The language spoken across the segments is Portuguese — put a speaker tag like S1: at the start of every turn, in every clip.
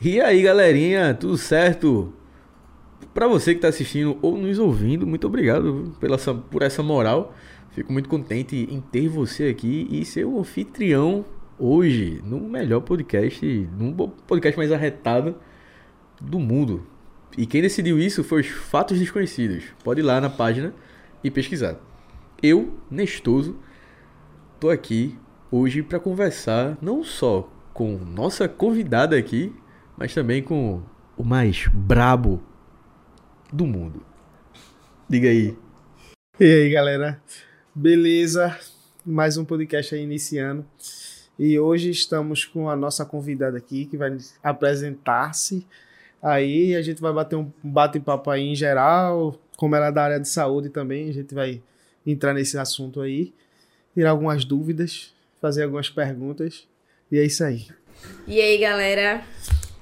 S1: E aí, galerinha, tudo certo? Para você que está assistindo ou nos ouvindo, muito obrigado pela, essa- por essa moral. Fico muito contente em ter você aqui e ser o anfitrião hoje no melhor podcast, num bo- podcast mais arretado do mundo. E quem decidiu isso foi os Fatos Desconhecidos. Pode ir lá na página e pesquisar. Eu, Nestoso, tô aqui hoje para conversar não só com nossa convidada aqui, mas também com o mais brabo do mundo. Diga aí.
S2: E aí, galera? Beleza? Mais um podcast aí iniciando. E hoje estamos com a nossa convidada aqui, que vai apresentar-se. Aí a gente vai bater um bate-papo aí em geral, como ela é da área de saúde também, a gente vai entrar nesse assunto aí, tirar algumas dúvidas, fazer algumas perguntas. E é isso aí.
S3: E aí, galera,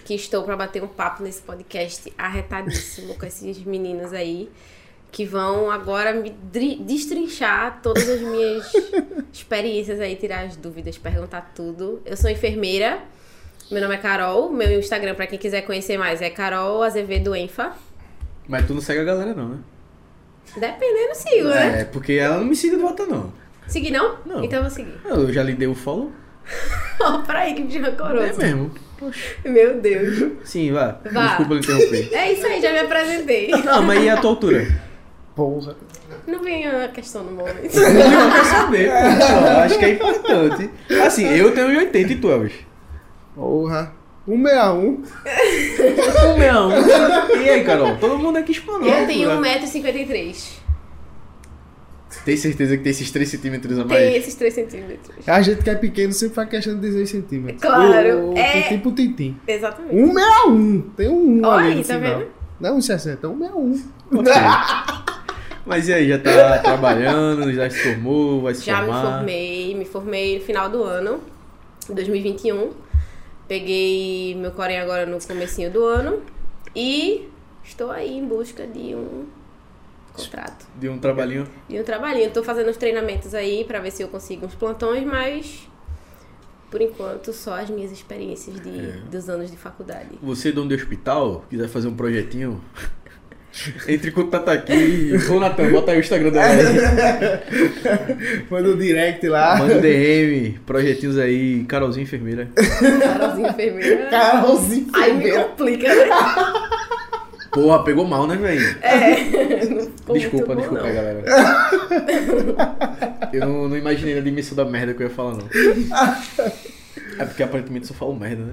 S3: que estou para bater um papo nesse podcast arretadíssimo com esses meninos aí, que vão agora me dri- destrinchar todas as minhas experiências aí, tirar as dúvidas, perguntar tudo. Eu sou enfermeira, meu nome é Carol, meu Instagram, para quem quiser conhecer mais, é Carol Azevedo Enfa.
S1: Mas tu não segue a galera não, né?
S3: Dependendo, sigo, né?
S1: É, porque ela não me siga de volta não.
S3: Seguir não?
S1: É. Não.
S3: Então eu vou seguir.
S1: Eu já lhe dei o follow.
S3: Ó, pra aí que me
S1: É
S3: rancoroso.
S1: mesmo.
S3: Meu Deus.
S1: Sim, vá.
S3: Vá.
S1: Desculpa lhe interromper.
S3: É isso aí, já me apresentei.
S1: Não, mas e a tua altura?
S2: Porra.
S3: Não vem a questão no momento.
S1: Não, quer saber, pessoal. Acho que é importante. Assim, eu tenho 80 e tu, Elvis.
S2: Porra. 161.
S1: Um leão. E aí, Carol? Todo mundo aqui espanou.
S3: Eu tenho
S1: né?
S3: 1,53m.
S1: Tem certeza que tem esses 3 centímetros a
S3: Tem
S1: mais?
S3: esses 3 centímetros.
S2: A gente que é pequeno sempre faz questão de 16 centímetros.
S3: Claro,
S2: Ô,
S3: é.
S2: Tintim pro tintim.
S3: Exatamente.
S2: 161. Tem é um 1
S3: Olha
S2: ali
S3: aí,
S2: no
S3: tá
S2: final.
S3: vendo?
S2: Não, 160, é 161.
S1: Ok. Mas e aí, já tá trabalhando, já se formou, vai se
S3: Já me
S1: formar?
S3: formei, me formei no final do ano, 2021. Peguei meu corém agora no comecinho do ano. E estou aí em busca de um contrato.
S1: De um trabalhinho.
S3: De um trabalhinho. Tô fazendo uns treinamentos aí pra ver se eu consigo uns plantões, mas... Por enquanto, só as minhas experiências de, dos anos de faculdade.
S1: Você, dono de hospital, quiser fazer um projetinho, entre em contato aqui. e- Ô, Natan, bota aí o Instagram da galera.
S2: Foi no direct lá.
S1: Manda um DM, projetinhos aí, Carolzinha Enfermeira.
S3: Carolzinha enfermeira.
S2: Carolzinho.
S3: Aí me complica, né?
S1: Porra, pegou mal, né, velho?
S3: É. não ficou
S1: Desculpa,
S3: muito bom,
S1: desculpa aí,
S3: não.
S1: galera. Eu não, não imaginei a dimensão da merda que eu ia falar, não. É porque aparentemente só falo merda, né?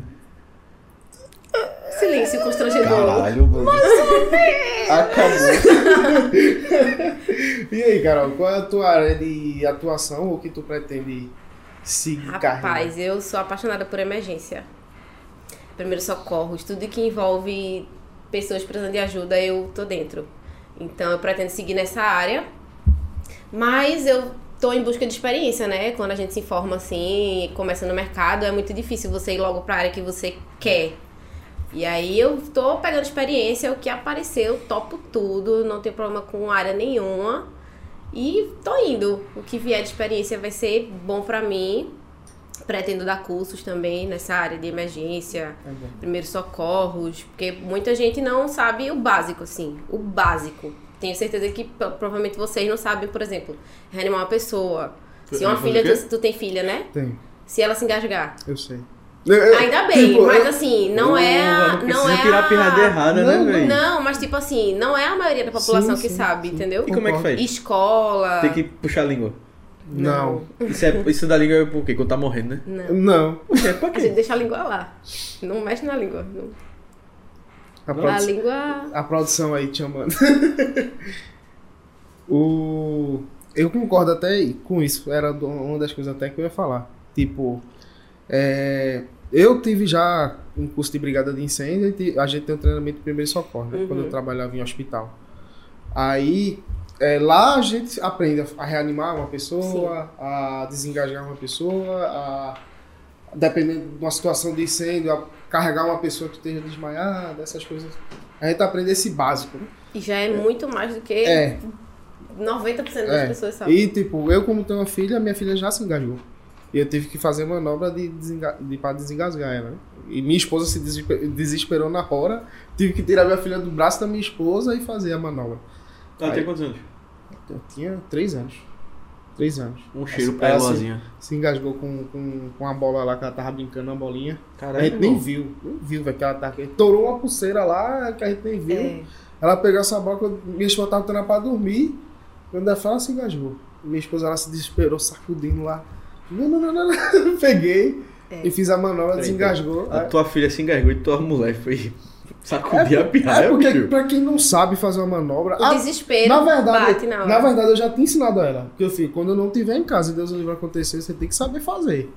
S3: Silêncio constrangedor.
S1: Caralho, mano.
S2: Acabou. e aí, Carol, qual é a tua área de atuação ou que tu pretende seguir carreira?
S3: Rapaz, eu sou apaixonada por emergência. Primeiro socorros, tudo que envolve pessoas precisando de ajuda, eu tô dentro. Então eu pretendo seguir nessa área. Mas eu tô em busca de experiência, né? Quando a gente se informa assim, e começa no mercado, é muito difícil você ir logo pra área que você quer. E aí eu tô pegando experiência, o que apareceu, topo tudo, não tenho problema com área nenhuma. E tô indo. O que vier de experiência vai ser bom pra mim. Pretendo dar cursos também nessa área de emergência,
S2: Tá bom.
S3: primeiros socorros, porque muita gente não sabe o básico, assim, o básico. Tenho certeza que pro- provavelmente vocês não sabem, por exemplo, reanimar uma pessoa.
S1: Tu-
S3: Se uma
S1: mas fazer
S3: filha,
S1: o quê?
S3: tu, tu tem filha, né?
S2: Tem,
S3: Se ela se engasgar.
S2: eu sei. Eu-
S1: É,
S2: eu-
S3: Ainda bem,
S2: tipo,
S3: mas
S2: eu-
S3: assim, não é. a-
S1: Porra,
S3: não
S1: precisa
S3: é
S1: tirar a pirrada errada,
S2: Não,
S1: né, velho?
S3: Não, mas tipo assim, não é a maioria da população
S2: Sim,
S3: que
S2: sim,
S3: sabe,
S2: sim.
S3: entendeu?
S1: E como é que faz?
S3: Escola.
S1: Tem que puxar a língua.
S2: Não.
S1: Isso, é, isso da língua é por quê? Quando tá morrendo, né?
S3: Não.
S2: Não.
S1: Oxe, é pra
S3: A gente
S1: quê?
S3: deixa a língua lá. Não mexe na língua. não.
S2: A,
S3: A
S2: produ-
S3: língua.
S2: a produção aí te chamando. o... Eu concordo até com isso. Era do- uma das coisas até que eu ia falar. Tipo, é, eu tive já um curso de brigada de incêndio e ti- a gente tem um treinamento de primeiro socorro, né?
S3: Uhum.
S2: Quando eu trabalhava em hospital. Aí, é, lá a gente aprende a- a reanimar uma pessoa, a desengajar uma pessoa, a, dependendo de uma situação de incêndio, a carregar uma pessoa que esteja desmaiada, essas coisas. A gente aprende esse básico, né?
S3: E já é muito mais do que
S2: É.
S3: 90% das
S2: É.
S3: pessoas sabem. Tá.
S2: E tipo, eu como tenho uma filha, minha filha já se engajou. E E eu tive que fazer manobra de, desenga... de para desengasgar ela. né? E minha esposa se desesper- desesperou na hora. Tive que tirar minha filha do braço da minha esposa e fazer a manobra.
S1: Ela
S2: Aí-
S1: tem quantos anos?
S2: Eu tinha três anos. Três anos.
S1: Um cheiro
S2: Essa-
S1: pra
S2: ela se-
S1: Elozinha.
S2: Se engasgou com, com, com a bola lá que ela tava brincando, uma bolinha.
S1: Caralho,
S2: a gente nem
S1: irmão.
S2: viu. Nem viu, velho, que ela tava. Torou uma pulseira lá que a gente nem viu.
S3: É.
S2: Ela pegou essa bola, quando minha esposa tava botando ela pra dormir. Quando ela foi, ela se engasgou. Minha esposa ela se desesperou, sacudindo lá. Não, não, não, não, não. Peguei
S3: É.
S2: e fiz a manobra,
S1: Peraí,
S2: desengasgou.
S1: A tua filha se engasgou e tua mulher foi sacudir a
S2: Ah. É, é
S1: pirraia,
S2: porque,
S1: bicho.
S2: pra quem não sabe fazer uma manobra.
S3: O
S2: a-
S3: desespero
S2: na verdade,
S3: bate na
S2: na,
S3: hora.
S2: verdade, eu já tinha ensinado a ela. Porque eu fico, quando eu não estiver em casa e Deus não vai acontecer, você tem que saber fazer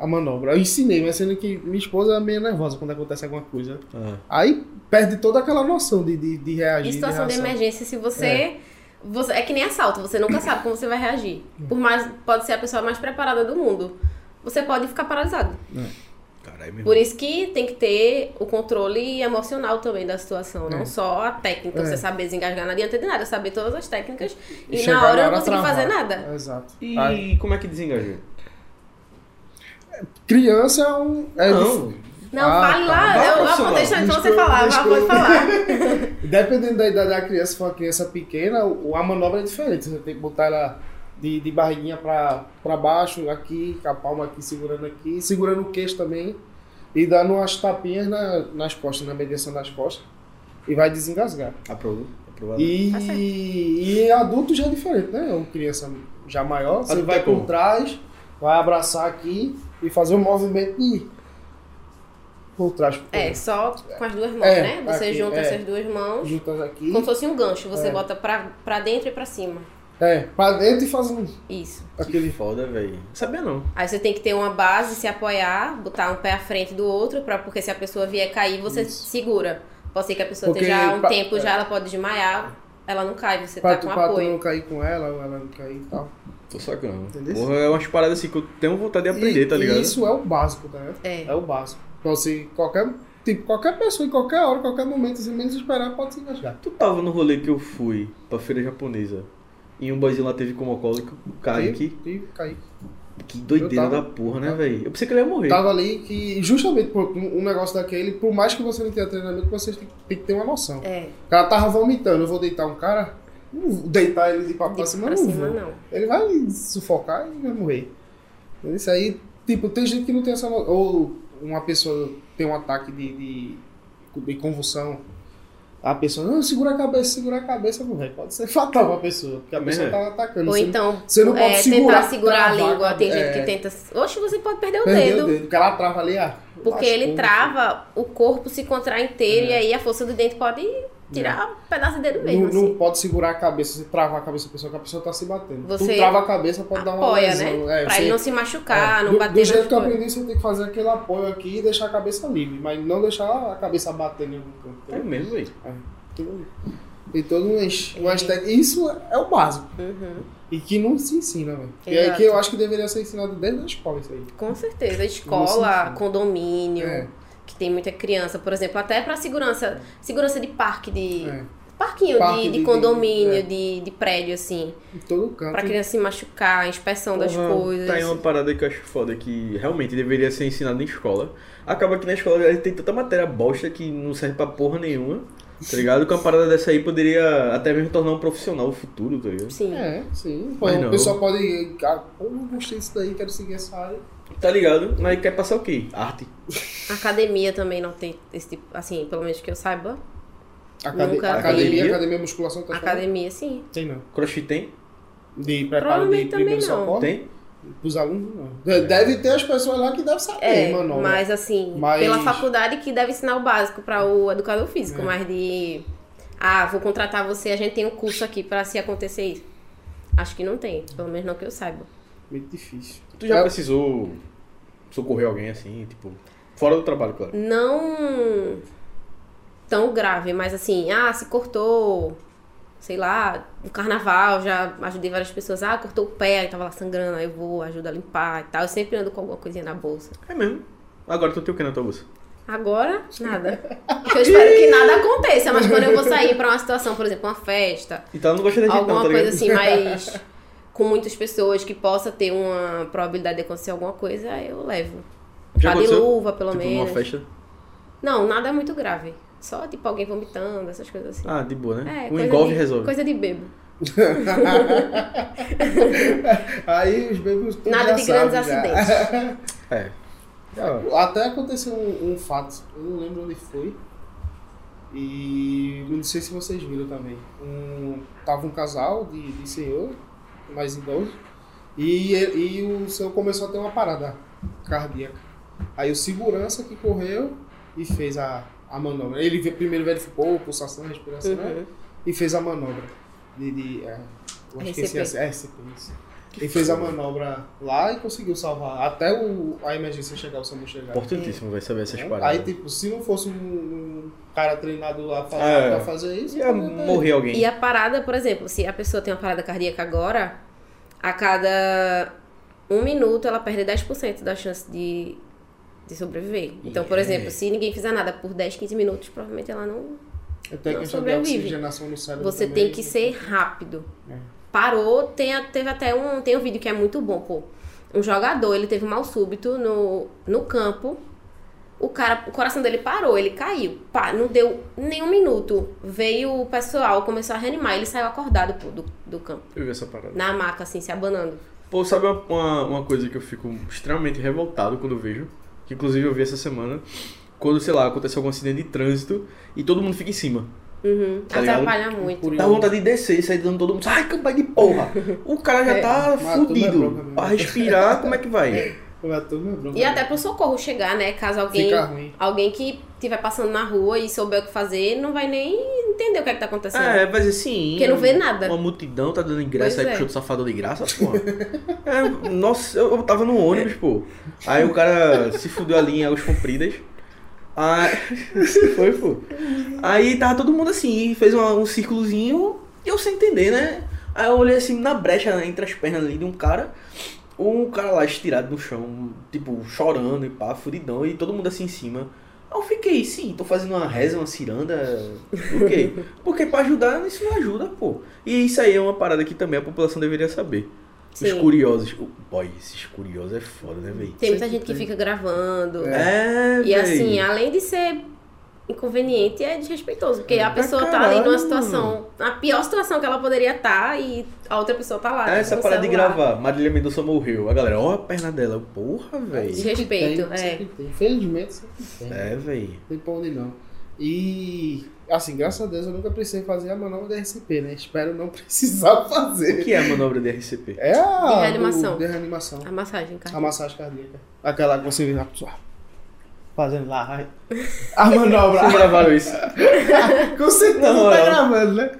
S2: a manobra. Eu ensinei, mas sendo que minha esposa é meio nervosa quando acontece alguma coisa.
S1: Ah,
S2: Aí perde toda aquela noção de, de, de reagir.
S3: Em situação de
S2: reação.
S3: emergência, se você é. você. É que nem assalto, você nunca sabe como você vai reagir. Por mais. Pode ser a pessoa mais preparada do mundo. Você pode ficar paralisado.
S1: caralho, meu
S3: Por
S1: irmão.
S3: isso que tem que ter o controle emocional também da situação, não só a técnica.
S2: É.
S3: Você saber desengasgar não adianta de nada, saber todas as técnicas e,
S2: chegar
S3: na hora não conseguir
S2: travar.
S3: fazer nada.
S2: Exato.
S1: E
S2: Aí,
S1: como é que desengajou?
S2: criança é um. É
S1: Não.
S2: dif-
S3: Não,
S2: Ah,
S3: fale
S2: tá.
S3: lá,
S1: Vai,
S3: eu, eu
S1: profissional.
S3: vou deixar então
S2: Deixa eu-
S3: você falar,
S2: deixa
S3: vá,
S2: eu-
S3: pode falar.
S2: Dependendo da idade da criança, se for uma criança pequena, o- a manobra é diferente. Você tem que botar ela de, de barriguinha pra, pra baixo, aqui, com a palma aqui, segurando aqui, segurando o queixo também. E dando umas tapinhas na- nas costas, na mediação das costas. E vai desengasgar.
S1: Aprovou? Aprovado.
S2: E,
S3: Tá certo.
S2: e adulto já é diferente, né? Uma criança já maior, você
S1: Adulto é
S2: vai por
S1: como?
S2: trás, vai abraçar aqui e fazer um movimento de. Por trás. por
S3: É,
S2: trás.
S3: só com as duas mãos,
S2: É,
S3: né? Você
S2: aqui,
S3: junta
S2: é.
S3: essas duas mãos,
S2: Juntas aqui.
S3: como se fosse um gancho, você
S2: É.
S3: bota pra, pra dentro e pra cima.
S2: É, pra dentro e fazendo
S3: Isso.
S1: Que
S2: aquele.
S1: foda, velho. Não sabia não.
S3: Aí você tem que ter uma base, se apoiar, botar um pé à frente do outro, pra, porque se a pessoa vier cair, você segura. Pode ser que a pessoa
S2: Porque
S3: esteja há um
S2: pra- é.
S3: tempo já, ela pode desmaiar, ela não cai, você
S2: Pra,
S3: tá
S2: tu,
S3: com
S2: pra tu não
S3: apoio.
S2: cair com ela, ou ela não cair e tal.
S1: Tô sacando.
S2: Entendeu?
S1: Porra, é umas paradas assim que eu tenho vontade de aprender,
S2: E-
S1: tá ligado?
S2: E isso é o básico, tá ligado?
S3: É.
S2: o básico. Pra você, qualquer. Tipo, qualquer pessoa, em qualquer hora, em qualquer momento, sem menos esperar, pode se engasgar.
S1: Tu tava no rolê que eu fui pra feira japonesa. E um boyzinho lá teve como alcoólico, o Kaique.
S2: E Tipo, cair.
S1: Que doideira
S2: Eu tava-
S1: da porra, né, velho? Eu pensei que ele ia morrer.
S2: Tava ali que, justamente por um um negócio daquele, por mais que você não tenha treinamento, você tem, tem que ter uma noção.
S3: É,
S2: O cara tava vomitando, eu vou deitar um cara, não vou deitar ele de papo pra
S3: de
S2: cima, não
S3: pra cima né?
S2: vou.
S3: não.
S2: Ele vai sufocar e vai morrer. Isso aí, tipo, tem gente que não tem essa no- Ou uma pessoa tem um ataque de, de, de convulsão. A pessoa, não, segura a cabeça, segura a cabeça, não vai. Pode ser fatal pra pessoa, porque a
S1: É.
S2: pessoa tá atacando.
S3: Ou
S2: você não-
S3: então,
S2: você não pode
S3: é,
S2: segurar,
S3: tentar segurar a
S2: travar,
S3: língua. Tem gente
S2: é.
S3: que tenta. Oxe, você pode perder o
S2: perdeu
S3: dedo.
S2: o dedo, porque ela trava ali, ah,
S3: Porque ele
S2: lascou.
S3: trava, o corpo se contrai inteiro
S2: É.
S3: e aí a força do dente pode tirar um pedaço de dedo mesmo.
S2: Não, não
S3: assim.
S2: pode segurar a cabeça, você trava a cabeça da pessoa, que a pessoa tá se batendo.
S3: Você
S2: tu trava a cabeça, pode dar uma
S3: Apoia,
S2: lesão. É,
S3: né? pra
S2: você-
S3: ele não se machucar,
S2: é.
S3: não
S2: do,
S3: bater
S2: Do
S3: nas
S2: jeito que eu
S3: coisas.
S2: aprendi, você tem que fazer aquele apoio aqui e deixar a cabeça livre, mas não deixar a cabeça batendo em algum
S1: É
S2: canto.
S1: mesmo, velho.
S2: Tudo- Tem todo um hashtag. Isso é o básico.
S3: Uhum,
S2: E que não se ensina, velho. E é
S3: Exato.
S2: que eu acho que deveria ser ensinado desde a escola isso aí.
S3: Com certeza.
S2: Não se
S3: Escola,
S2: ensina.
S3: condomínio,
S2: É.
S3: que tem muita criança, por exemplo, até pra segurança. Segurança de parque, de.
S2: É.
S3: Parquinho
S2: Parque
S3: de,
S2: de-
S3: de
S2: de-
S3: condomínio,
S2: é. Então,
S3: de, de prédio, assim.
S2: Em todo canto.
S3: Pra criança se machucar, inspeção das
S1: Porra,
S3: coisas.
S1: Tá aí
S2: um-
S1: uma parada que eu acho foda, que realmente deveria ser ensinada em escola. Acaba que na escola a gente tem tanta matéria bosta que não serve pra porra nenhuma, tá ligado? Que uma parada dessa aí poderia até mesmo tornar um profissional futuro, tá ligado?
S3: Sim.
S2: É, sim. Pô,
S1: Mas não.
S2: o pessoal pode. Ah, pô, eu gostei disso daí, quero seguir essa área.
S1: Tá ligado? Mas quer passar o quê? Arte.
S3: Academia também não tem esse tipo. Assim, pelo menos que eu saiba.
S2: Acade-
S3: Nunca
S2: academia,
S1: vi.
S2: academia, musculação, tá falando?
S3: Academia, sim.
S2: Tem não.
S1: Crossfit tem?
S2: De preparo de
S3: Provavelmente também
S2: primeiro
S3: não.
S2: socorro?
S1: Tem? É.
S2: Os alunos não. De- Deve ter as pessoas lá que devem saber,
S3: É,
S2: mano.
S3: mas assim,
S2: Mas-
S3: pela faculdade que deve ensinar o básico para o educador físico,
S2: É.
S3: mas de. Ah, vou contratar você, a gente tem um curso aqui para se acontecer isso. Acho que não tem, pelo menos não que eu saiba.
S2: Muito difícil.
S1: Tu já
S2: É,
S1: precisou socorrer alguém assim, tipo, fora do trabalho, claro.
S3: Não tão grave, mas assim, ah, se cortou, sei lá, no carnaval, já ajudei várias pessoas, ah, cortou o pé, aí tava lá sangrando, aí eu vou, ajuda a limpar e tal. Eu sempre ando com alguma coisinha na bolsa.
S1: É mesmo. Agora tu tem o que na tua bolsa?
S3: Agora, nada. Eu espero que nada aconteça, mas quando eu vou sair pra uma situação, por exemplo, uma festa,
S2: né?
S1: Então não gosta de gente não,
S3: alguma
S1: tá ligado?
S3: coisa assim mais com muitas pessoas que possa ter uma probabilidade de acontecer alguma coisa, eu levo.
S1: Já
S3: Pá de
S1: aconteceu?
S3: luva, assim, pelo
S1: tipo,
S3: menos.
S1: numa festa.
S3: Não, nada muito grave. Só tipo alguém vomitando, essas coisas assim.
S1: Ah, de boa, né?
S3: É,
S1: o
S3: coisa
S1: engolve
S3: de-
S1: resolve.
S3: Coisa de bebo.
S2: Aí os bebês. tudo
S3: Nada
S2: já
S3: de grandes
S2: sabe, já.
S3: acidentes.
S1: É.
S2: Ó, Até aconteceu um, um fato, eu não lembro onde foi. E não sei se vocês viram também. Um, tava um casal de, de senhor, mais idoso, e, ele- e o senhor começou a ter uma parada cardíaca. Aí o segurança que correu e fez a, a manobra. Ele ve- primeiro verificou a pulsação, a respiração, né?
S3: Uhum.
S2: e fez a manobra de. de é, eu
S3: RCP.
S2: esqueci a- é, RCP, isso. Ele fez a manobra lá e conseguiu salvar. Até o, a emergência chegar, o SAMU
S3: É.
S2: chegar.
S1: Importantíssimo, vai saber essas
S2: É,
S1: paradas.
S2: Aí, tipo, se não fosse um, um cara treinado lá pra,
S1: É.
S2: pra fazer isso,
S1: Ia
S2: não ia ter.
S1: morrer alguém.
S3: E a parada, por exemplo, se a pessoa tem uma parada cardíaca agora, a cada um minuto ela perde 10% da chance de, de sobreviver. Então, por
S1: É.
S3: exemplo, se ninguém fizer nada por 10, 15 minutos, provavelmente ela não.
S2: Até
S3: não
S2: que questão de
S3: sobrevive.
S2: oxigenação no cérebro.
S3: Você
S2: também.
S3: tem que ser rápido.
S2: É.
S3: Parou, tem, a- teve até um. Tem um vídeo que é muito bom, pô. Um jogador, ele teve um mal súbito no, no campo. O cara, o coração dele parou, ele caiu. Pá, não deu nenhum minuto. Veio o pessoal, começou a reanimar, ele saiu acordado pô, do, do campo.
S1: Eu vi essa parada.
S3: na maca, assim, se abanando.
S1: Pô, sabe uma- uma, uma coisa que eu fico extremamente revoltado quando eu vejo? Que inclusive eu vi essa semana. Quando, sei lá, acontece algum acidente de trânsito e todo mundo fica em cima.
S3: Uhum.
S1: Tá ligado?
S3: Atrapalha muito.
S1: Dá vontade de descer e sair dando todo mundo. Ai, campanha de porra! O cara já
S3: É,
S1: tá
S2: mas tudo é
S1: fudido.
S2: bronca mesmo.
S1: Pra respirar, como é que vai?
S2: Pra turma é bronca.
S3: E até pro socorro chegar, né? Caso alguém.
S2: Fica ruim.
S3: Alguém que estiver passando na rua e souber o que fazer, não vai nem entender o que é que tá acontecendo.
S1: É, vai dizer sim.
S3: Porque não vê nada.
S1: Uma multidão tá dando ingresso aí
S3: Pois é.
S1: pro show do safadão de graça, porra. É, nossa, eu, eu tava no ônibus, pô. Aí o cara se fudeu ali em águas compridas. Aí, se foi, pô. Aí tava todo mundo assim, fez uma- um círculozinho e eu sem entender, né? Aí eu olhei assim na brecha né, entre as pernas ali de um cara. Um cara lá estirado no chão, tipo, chorando e pá, fudidão, e todo mundo assim em cima. Aí eu fiquei, sim, tô fazendo uma reza, uma ciranda. Por quê? Porque pra ajudar, isso não ajuda, pô. E isso aí é uma parada que também a população deveria saber. Os
S3: Sim.
S1: curiosos. o- Boy, esses curiosos é foda, né, velho?
S3: Tem muita gente que fica gravando.
S1: É,
S3: E assim,
S1: véi.
S3: além de ser inconveniente, é desrespeitoso. Porque a
S1: Pra
S3: pessoa tá ali
S1: caralho.
S3: numa situação. A pior situação que ela poderia estar e a outra pessoa tá lá.
S1: Ah,
S3: com
S1: essa
S3: o
S1: parada de
S3: celular.
S1: gravar. Marília Mendonça morreu. A galera, ó a perna dela. Eu, Porra, velho.
S3: Desrespeito,
S2: Tem,
S3: é.
S2: sempre tem. Infelizmente, sempre tem.
S1: É, velho.
S2: Não tem pra onde não. E, assim, graças a Deus eu nunca precisei fazer a manobra da RCP, né? Espero não precisar
S1: O
S2: fazer.
S1: que é a manobra de RCP?
S2: É a.
S3: De reanimação. Ah, tá.
S2: do- De reanimação.
S3: A massagem, cara.
S2: A massagem cardíaca. Aquela que você vê na pessoa. Fazendo lá. ai. A manobra.
S1: Vocês gravaram isso.
S2: Com certeza
S1: Não,
S2: não, tá
S1: não.
S2: gravando, né?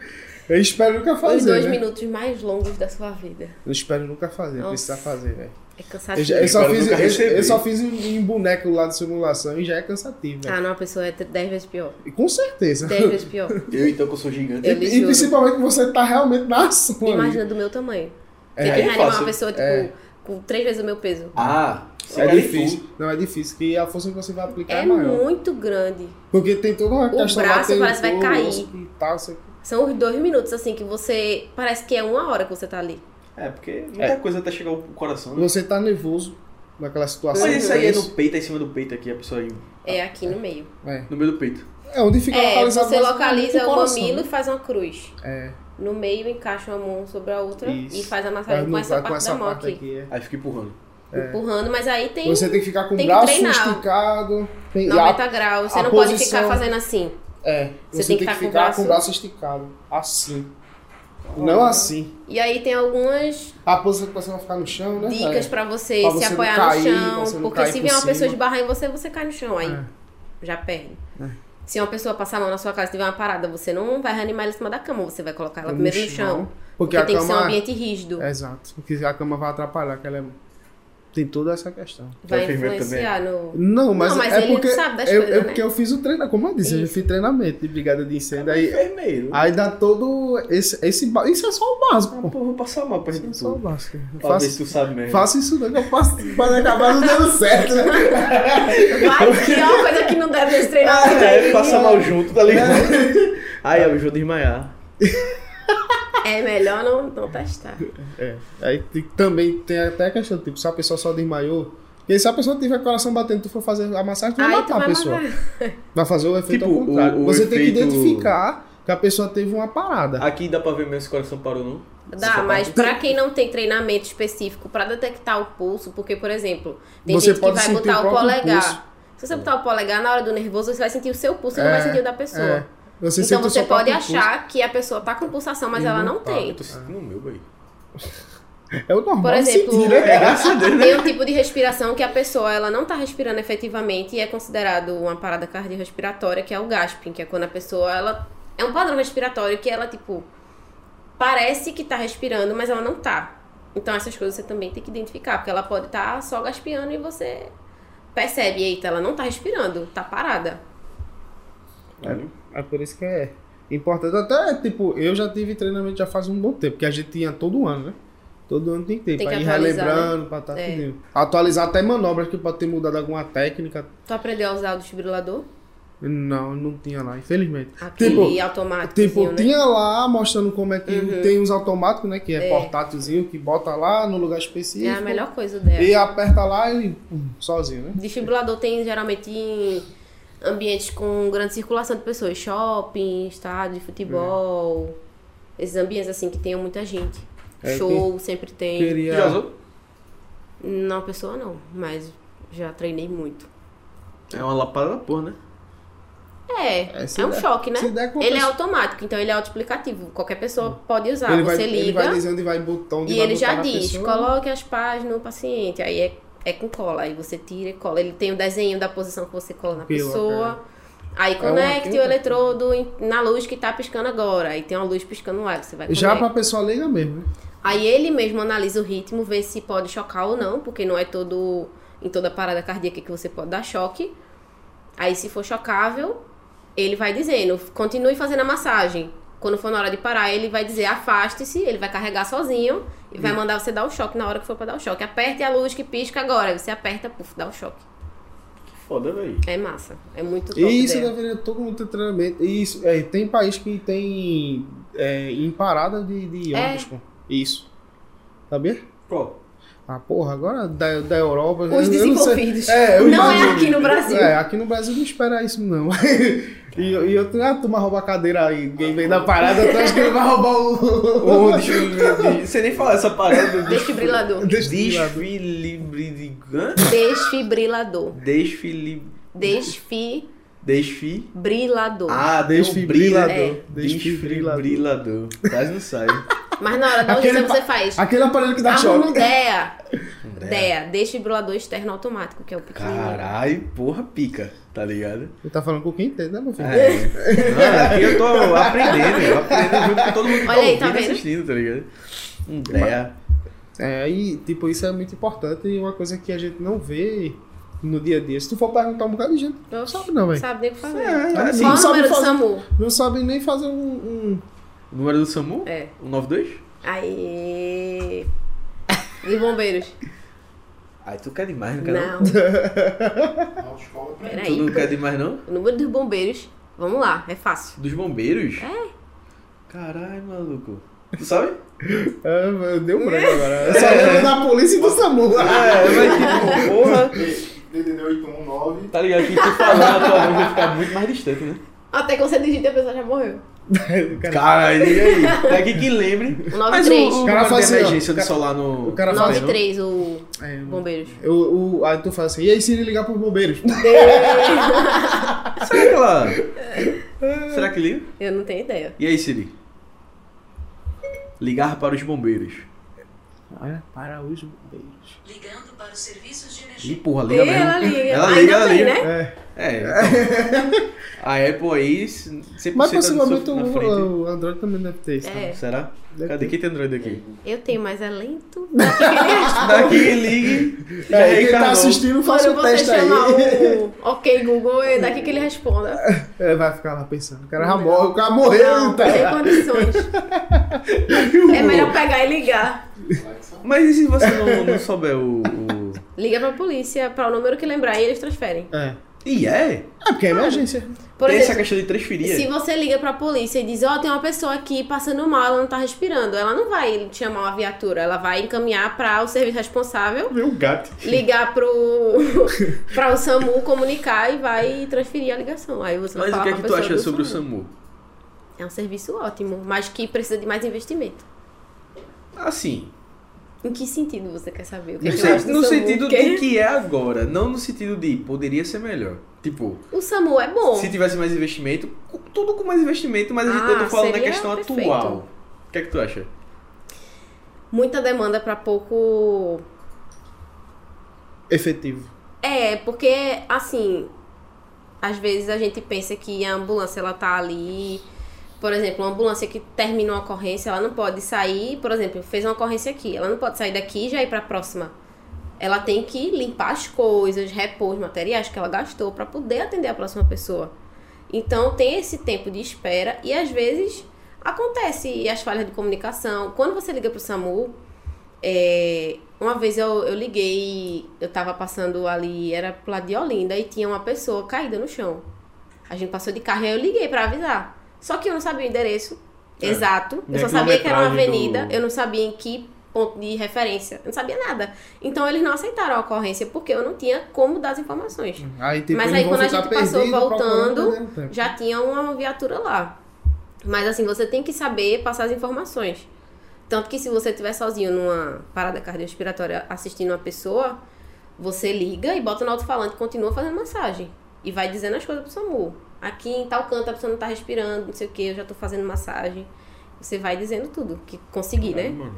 S2: Eu espero nunca fazer.
S3: Os dois
S2: né?
S3: minutos mais longos da sua vida.
S2: Eu espero nunca fazer,
S3: Nossa.
S2: precisar fazer, velho.
S3: É
S2: Eu,
S3: cansativo.
S2: já- eu só
S1: Espero
S2: fiz,
S1: nunca
S2: eu,
S1: receber.
S2: eu só fiz em em boneco lá de simulação e já é cansativo, velho.
S3: Ah, não, a pessoa é 10 vezes pior.
S2: E Com certeza.
S3: 10 vezes pior.
S1: Eu então que eu sou gigante.
S2: E,
S3: Eu lhe
S2: e
S3: juro.
S2: principalmente que você tá realmente na ação. ali.
S3: Imagina do meu tamanho.
S2: É,
S3: Tem
S1: aí
S3: que
S1: é
S3: reanimar
S1: fácil.
S3: uma pessoa, tipo,
S2: É.
S3: com 3 vezes o meu peso.
S1: Ah,
S2: É difícil. Não, é difícil, que a força que você vai aplicar é,
S3: É
S2: maior.
S3: muito grande.
S2: Porque tem toda uma
S3: O
S2: questão lá,
S3: braço
S2: tem o
S3: parece que vai
S2: couro,
S3: cair.
S2: o osso E tal, sei o quê.
S3: São os dois minutos, assim, que você. Parece que é uma hora que você tá ali.
S1: É, porque muita coisa até chegar ao coração. Né?
S2: Você tá nervoso naquela situação.
S1: Mas isso aí é
S2: tenso.
S1: no peito, é em cima do peito aqui, a pessoa aí.
S3: É aqui no meio.
S2: É.
S1: No meio do peito.
S2: É onde fica
S3: É,
S2: localizado
S3: você
S2: mais-
S3: localiza o
S2: coração,
S3: mamilo
S2: né?
S3: e faz uma cruz.
S2: É.
S3: No meio, encaixa uma mão sobre a outra
S2: Isso.
S3: e faz a
S2: Vai
S3: massagem
S2: no-
S3: com essa
S2: vai
S3: parte da mão aqui.
S2: é.
S1: Aí fica empurrando.
S3: Empurrando, mas aí tem
S2: Você tem que ficar com o
S3: tem que
S2: braço
S3: treinar.
S2: esticado. Tem, e a-
S3: 90 graus. Você
S2: a
S3: não pode
S2: posição-
S3: ficar fazendo assim.
S2: é,
S3: Você
S2: você,
S3: tem
S2: tem que,
S3: que tá com
S2: ficar com
S3: o
S2: o
S3: braço-
S2: braço esticado. Assim. Não assim.
S3: E aí tem algumas
S2: A posição que você vai ficar no chão, né?
S3: dicas pra você
S2: Pra
S3: se
S2: você não
S3: apoiar
S2: cair,
S3: no
S2: pra você
S3: chão,
S2: não
S3: porque
S2: cair
S3: se
S2: por
S3: vier uma
S2: cima.
S3: pessoa esbarrar em você, você cai no chão aí,
S2: É.
S3: já perde. Se uma pessoa passar a mão na sua casa e tiver uma parada, você não vai reanimar ela em cima da cama, você vai colocar ela
S2: No
S3: primeiro no
S2: chão,
S3: chão.
S2: porque a
S3: tem que ser um
S2: cama- É.
S3: ambiente rígido.
S2: Exato. Porque a cama vai atrapalhar, que ela é... tem toda essa questão.
S1: Vai
S3: Vai
S1: ferver
S3: influenciar no.
S2: Não, mas,
S3: Não, mas
S2: é
S3: ele
S2: porque
S3: sabe das
S2: eu,
S3: coisas,
S2: eu-
S3: né?
S2: porque eu fiz o treinamento, como eu disse, eu já
S3: Isso.
S2: fiz treinamento de brigada de incêndio. Aí,
S1: Vermelho.
S2: aí dá todo esse, esse ba- isso é só o básico,
S1: Pô,
S2: pô.
S1: Ah, vou passar mal pra
S2: Isso é
S1: gente.
S2: só o
S1: tu.
S2: básico. Eu
S1: Pra ver se
S2: Faço,
S1: tu sabe mesmo.
S2: faço isso daí que eu faço para acabar não dando certo, né?
S3: Vai, que é uma coisa que não deve ser
S1: Ah,
S2: é,
S3: treinado.
S1: é, passa mal junto, tá ligado? Aí eu vou desmaiar.
S3: É, É melhor não, não testar.
S2: É. Aí tem- também tem até a questão, tipo, se a pessoa só desmaiou. E aí, se a pessoa tiver com o coração batendo, tu for fazer a massagem, tu vai
S3: Aí tu
S2: matar a
S3: vai
S2: pessoa.
S3: matar.
S2: Vai fazer o efeito
S1: Tipo,
S2: ao contrário.
S1: o- o
S2: Você tem que
S1: efeito-
S2: identificar que a pessoa teve uma parada.
S1: Aqui dá pra ver mesmo se o coração parou, não?
S3: Dá, mas pra quem não tem treinamento específico pra detectar o pulso, porque, por exemplo, tem
S2: Você
S3: gente que
S2: pode
S3: vai
S2: sentir
S3: botar
S2: o
S3: o,
S2: próprio
S3: polegar.
S2: pulso.
S3: Se você botar o polegar na hora do nervoso, você vai sentir o seu pulso e não
S2: É,
S3: vai sentir o da pessoa.
S2: É. Você
S3: então
S2: sente o
S3: você
S2: seu
S3: pode
S2: próprio
S3: achar que a pessoa tá com pulsação, mas ela não
S2: tá.
S1: Ah,
S3: tem.
S1: eu tô sentindo o meu, velho.
S2: pulso. É o normal.
S3: Por
S2: de
S3: exemplo,
S2: sentir, né?
S3: tem um tipo de respiração que a pessoa ela não tá respirando efetivamente e é considerado uma parada cardiorrespiratória, que é o gasping, que é quando a pessoa ela é um padrão respiratório que ela tipo parece que tá respirando, mas ela não tá. Então essas coisas você também tem que identificar, porque ela pode estar só gaspeando e você percebe, eita, ela não tá respirando, tá parada.
S2: É por isso que é importante. Até, tipo, eu já tive treinamento já faz um bom tempo, que a gente tinha todo ano, né? Todo ano tem que ter,
S3: Tem
S2: pra
S3: que
S2: ir
S3: atualizar,
S2: relembrando, pra tá
S3: É.
S2: entendendo. Atualizar até manobras que pode ter mudado alguma técnica.
S3: Tu aprendeu a usar o desfibrilador?
S2: Não, não tinha lá, infelizmente.
S3: Aquele automático,
S2: Tipo,
S3: né? Uhum.
S2: tinha lá mostrando como é que tem uns automáticos, né? Que é, portátilzinho, que bota lá no lugar
S3: É
S2: específico.
S3: a melhor coisa dela.
S2: E aperta lá e pum, sozinho, né?
S3: Desfibrilador tem geralmente em ambientes com grande circulação de pessoas, shopping, estádio de futebol, esses ambientes assim que tenham muita gente.
S2: É,
S3: Show sempre tem.
S2: Queria.
S1: Já usou?
S3: Não, pessoa não, mas já treinei muito.
S1: É uma lapada da porra, né?
S3: É,
S2: É,
S3: é,
S2: se
S3: um
S2: der-
S3: choque, né?
S2: se der com
S3: ele é
S2: pessoa-
S3: automático, então ele é autoexplicativo. Qualquer pessoa pode usar.
S2: Ele vai,
S3: Você
S2: ele vai
S3: liga
S2: dizer onde vai o botão, onde
S3: e
S2: vai
S3: ele
S2: botar
S3: já
S2: na
S3: diz,
S2: pessoa.
S3: coloque as pás no paciente. Aí é, é com cola, aí você tira e cola. Ele tem o desenho da posição que você cola na
S2: Pila,
S3: pessoa. Aí
S2: é. uma
S3: conecte
S2: tinta.
S3: o eletrodo em- na luz que tá piscando agora. Aí tem uma luz piscando lá, que você vai
S2: Já pra
S3: conectar.
S2: pessoa leiga mesmo, né?
S3: Aí ele mesmo analisa o ritmo, vê se pode chocar ou não, porque não é todo em toda parada cardíaca que você pode dar choque. Aí se for chocável, ele vai dizendo, continue fazendo a massagem. Quando for na hora de parar, ele vai dizer afaste-se, ele vai carregar sozinho e
S2: Hum.
S3: vai mandar você dar o choque na hora que for pra dar o choque. Aperte a luz que pisca agora. Aí Você aperta, puf, dá o choque.
S1: Que foda, velho.
S3: É massa. É muito top.
S2: Isso né?
S3: ideia.
S2: deveria todo mundo ter treinamento. Isso, é, tem país que tem é, em parada de, de
S3: É.
S2: ônibus, pô. Isso. Sabia?
S1: Qual?
S2: Ah, porra, agora da, da Europa.
S3: Os
S2: eu- eu não sei.
S3: desenvolvidos.
S2: É, eu
S3: não é
S2: imagino.
S3: aqui no Brasil.
S2: É, aqui no Brasil não espera isso, não. e, e eu tenho ah, a turma rouba a cadeira aí, ninguém vem da parada, eu acho que ele vai roubar o.
S1: Ô, deixa eu- Você nem fala essa parada do
S3: Desfibrilador.
S2: Desfibrilador.
S1: Desfilibridigã?
S3: Desfibrilador.
S1: Desfili...
S3: Desfibrilador.
S1: Desfi... Ah,
S2: É, Desfibrilador.
S1: desfibrilador. É.
S2: Desfibrilador.
S1: Desfibrilador. Quase não sai.
S3: Mas na hora da
S2: Aquele
S3: urgência você
S2: pa-
S3: faz.
S2: Aquele aparelho que dá
S3: Arruma um
S2: choque.
S3: DEA.
S1: Um
S3: DEA, desfibrilador externo automático, que é o pequeno.
S1: Caralho, porra, pica. Tá ligado?
S2: Ele tá falando com quem entende, né, meu filho?
S1: É. Não, aqui eu tô aprendendo. Eu aprendendo junto com todo mundo que tá
S3: Olha aí, tá
S1: ouvindo e
S3: vendo?
S1: assistindo, tá ligado? Um ideia.
S2: É, e tipo, isso é muito importante e uma coisa que a gente não vê no dia a dia. Se tu for perguntar um bocado de gente,
S3: Eu
S2: não
S3: sou-
S2: sabe não, velho.
S3: Sabe nem o que fazer.
S1: É, assim,
S3: Qual o
S2: sabe
S3: número do
S2: fazer-
S3: SAMU?
S2: Não sabe nem fazer um. um-
S1: O número do SAMU? Um
S3: É.
S1: O 92?
S3: Aí. De bombeiros.
S1: Ai, tu quer demais, não quer não?
S3: Não. Peraí.
S1: Tu não quer demais, não?
S3: O número dos bombeiros. Vamos lá, é fácil.
S1: Dos bombeiros? É. Caralho, maluco. Tu sabe?
S2: Ah, eu dei um branco agora. Eu só lembro da polícia e do SAMU.
S1: É, mas tipo, porra.
S4: DDD 819.
S1: Tá ligado? Que tu falar, tua mãe vai ficar muito mais distante, né?
S3: Até quando você digita, a pessoa já morreu.
S2: Cara,
S1: Caralho, liga aí. Daqui que lembre.
S3: O
S1: Mas o,
S3: 93.
S1: o
S2: cara
S1: cara
S2: faz
S1: faz
S2: assim, ó.
S1: emergência do
S2: Cara-
S1: solar no.
S2: o cara faz-
S3: 93, o
S2: É, eu-
S3: bombeiros.
S2: eu- eu- aí tu fala assim, e aí se ele ligar pros bombeiros?
S1: Será que ela.
S2: É.
S1: Será que liga?
S3: Eu não tenho ideia.
S1: E aí, Siri? Ligar para os bombeiros.
S2: Olha, para os bombeiros.
S5: Ligando para os serviços de energia.
S1: Ih, porra, liga mesmo.
S3: Ela liga.
S1: Ela
S3: Ainda
S1: liga, ela
S3: bem,
S1: liga.
S3: né?
S2: É,
S1: É, então. A Apple aí, 100%
S2: mas
S1: tá no
S2: possivelmente
S1: seu- na
S2: o,
S1: frente.
S2: o Android também deve ter isso.
S3: É.
S2: também.
S1: Será?
S2: Deve
S1: Cadê?
S2: ter.
S1: Quem tem Android aqui?
S3: Eu tenho, mas é lento.
S1: Daqui, ligue. Já
S2: É, quem tá
S1: reencarnou.
S2: assistindo, faz
S3: Quando
S2: o
S3: você
S2: teste aí.
S3: chamar o OK Google, é daqui que ele responda.
S2: É, vai ficar lá pensando. O cara já
S3: Não.
S2: morre, o cara morreu.
S3: Não,
S2: então.
S3: sem
S1: tá.
S3: condições. É melhor pegar e ligar.
S1: Mas e se você não, não souber o. o-
S3: Liga pra polícia, pra o número que lembrar e eles transferem.
S2: É.
S1: E é?
S2: É porque é emergência.
S3: Por
S1: tem essa
S3: exemplo,
S1: questão de transferir.
S3: se você liga pra polícia e diz, ó, tem uma pessoa aqui passando mal, ela não tá respirando, ela não vai chamar uma viatura, ela vai encaminhar pra o serviço responsável,
S2: Meu gato.
S3: ligar pro para o SAMU, comunicar e vai transferir a ligação. Aí você
S1: Mas
S3: vai
S1: o
S3: falar
S1: que é
S3: com
S1: que tu
S3: a pessoa
S1: acha
S3: do
S1: sobre o SAMU?
S3: É um serviço ótimo, mas que precisa de mais investimento.
S1: Assim,
S3: Em que sentido você quer saber? O que
S1: no,
S3: é que
S1: sen-
S3: eu acho do
S1: no
S3: SAMU?
S1: sentido
S3: Porque
S1: de que é agora, não no sentido de poderia ser melhor. Tipo,
S3: O SAMU é bom.
S1: se tivesse mais investimento, cu- tudo com mais investimento, mas a gente- eu
S3: Ah,
S1: tô falando da
S3: seria
S1: questão
S3: perfeito.
S1: atual. O que é que tu acha?
S3: Muita demanda pra pouco
S2: Efetivo.
S3: É, porque assim, às vezes a gente pensa que a ambulância ela tá ali, por exemplo, uma ambulância que termina uma ocorrência, ela não pode sair, por exemplo, fez uma ocorrência aqui, ela não pode sair daqui e já ir pra próxima. Ela tem que limpar as coisas, repor os materiais que ela gastou pra poder atender a próxima pessoa. Então tem esse tempo de espera e às vezes acontece as falhas de comunicação. Quando você liga pro SAMU, é, uma vez eu, eu liguei, eu tava passando ali, era pro lado de Olinda, e tinha uma pessoa caída no chão. A gente passou de carro e aí eu liguei pra avisar. Só que eu não sabia o endereço
S1: É.
S3: exato,
S1: Nem
S3: eu
S1: a
S3: só sabia que era uma
S1: quilometragem do-
S3: avenida, eu não sabia em que ponto de referência, eu não sabia nada. Então eles não aceitaram a ocorrência porque eu não tinha como dar as informações.
S2: Aí tipo, depois
S3: Mas aí,
S2: vão
S3: quando a
S2: ficar
S3: gente passou
S2: perdido procurando né?
S3: voltando,
S2: perdendo tempo.
S3: já tinha uma viatura lá. Mas assim, você tem que saber passar as informações. Tanto que se você estiver sozinho numa parada cardiorrespiratória assistindo uma pessoa, você liga e bota no alto-falante e continua fazendo massagem. E vai dizendo as coisas pro SAMU. Aqui em tal canto a pessoa não tá respirando, não sei o que, eu já tô fazendo massagem. Você vai dizendo tudo que conseguir, né?
S1: É, Mano,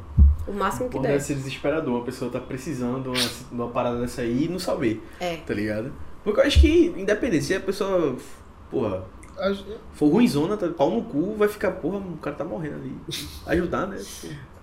S3: O máximo que
S1: pô,
S3: der.
S1: deve ser desesperador. A pessoa tá precisando de uma, de uma parada dessa aí e não saber,
S3: É.
S1: tá ligado? Porque eu acho que, independente, se a pessoa, porra,
S2: Então, A-
S1: for ruimzona, tá, pau no cu, vai ficar, porra, o cara tá morrendo ali. Ajudar, né?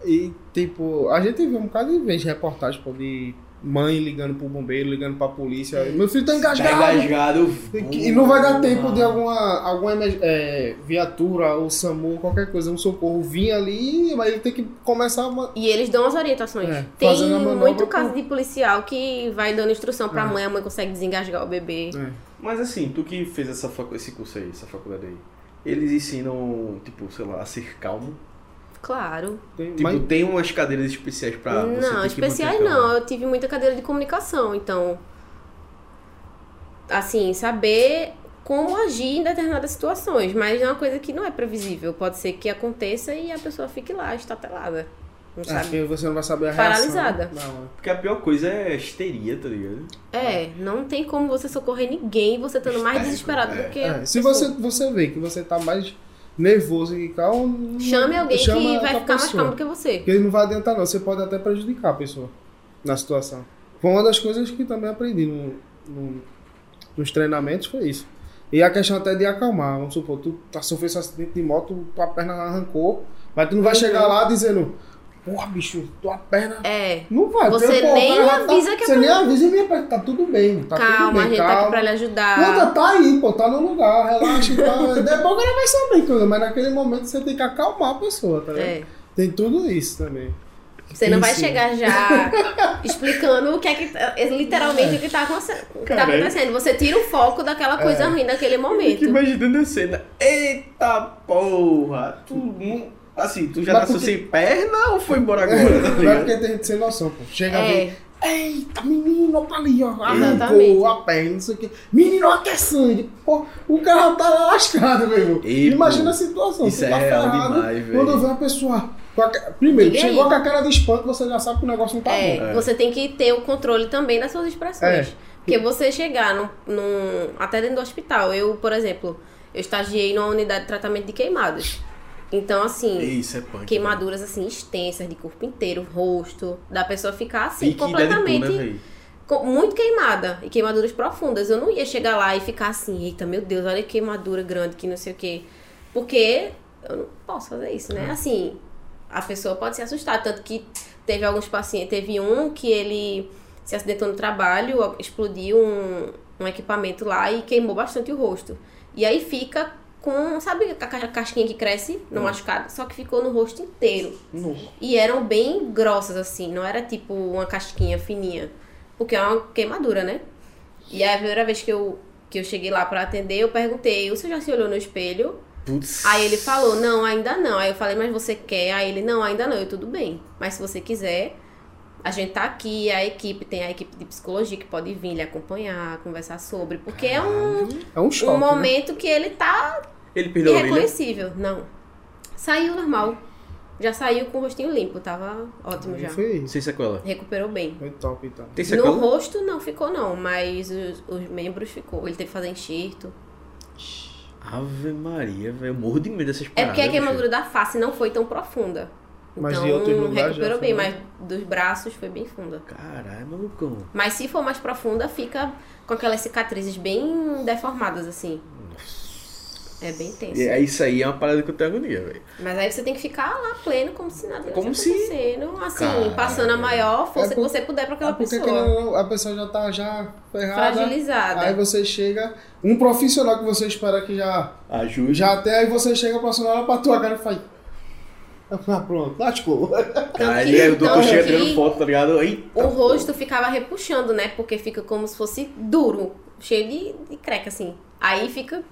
S2: E, tipo, a gente viu um bocado de vez de reportagem, pô, de mãe ligando pro bombeiro, ligando pra polícia. Meu filho tá
S1: Tá
S2: engasgado.
S1: engasgado.
S2: E
S1: eu-
S2: que- E não vai dar tempo de alguma, alguma emer- é, viatura ou SAMU, qualquer coisa, um socorro vir ali, mas ele tem que começar uma...
S3: E eles dão as orientações.
S2: É,
S3: Tem
S2: fazendo a manobra
S3: muito
S2: pra-
S3: caso de policial que vai dando instrução pra
S2: É.
S3: mãe, a mãe consegue desengasgar o bebê.
S1: Mas assim, tu que fez essa facu- esse curso aí, essa faculdade aí, eles ensinam, tipo, sei lá, a ser calmo.
S3: Claro.
S2: Tem-
S1: Tipo,
S2: mas-
S1: tem umas cadeiras especiais pra você ter
S3: não,
S1: que
S3: especiais
S1: manter calmo.
S3: não. Eu tive muita cadeira de comunicação, então. Assim, saber como agir em determinadas situações, mas é uma coisa que não é previsível. Pode ser que aconteça e a pessoa fique lá, estatelada. Não
S2: Ah,
S3: sabe?
S2: porque você não vai saber a
S3: Paralisada.
S2: reação. Não, é.
S1: Porque a pior coisa é histeria, tá ligado?
S3: É, não tem como você socorrer ninguém você estando mais desesperado do que. a
S2: É, se
S3: pessoa.
S2: você, você vê que você tá mais nervoso e calmo...
S3: Chame alguém que
S2: chama
S3: vai
S2: outra
S3: ficar mais
S2: pessoa.
S3: calmo que você.
S2: Porque não vai adiantar não, você pode até prejudicar a pessoa na situação. Foi uma das coisas que também aprendi no- no- nos treinamentos, foi isso. E a questão até de acalmar, vamos supor, tu tá sofrendo um acidente de moto, tua perna arrancou, mas tu não
S3: Uhum.
S2: vai chegar lá dizendo, porra bicho, tua perna...
S3: É.
S2: Não vai.
S3: Você
S2: porque, pô,
S3: nem
S2: o cara já tá-
S3: avisa que a
S2: Você nem
S3: perna-
S2: avisa minha perna, tá tudo bem, tá tudo
S3: calma,
S2: bem,
S3: a gente
S2: calma.
S3: tá aqui pra lhe ajudar.
S2: Não, tá, tá aí, pô, tá no lugar, relaxa e tal. É Depois o cara vai saber tudo, mas naquele momento você tem que acalmar a pessoa, tá ligado?
S3: É.
S2: Tem tudo isso também.
S3: Você não vai
S2: Isso.
S3: chegar já explicando o que é que é literalmente o que tá, aconse- o que tá
S1: Caralho.
S3: acontecendo. Você tira o foco daquela
S2: É.
S3: coisa ruim daquele
S1: Eu fico
S3: momento.
S1: imaginando a cena. Eita porra! Tu não. Assim, tu já
S2: Mas
S1: nasceu
S2: porque-
S1: sem perna ou foi embora agora, tá
S2: Não é
S1: ligado?
S2: porque tem gente sem noção, pô. Chega
S3: É.
S2: ali, eita, menino, olha ali, ó.
S3: Exatamente.
S2: Arrancou a perna, não sei o quê. Menino, olha que é sangue. Pô, o cara tá lascado, meu irmão.
S1: E,
S2: Imagina
S1: pô,
S2: a situação.
S1: isso
S2: você
S1: é
S2: tá
S1: real
S2: ferrado,
S1: demais, velho.
S2: Quando vê a pessoa... com a ca- Primeiro,
S3: Diga
S2: chegou
S3: aí.
S2: com a cara de espanto, você já sabe que o negócio não tá
S3: É,
S2: bom.
S1: É.
S3: Você tem que ter o controle também das suas expressões.
S2: É.
S3: Porque você chegar num, num- até dentro do hospital. Eu, por exemplo, eu estagiei numa unidade de tratamento de queimadas. Então, assim,
S1: Isso é punk.
S3: queimaduras assim extensas de corpo inteiro, rosto, da pessoa ficar
S1: velho.
S3: assim
S1: E que
S3: completamente
S1: Deadpool, né, velho?
S3: co- muito queimada e queimaduras profundas. Eu não ia chegar lá e ficar assim, eita, meu Deus, olha que queimadura grande, que não sei o quê. Porque eu não posso fazer isso, né? Assim, a pessoa pode se assustar. Tanto que teve alguns pacientes, teve um que ele se acidentou no trabalho, explodiu um, um equipamento lá e queimou bastante o rosto. E aí fica com, sabe a ca- casquinha que cresce no machucado? Só que ficou no rosto inteiro.
S1: Nossa.
S3: E eram bem grossas, assim, não era tipo uma casquinha fininha. o que é uma queimadura, né? E aí a primeira vez que eu, que eu cheguei lá pra atender, eu perguntei, o senhor já se olhou no espelho?
S1: Putz.
S3: Aí ele falou, não, ainda não. Aí eu falei, mas você quer? Aí ele, não, ainda não. Eu, tudo bem. Mas se você quiser, a gente tá aqui, a equipe, tem a equipe de psicologia que pode vir lhe acompanhar, conversar sobre. Porque é um,
S2: É um
S3: um
S2: choque. né?
S3: momento que ele tá
S1: Ele perdeu a orelha.
S3: irreconhecível. Não. Saiu normal. Já saiu com o rostinho limpo, tava ótimo já.
S2: Foi isso.
S1: Sem sequela.
S3: Recuperou bem.
S2: Foi top, então.
S1: é Tem é
S3: No
S1: sequela?
S3: rosto não ficou não, mas os, os membros ficou. Ele teve que fazer enxerto.
S1: Ave Maria, velho. Eu morro de medo dessas
S3: É
S1: paradas. né,
S3: porque a
S1: bicho.
S3: queimadura da face não foi tão profunda.
S2: Mas
S3: então,
S2: de outros lugares já
S3: recuperou
S2: foi,
S3: bem,
S2: né?
S3: mas dos braços foi bem funda.
S1: Caralho, malucão.
S3: Mas se for mais profunda, fica com aquelas cicatrizes bem deformadas, assim. É bem tenso.
S1: E é isso aí, é uma parada que eu tenho agonia, velho.
S3: Mas aí você tem que ficar lá pleno, como se nada
S1: Como
S3: tivesse
S1: se-
S3: acontecendo. Assim,
S1: Caralho.
S3: passando a maior
S2: É
S3: força que
S2: por-
S3: você puder pra aquela
S2: Ah, porque
S3: pessoa.
S2: querendo ou não, a pessoa já tá já ferrada.
S3: Fragilizada.
S2: Aí você chega, um profissional que você espera que já,
S1: Ajude.
S2: já até, aí você chega o profissional olha pra tua cara e faz. Ah, pronto, lascou.
S1: Cara,
S3: Tanto
S1: e aí o
S3: que- então
S1: doutor
S3: tanto
S1: chega
S3: que-
S1: tirando foto, tá ligado? Eita,
S3: O rosto ficava repuxando, né? Porque fica como se fosse duro, cheio de, de creca, assim. Aí fica.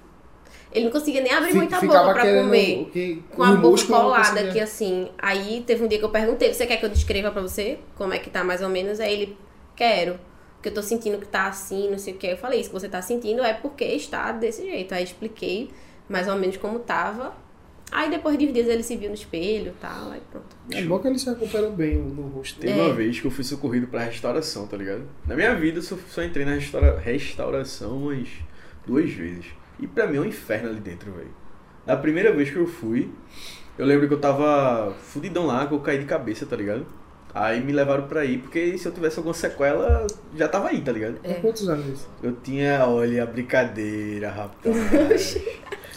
S3: Ele não conseguia nem abrir
S2: Fi-
S3: muita
S2: ficava
S3: boca pra
S2: querendo
S3: comer.
S2: o que-
S3: Com a
S2: o
S3: boca
S2: músculo não
S3: colada
S2: conseguia.
S3: aqui, assim. Aí teve um dia que eu perguntei: Você quer que eu descreva pra você como é que tá mais ou menos? Aí ele: Quero. Porque eu tô sentindo que tá assim, não sei o que. Eu falei: Isso que você tá sentindo é porque está desse jeito. Aí expliquei mais ou menos como tava. Aí depois de uns dias ele se viu no espelho e tal. Aí pronto.
S2: É bom que ele se recuperou bem no rosto.
S3: É,
S1: Teve uma vez que eu fui socorrido pra restauração, tá ligado? Na minha vida eu só, só entrei na restaura- restauração umas duas vezes. E pra mim é um inferno ali dentro, velho. Na primeira vez que eu fui, eu lembro que eu tava fudidão lá, que eu caí de cabeça, tá ligado? Aí me levaram pra ir, porque se eu tivesse alguma sequela, já tava aí, tá ligado?
S3: é.
S2: Há quantos anos isso?
S1: Eu tinha, olha, brincadeira, rapaz.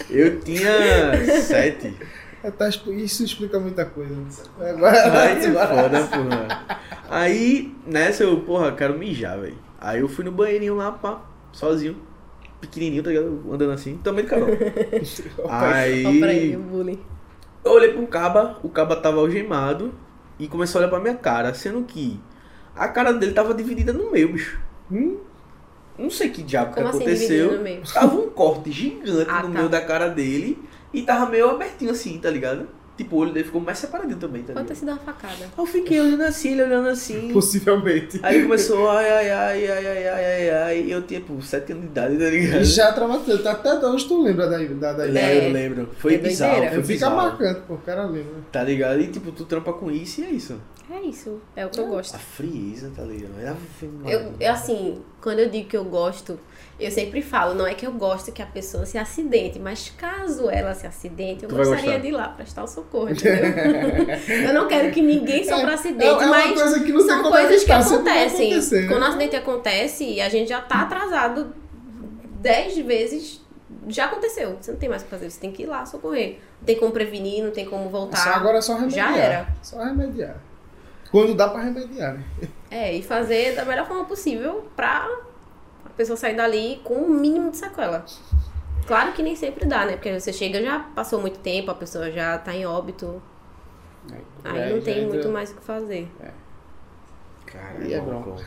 S1: eu tinha sete.
S2: É, tá exp- isso explica muita coisa. né? É,
S1: Aí é
S2: mas-
S1: foda, porra. Aí, nessa eu, porra, quero mijar, velho. Aí eu fui no banheirinho lá, pá, sozinho. Pequenininho, tá ligado? Andando assim, também de Carol.
S3: Ó, pra ele,
S1: Aí
S3: o bullying.
S1: eu olhei pro caba, o caba tava algemado e começou a olhar pra minha cara, sendo que a cara dele tava dividida no meio, bicho.
S2: Hum?
S1: Não sei que diabo que
S3: Como assim,
S1: aconteceu.
S3: dividido no meio?
S1: Tava um corte gigante
S3: Ah,
S1: no
S3: tá.
S1: meio da cara dele e tava meio abertinho assim, tá ligado? Tipo, o olho dele ficou mais separadinho também, tá
S3: Pode ter
S1: ligado?
S3: sido uma facada.
S1: Eu fiquei olhando assim, ele olhando assim.
S2: Possivelmente.
S1: Aí ele começou, ai, ai, ai, ai, ai, ai, ai, ai. E eu, tipo, 7 anos de idade, tá
S2: E
S1: ligado?
S2: já traumatizou. tá Até hoje tu lembra da, da, da
S1: Lembro,
S3: É.
S1: lembro. Foi
S3: É
S1: bizarro,
S3: doideira.
S1: foi
S2: Fica
S1: bizarro.
S2: marcante, pô, o cara lembra.
S1: Tá ligado? E, tipo, tu trampa com isso e é isso.
S3: É isso, é o que eu
S1: A
S3: gosto.
S1: frieza, tá ligado? Era
S2: Ah,
S1: feio,
S3: Eu, eu, assim, quando eu digo que eu gosto, eu sempre falo, não é que eu gosto que a pessoa se acidente, mas caso ela se acidente, eu
S1: Tu vai
S3: gostaria
S1: gostar.
S3: de ir lá prestar o socorro, entendeu? eu não quero que ninguém sofra
S2: É, é
S3: acidente,
S2: uma
S3: mas
S2: coisa que não tem
S3: são
S2: como
S3: coisas que
S2: evitar, sempre vai
S3: acontecem.
S2: acontecer, né?
S3: Quando o acidente acontece, a gente já tá atrasado dez vezes. Já aconteceu, você não tem mais o que fazer, você tem que ir lá socorrer. Não tem como prevenir, não tem como
S2: Só
S3: voltar.
S2: agora é só remediar.
S3: Já era.
S2: Só remediar. Quando dá pra remediar, né?
S3: É, e fazer da melhor forma possível pra a pessoa sair dali com o mínimo de sequela. Claro que nem sempre dá, né? Porque você chega, já passou muito tempo, a pessoa já tá em óbito. Aí
S2: É,
S3: não
S2: já
S3: tem
S2: entra-
S3: muito mais o que fazer.
S2: E é
S1: Caralho,
S2: bronca.
S1: maluco.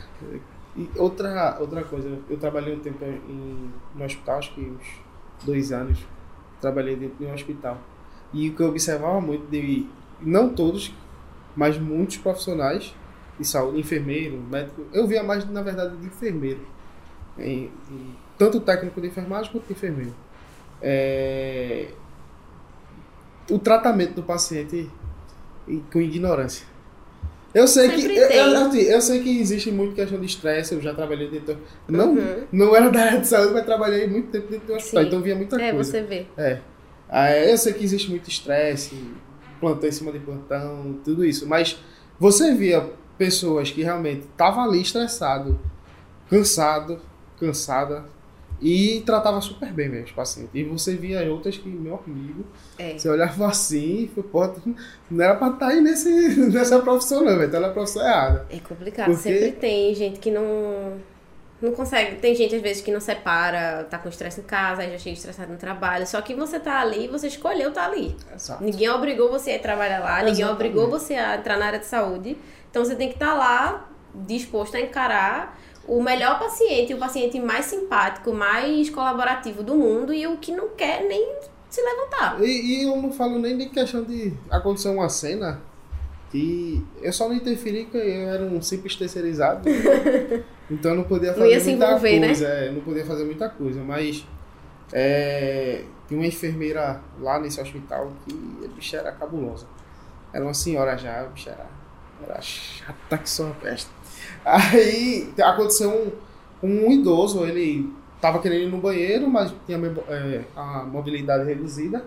S2: E outra, outra coisa, eu trabalhei um tempo em, no hospital, acho que uns dois anos. Trabalhei dentro de um hospital. E o que eu observava muito, de, não todos, mas muitos profissionais de saúde, enfermeiro, médico. Eu via mais, na verdade, de enfermeiro. Em- em- tanto técnico de enfermagem quanto de enfermeiro. É, o tratamento do paciente e- com ignorância. Eu sei
S3: Sempre
S2: que eu,
S3: tem.
S2: eu- eu- assim, eu sei que existe muito questão de estresse, eu já trabalhei dentro. Não,
S3: Uhum.
S2: não era da área de saúde, mas trabalhei muito tempo dentro do hospital,
S3: Sim.
S2: então via muita
S3: É,
S2: coisa.
S3: você vê.
S2: É. Ah, eu sei que existe muito estresse, plantão em cima de plantão, tudo isso, mas você via pessoas que realmente estavam ali estressado, cansado, cansada e tratava super bem mesmo os pacientes. E você via outras que, meu amigo,
S3: É.
S2: você olhava assim e falou, pô, não era pra estar aí nesse, nessa profissão não, velho, então era a profissão errada.
S3: É complicado.
S2: Porque-
S3: Sempre tem gente que não. Não consegue. Tem gente, às vezes, que não separa, tá com estresse em casa, aí já chega estressado no trabalho. Só que você tá ali, você escolheu tá ali.
S2: Exato.
S3: Ninguém obrigou você a ir trabalhar lá, ninguém
S2: Exatamente.
S3: tá obrigou você a entrar na área de saúde. Então você tem que estar lá disposto a encarar o melhor paciente, o paciente mais simpático, mais colaborativo do mundo e o que não quer nem se levantar.
S2: E, e eu não falo nem de questão de acontecer uma cena que eu só não interferi porque eu era um simples terceirizado. então eu não podia
S3: Não
S2: fazer
S3: ia se
S2: muita
S3: envolver, né?
S2: coisa. é, eu não podia fazer muita coisa, mas é, tinha uma enfermeira lá nesse hospital que a bicha era cabulosa. Era uma senhora já, a bicha era, era chata que só uma peste. Aí aconteceu um, um idoso, ele tava querendo ir no banheiro, mas tinha mebo- é, a mobilidade reduzida.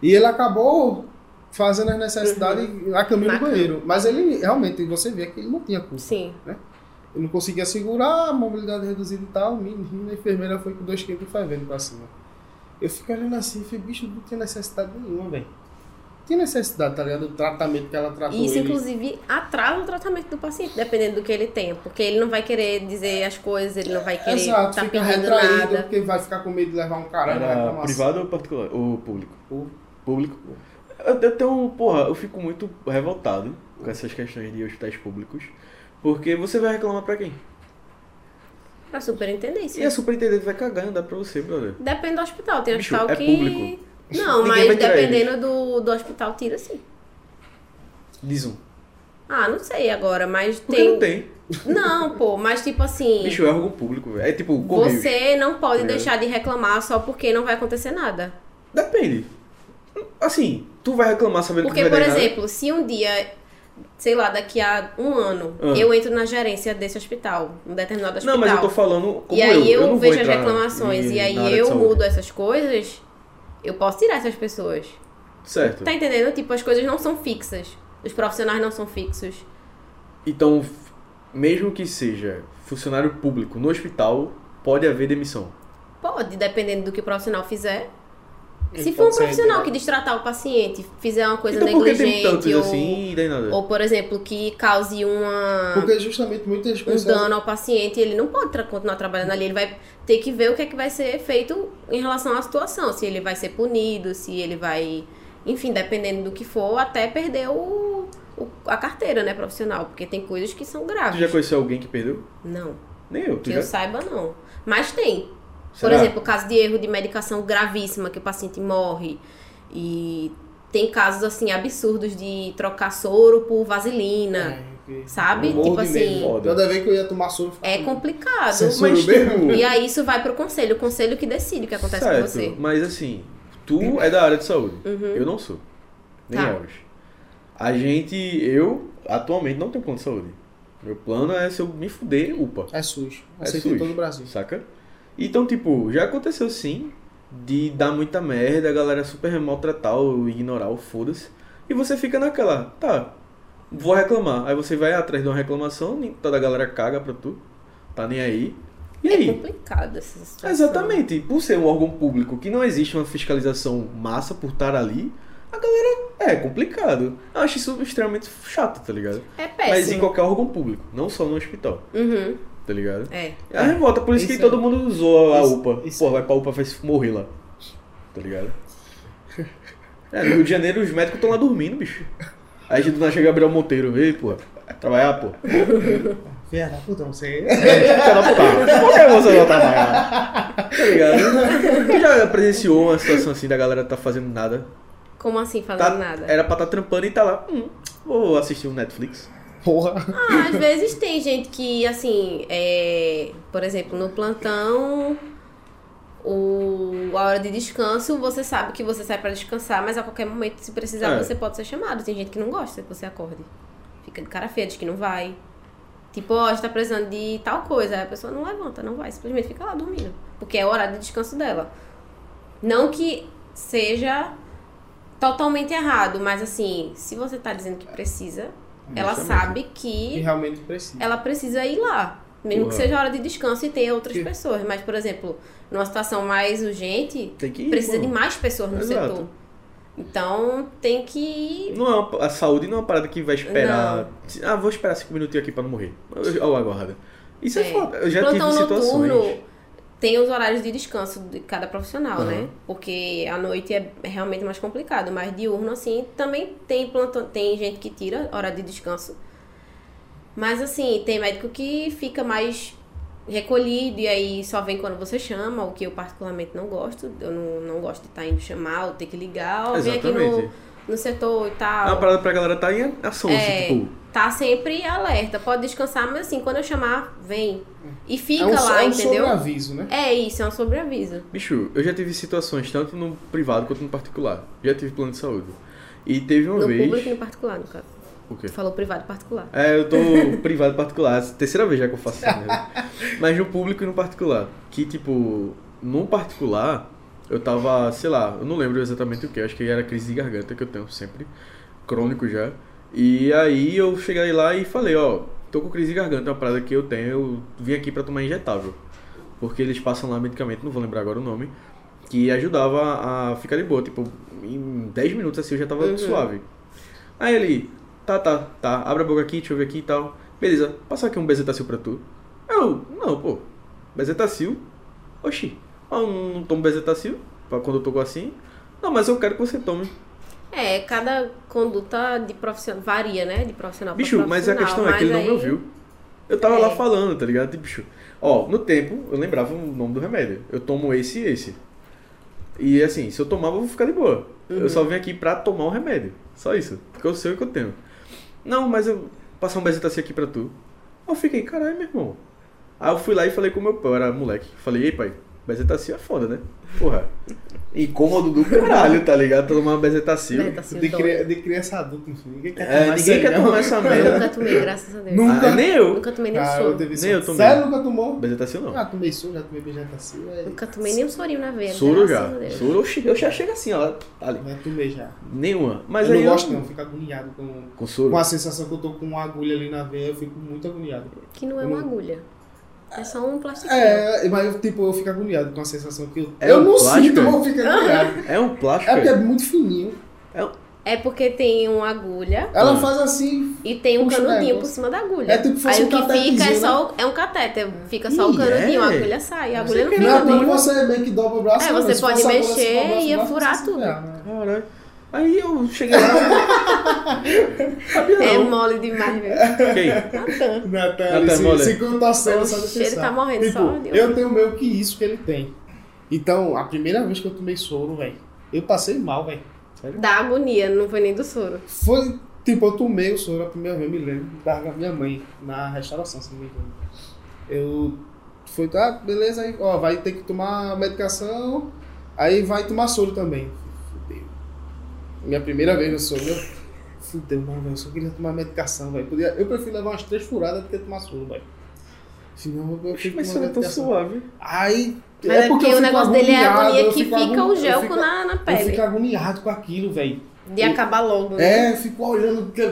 S2: E ele acabou fazendo as necessidades na caminho
S3: Uhum. Na
S2: do
S3: cama.
S2: banheiro. Mas ele realmente, você vê que ele não tinha culpa.
S3: Sim.
S2: Ele não conseguia segurar, a mobilidade reduzida e tal. Menina, a enfermeira foi com dois quilos e vendo pra cima. Eu fico olhando assim, falei, bicho, não tinha necessidade nenhuma, velho. Não Tinha necessidade, tá ligado? Do tratamento que ela tratou
S3: E isso,
S2: ele.
S3: inclusive, atrasa o tratamento do paciente, dependendo do que ele tem. Porque ele não vai querer dizer as coisas, ele não vai querer estar
S2: Exato,
S3: tá
S2: É fica
S3: pedindo
S2: retraído,
S3: nada.
S2: porque vai ficar com medo de levar um caralho na
S1: Era
S2: reclamação.
S1: privado ou particular? Ou público?
S2: Público.
S1: Público. assim? Eu, eu tenho, porra, eu fico muito revoltado com essas questões de hospitais públicos. Porque você vai reclamar pra quem?
S3: Pra superintendência.
S1: E a superintendente vai cagar e andar pra você, brother.
S3: Depende do hospital. Tem
S1: Bicho,
S3: hospital
S1: é
S3: que.
S1: público.
S3: Não,
S1: Ninguém
S3: mas
S1: vai tirar
S3: dependendo do, do hospital, tira sim.
S1: Diz um.
S3: Ah, não sei agora, mas
S1: Porque
S3: tem.
S1: não tem.
S3: Não, pô, mas tipo assim.
S1: Bicho, é órgão público, velho. É tipo, correio.
S3: Você não pode
S1: Obrigado.
S3: deixar de reclamar só porque não vai acontecer nada.
S1: Depende. Assim, tu vai reclamar sabendo
S3: Porque,
S1: que
S3: por
S1: vai dar errado.
S3: exemplo, se um dia, sei lá, daqui a um ano,
S1: Ah.
S3: eu entro na gerência desse hospital, um determinado hospital.
S1: Não, mas eu tô falando como
S3: e aí
S1: eu,
S3: eu,
S1: não vou
S3: vejo as
S1: entrar
S3: reclamações
S1: em-
S3: e
S1: na área
S3: aí
S1: de
S3: eu
S1: saúde.
S3: mudo essas coisas, eu posso tirar essas pessoas.
S1: Certo.
S3: Tá entendendo? Tipo, as coisas não são fixas. Os profissionais não são fixos.
S1: Então, f- mesmo que seja funcionário público no hospital, pode haver demissão.
S3: Pode, dependendo do que o profissional fizer.
S2: Ele
S3: Se for um
S2: pode ser
S3: profissional
S1: né?
S2: retirado.
S3: que destratar o paciente, fizer uma coisa
S1: então por que tem
S3: negligente
S1: tantos
S3: ou,
S1: assim e daí nada?
S3: ou, por exemplo, que cause uma
S2: Porque justamente muitas
S3: um
S2: coisas...
S3: dano ao paciente, ele não pode tra- continuar trabalhando ali, ele vai ter que ver o que é que vai ser feito em relação à situação, se ele vai ser punido, se ele vai, enfim, dependendo do que for, até perder o, o- a carteira, né, profissional, porque tem coisas que são
S1: Tu
S3: graves.
S1: já conheceu alguém que perdeu?
S3: Não,
S1: Nem eu, tu
S3: que
S1: já?
S3: eu saiba não, mas tem.
S1: Será?
S3: Por exemplo, caso de erro de medicação gravíssima que o paciente morre e tem casos assim absurdos de trocar soro por vaselina,
S2: É, ok.
S3: sabe?
S1: Um
S2: Eu morro
S3: Tipo
S2: de medo.
S3: assim,
S1: Foda.
S2: Toda vez que eu ia tomar soro, eu ficava-
S3: é complicado.
S2: Censura
S1: Mas,
S2: mesmo?
S1: tipo,
S3: E aí isso vai pro conselho, o conselho que decide o que acontece
S1: certo,
S3: com você.
S1: mas assim, tu é da área de saúde.
S3: Uhum.
S1: Eu não sou. Nem
S3: Tá.
S1: Elvis. A gente, eu, atualmente não tenho plano de saúde. Meu plano é se eu me fuder, upa.
S2: É SUS.
S1: É
S2: Aceita
S1: SUS.
S2: em todo o Brasil.
S1: Saca? Então, tipo, já aconteceu sim de dar muita merda, a galera super maltratar ou ignorar o foda-se. E você fica naquela, tá, vou reclamar. Aí você vai atrás de uma reclamação, nem- toda a galera caga pra tu, tá nem aí. E
S3: É
S1: aí?
S3: complicado essa situação.
S1: Exatamente. Por ser um órgão público que não existe uma fiscalização massa por estar ali, a galera é complicado. Eu acho isso extremamente chato, tá ligado?
S3: É
S1: Mas em
S3: péssimo.
S1: qualquer órgão público, não só no hospital,
S3: Uhum,
S1: tá ligado?
S3: é.
S1: É a revolta, por isso, que
S2: Isso é-
S1: todo mundo usou a
S2: isso-
S1: UPA.
S2: isso
S1: Pô,
S2: é-
S1: vai pra UPA, vai se morrer lá. Tá ligado? É, no Rio de Janeiro os médicos estão lá dormindo, bicho. Aí a gente não chega Gabriel Monteiro, ei, pô, trabalhar, pô.
S2: Filha da puta, não sei.
S1: Cara, pô, Por que você não trabalha? Tá ligado? Tu já presenciou uma situação assim da galera tá fazendo nada?
S3: Como assim, fazendo
S1: Tá,
S3: nada?
S1: Era pra tá trampando e tá lá, hum, vou assistir um Netflix.
S2: Porra.
S3: Ah, às vezes tem gente que, assim, é... por exemplo, no plantão, o... a hora de descanso, você sabe que você sai pra descansar, mas a qualquer momento, se precisar,
S1: É.
S3: você pode ser chamado. Tem gente que não gosta que você acorde. Fica de cara feia, diz que não vai. Tipo, ó, a gente tá precisando de tal coisa. Aí a pessoa não levanta, não vai. Simplesmente fica lá dormindo. Porque é o horário de descanso dela. Não que seja totalmente errado, mas assim, se você tá dizendo que precisa, ela
S1: Justamente.
S3: sabe
S2: E
S3: que
S2: realmente precisa.
S3: ela precisa ir lá. Mesmo que
S1: Porra.
S3: seja hora de descanso e tenha outras
S2: Que-
S3: pessoas. Mas, por exemplo, numa situação mais urgente,
S1: Tem que ir.
S3: precisa
S1: pô.
S3: de mais pessoas no
S1: Exato.
S3: setor. Então tem que ir.
S1: Não é uma- a saúde não é uma parada que vai esperar. Ah, vou esperar cinco minutinhos aqui pra não morrer. Eu, eu aguardo. Isso é,
S3: É.
S1: foda. Eu já
S3: Plantão
S1: tive situações.
S3: noturno tem os horários de descanso de cada profissional,
S1: Aham.
S3: né? Porque à noite é realmente mais complicado, mas diurno, assim, também tem plantão, tem gente que tira hora de descanso. Mas assim, tem médico que fica mais recolhido e aí só vem quando você chama, o que eu particularmente não gosto. Eu não, não gosto de estar indo chamar ou ter que ligar. Ó, vem aqui no,
S1: Exatamente.
S3: no setor e
S1: É uma
S3: tal.
S1: parada pra galera tá em ação,
S3: É,
S1: assim, tipo.
S3: tá sempre alerta. Pode descansar, mas assim, quando eu chamar, vem. E fica
S2: é um,
S3: lá,
S2: é um
S3: entendeu?
S2: sobreaviso, né?
S3: É isso, é um sobreaviso.
S1: Bicho, eu já tive situações, tanto no privado quanto no particular. Já tive plano de saúde. E teve uma
S3: No
S1: vez.
S3: público e no particular, no caso.
S1: O quê?
S3: Tu falou privado e particular.
S1: É, eu tô privado e particular. É Terceira vez já que eu faço isso, né? Mas no público e no particular. Que, tipo, no particular, eu tava, sei lá, eu não lembro exatamente o que. Acho que era crise de garganta que eu tenho sempre. Crônico já. E aí eu cheguei lá e falei, ó, tô com crise de garganta, é uma parada que eu tenho, eu vim aqui pra tomar injetável. Porque eles passam lá medicamento, não vou lembrar agora o nome, que ajudava a ficar de boa. Tipo, em 10 minutos assim eu já tava suave. Aí ele, tá, tá, tá, abre a boca aqui, deixa eu ver aqui e tal. Beleza, passa aqui um bezetacil pra tu. Eu, não, pô, bezetacil? Oxi, eu não tomo bezetacil pra quando eu tô com assim. Não, mas eu quero que você tome.
S3: É, cada conduta de profissional varia, né? De profissional pra
S1: Bicho, mas a
S3: profissional.
S1: questão é que ele não
S3: aí-
S1: me ouviu. Eu tava lá
S3: É.
S1: falando, tá ligado? E, bicho, ó, no tempo eu lembrava o nome do remédio. Eu tomo esse e esse. E assim, se eu tomava, eu vou ficar de boa. Eu só vim aqui pra tomar o remédio. Só isso. Porque eu sei o que eu tenho. Não, mas eu passar um bezetacil aqui pra tu. Eu fiquei, caralho, meu irmão. Aí eu fui lá e falei com meu pai, eu era moleque. Falei, ei pai, bezetacil é foda, né? Porra. Incômodo do caralho, tá ligado? Tomar bezetacil.
S3: Bezetacil
S2: De,
S3: dói.
S2: cri- de criança adulta, enfim. Ninguém quer
S1: É,
S2: tomar isso
S1: ninguém
S2: aí,
S1: quer
S2: não.
S1: tomar essa
S3: Eu
S1: merda.
S3: nunca tomei, graças a Deus.
S2: Nunca.
S1: Ah, nem eu.
S3: Nunca tomei nem um
S2: Ah, eu
S3: soro.
S2: devi
S1: Nem eu
S2: soro.
S1: tomei.
S2: Sério, nunca tomou?
S1: Bezetacil tá assim, não.
S2: Ah, tomei soro, já tomei bejetacil. É...
S3: Nunca tomei nem um sorinho na veia.
S1: Soro já.
S3: graças a Deus.
S1: Soro eu che- eu já chego assim, ó. Tá ali.
S2: Já é tomei já.
S1: Nenhuma. Mas
S2: eu
S1: aí
S2: não gosto
S1: eu...
S2: não, fico agoniado com,
S1: Com soro?
S2: com a sensação que eu tô com uma agulha ali na veia, eu fico muito agoniado.
S3: Que não é uma agulha. É só um plastiquinho.
S2: É, mas eu, tipo, eu fico agoniado com a sensação que eu...
S1: É
S2: eu não
S1: plástico?
S2: sinto, mas eu fico agoniado.
S1: É um plástico.
S2: É porque
S1: É
S2: é muito fininho.
S3: É porque tem uma agulha
S2: Ela
S1: Ah.
S2: faz assim,
S3: e tem um
S2: Puxa,
S3: canudinho
S2: né?
S3: por cima da agulha.
S2: É tipo fosse
S3: Aí
S2: um
S3: o que fica é
S2: catetezinho,
S3: só o- é um cateter, fica só
S1: né?
S3: o
S1: Ih,
S3: canudinho, a
S1: é?
S3: agulha sai, a agulha não
S2: não é
S3: fica
S2: quando
S3: dentro.
S2: você meio que dobra o braço.
S3: né? É,
S2: não,
S3: você
S2: se
S3: pode
S2: passar a bola, você
S3: mexer
S2: dobra o braço,
S3: e ia
S2: vai
S3: furar
S2: se
S3: tudo.
S2: ferrar, né?
S1: Caralho. Aí eu cheguei lá. Sabia
S3: É
S1: não.
S3: mole demais, velho.
S1: Fiquei.
S3: Natan.
S2: Natália,
S1: Natan, olha.
S2: se, se contar cena, só de
S3: Né? Oxe, ele
S2: pensar.
S3: tá morrendo,
S2: tipo,
S3: só de olho.
S2: Eu tenho meio que isso que ele tem. Então, a primeira vez que eu tomei soro, velho, eu passei mal, velho.
S3: Dá agonia, não foi nem do soro.
S2: Foi, tipo, eu tomei o soro a primeira vez, me lembro, da da minha mãe, na restauração, se não me engano. Eu fui, ah, beleza, aí, ó, vai ter que tomar medicação, aí vai tomar soro também. Fudeu. Minha primeira vez no soro, eu, fudeu, mano, velho, eu só queria tomar medicação, velho. Podia- Eu prefiro levar umas três furadas do que tomar soro, velho. Senão eu
S1: Oxe,
S2: fico
S1: Mas soro é tão suave.
S2: Aí,
S3: Mas é porque
S2: eu
S3: o
S2: fico
S3: negócio dele é a
S2: agoniado,
S3: agonia
S2: eu
S3: que
S2: fico
S3: fica
S2: agon-
S3: o
S2: eu
S3: gelco
S2: fico-
S3: na, na
S2: Eu
S3: pele.
S2: fico agoniado com aquilo, velho.
S3: De acabar logo. né?
S2: É, ficou olhando, porque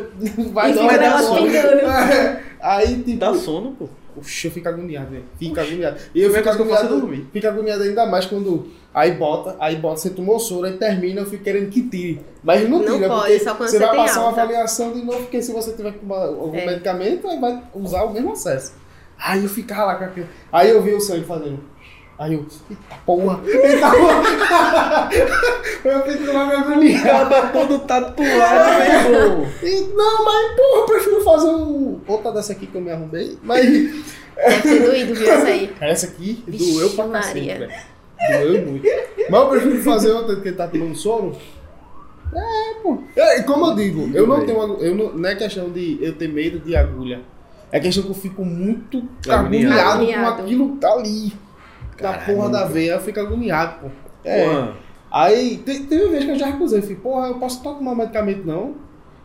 S2: vai
S3: E
S2: dar
S3: fica
S2: uma
S3: o negócio
S2: sono.
S3: pingando.
S2: É, Aí, tipo,
S3: um
S1: Dá sono, pô.
S2: oxe, eu fico agoniado, velho. Fica agoniado. E eu fico
S1: coisa que eu faço é
S2: agoniado,
S1: dormir.
S2: fico agoniado ainda mais quando aí bota, aí bota, você tomou soro, aí termina, eu fico querendo que tire. Mas não
S3: Não
S2: tira,
S3: pode,
S2: porque
S3: só quando
S2: você
S3: você
S2: vai
S3: tem
S2: passar uma
S3: alta.
S2: avaliação de novo, porque se você tiver com uma- algum
S3: É.
S2: medicamento, aí vai usar o mesmo acesso. Aí eu ficava lá com aquilo. Aí eu vi o sangue fazendo. Aí eu, eita porra, eita porra. eu fico logo agoniado.
S1: Acaba todo
S2: tá
S1: tatuado, meu irmão.
S2: E, não, mas porra, eu prefiro fazer um. Outra dessa aqui que eu me arrumei. Mas
S3: Deve ter doído, viu, isso aí.
S2: essa aqui
S3: Vixe,
S2: doeu pra cacete,
S3: Maria.
S2: velho. Doeu muito. Mas eu prefiro fazer outra que tá tomando sono. É, pô. É, como eu digo, eu não
S1: velho.
S2: tenho. agu- Eu não, não é questão de eu ter medo de agulha. É questão que eu fico muito
S1: Agoniado.
S2: agoniado com
S3: Agoniado.
S2: aquilo que tá ali. Da
S1: Caralho.
S2: porra da veia, eu fico agoniado, pô. É.
S1: Porra.
S2: Aí te- teve uma vez que eu já recusei, falei, porra, eu posso só tomar medicamento não?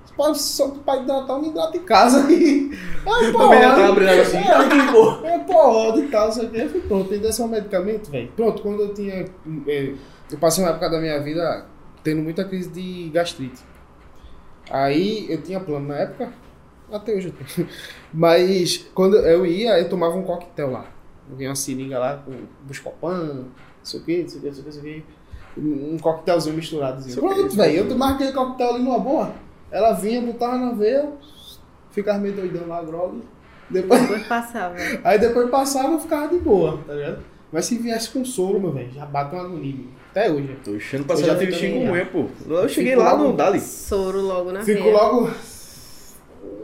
S2: Você Pode só para hidratar, eu me hidrata em casa. Aí, ah, pô,
S1: Também já tava
S2: olha,
S1: brilhando assim. Ai, que porra.
S2: é pô, e tal, sei o que. Eu falei, pronto, tem desse um medicamento, velho. Pronto, quando eu tinha. eh, Eu passei uma época da minha vida tendo muita crise de gastrite. Aí eu tinha plano na época, até hoje eu tenho. Mas quando eu ia, eu tomava um coquetel lá. Eu tinha uma seringa lá com buscopan, não sei o que, não sei o que, não sei o que, não sei o que. Um um coquetelzinho assim, misturadozinho.
S1: Sei o quê,
S2: Pronto,
S1: sei o
S2: velho. Eu
S1: quê.
S2: tomava aquele coquetel ali numa boa. Ela vinha, botava na veia, ficava meio doidão lá, grog. Depois
S3: Depois passava.
S2: Aí depois passava eu ficava de boa, tá ligado? Mas se viesse com soro, meu velho, já bate uma agonia. meu. Até hoje.
S1: Oxe, ano
S2: Eu
S1: passado
S2: já
S1: eu tive
S2: tentei
S1: chikungunya, pô. Eu cheguei
S2: Fico
S1: lá
S2: logo-
S1: no Dali.
S3: Soro logo na
S2: Fico
S3: veia.
S2: logo.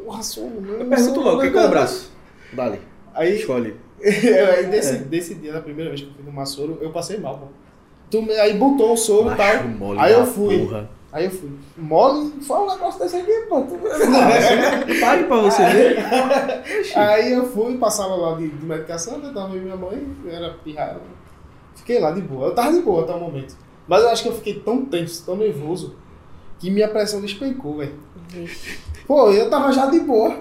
S2: Porra, soro, não.
S1: Eu pergunto
S2: soro
S1: logo,
S2: não,
S1: quem que é o
S2: cara.
S1: braço? Dali.
S2: Aí,
S1: Escolhe.
S2: Aí desse, desse dia, da primeira vez que eu fui no Massoro, eu passei mal, pô. Tu- aí botou o soro
S1: Macho
S2: e tal.
S1: mole
S2: tá? aí eu
S1: da
S2: fui.
S1: Porra.
S2: Aí eu fui. Mole? Fala um negócio desse aqui, pô. Tu-
S1: Pague pra você ver.
S2: Aí eu fui, passava lá de, de medicação, né? Tava eu e minha mãe, eu era pirrada. Fiquei lá de boa. Eu tava de boa até o momento. Mas eu acho que eu fiquei tão tenso, tão nervoso, que minha pressão despencou, velho. Pô, eu tava já de boa.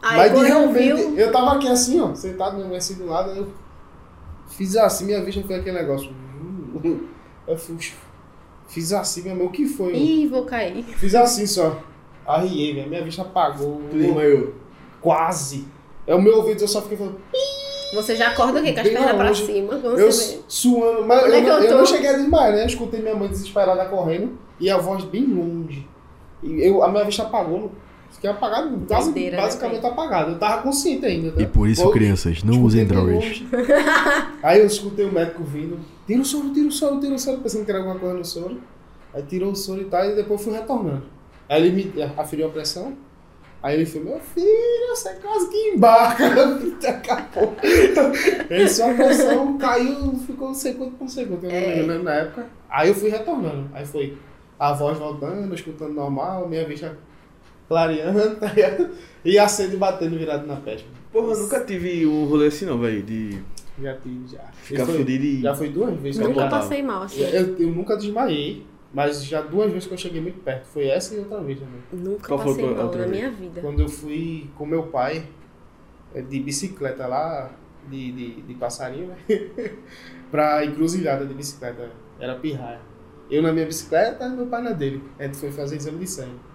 S3: Aí
S2: mas de
S3: quando eu
S2: realmente,
S3: vi,
S2: eu tava aqui assim, ó, sentado, minha mãe assim do lado, eu fiz assim, minha vista foi aquele negócio. Eu fiz, fiz assim, minha mãe, o que foi? mano?
S3: ih, vou cair.
S2: Fiz assim só. Arriei, velho. Minha vista apagou. Quase. É o meu ouvido, eu só fiquei falando.
S3: Você já acorda o quê? Com as
S2: Bem
S3: pernas pra
S2: longe.
S3: cima. Quando
S2: Eu
S3: você vê.
S2: suando, mas
S3: Onde
S2: eu,
S3: é que
S2: não-
S3: eu
S2: eu
S3: tô?
S2: não cheguei a desmaiar, né? Eu escutei minha mãe desesperada correndo e a voz bem longe. E eu, a minha vista apagou. Fiquei apagado, quase-
S3: Doideira, né,
S2: basicamente apagado. Eu tava consciente ainda. Né?
S6: E por isso,
S2: Eu
S6: crianças, não
S2: escutei
S1: é
S6: usem
S1: Tipo,
S2: bem
S6: drogas.
S2: longe. Aí eu escutei o médico vindo. Tira o soro, tira o soro, tira o soro, pensando que era alguma coisa no soro. Aí tirou o soro e tal, e depois fui retornando. Aí ele me aferiu a pressão. Aí ele falou, meu filho, você quase que embarca. Acabou. Aí sua pressão caiu, ficou não sei quanto por um segundo, eu não lembro né, na época. Aí eu fui retornando. Aí foi a voz voltando, escutando normal, minha vista clareando, tá ligado? E acende batendo virado na pesca.
S1: Porra, eu nunca tive um rolê assim não, velho. De
S2: Já tive, já.
S1: ficar
S2: E foi-
S1: fudido e.
S2: Já foi duas vezes. que eu
S1: Nunca
S3: Nunca
S2: tava-
S3: passei mal, assim.
S2: tá- eu, eu nunca desmaiei, mas já duas vezes que eu cheguei muito perto. Foi essa e outra vez também.
S3: Nunca
S1: Qual foi
S3: passei
S1: a
S3: mal
S1: outra
S3: na
S1: vez?
S3: minha vida.
S2: Quando eu fui com meu pai eh, de bicicleta lá, de, de, de passarinho, né? pra encruzilhada de bicicleta. Era pirraia. Eu na minha bicicleta, meu pai na dele. A gente foi fazer exame de sangue.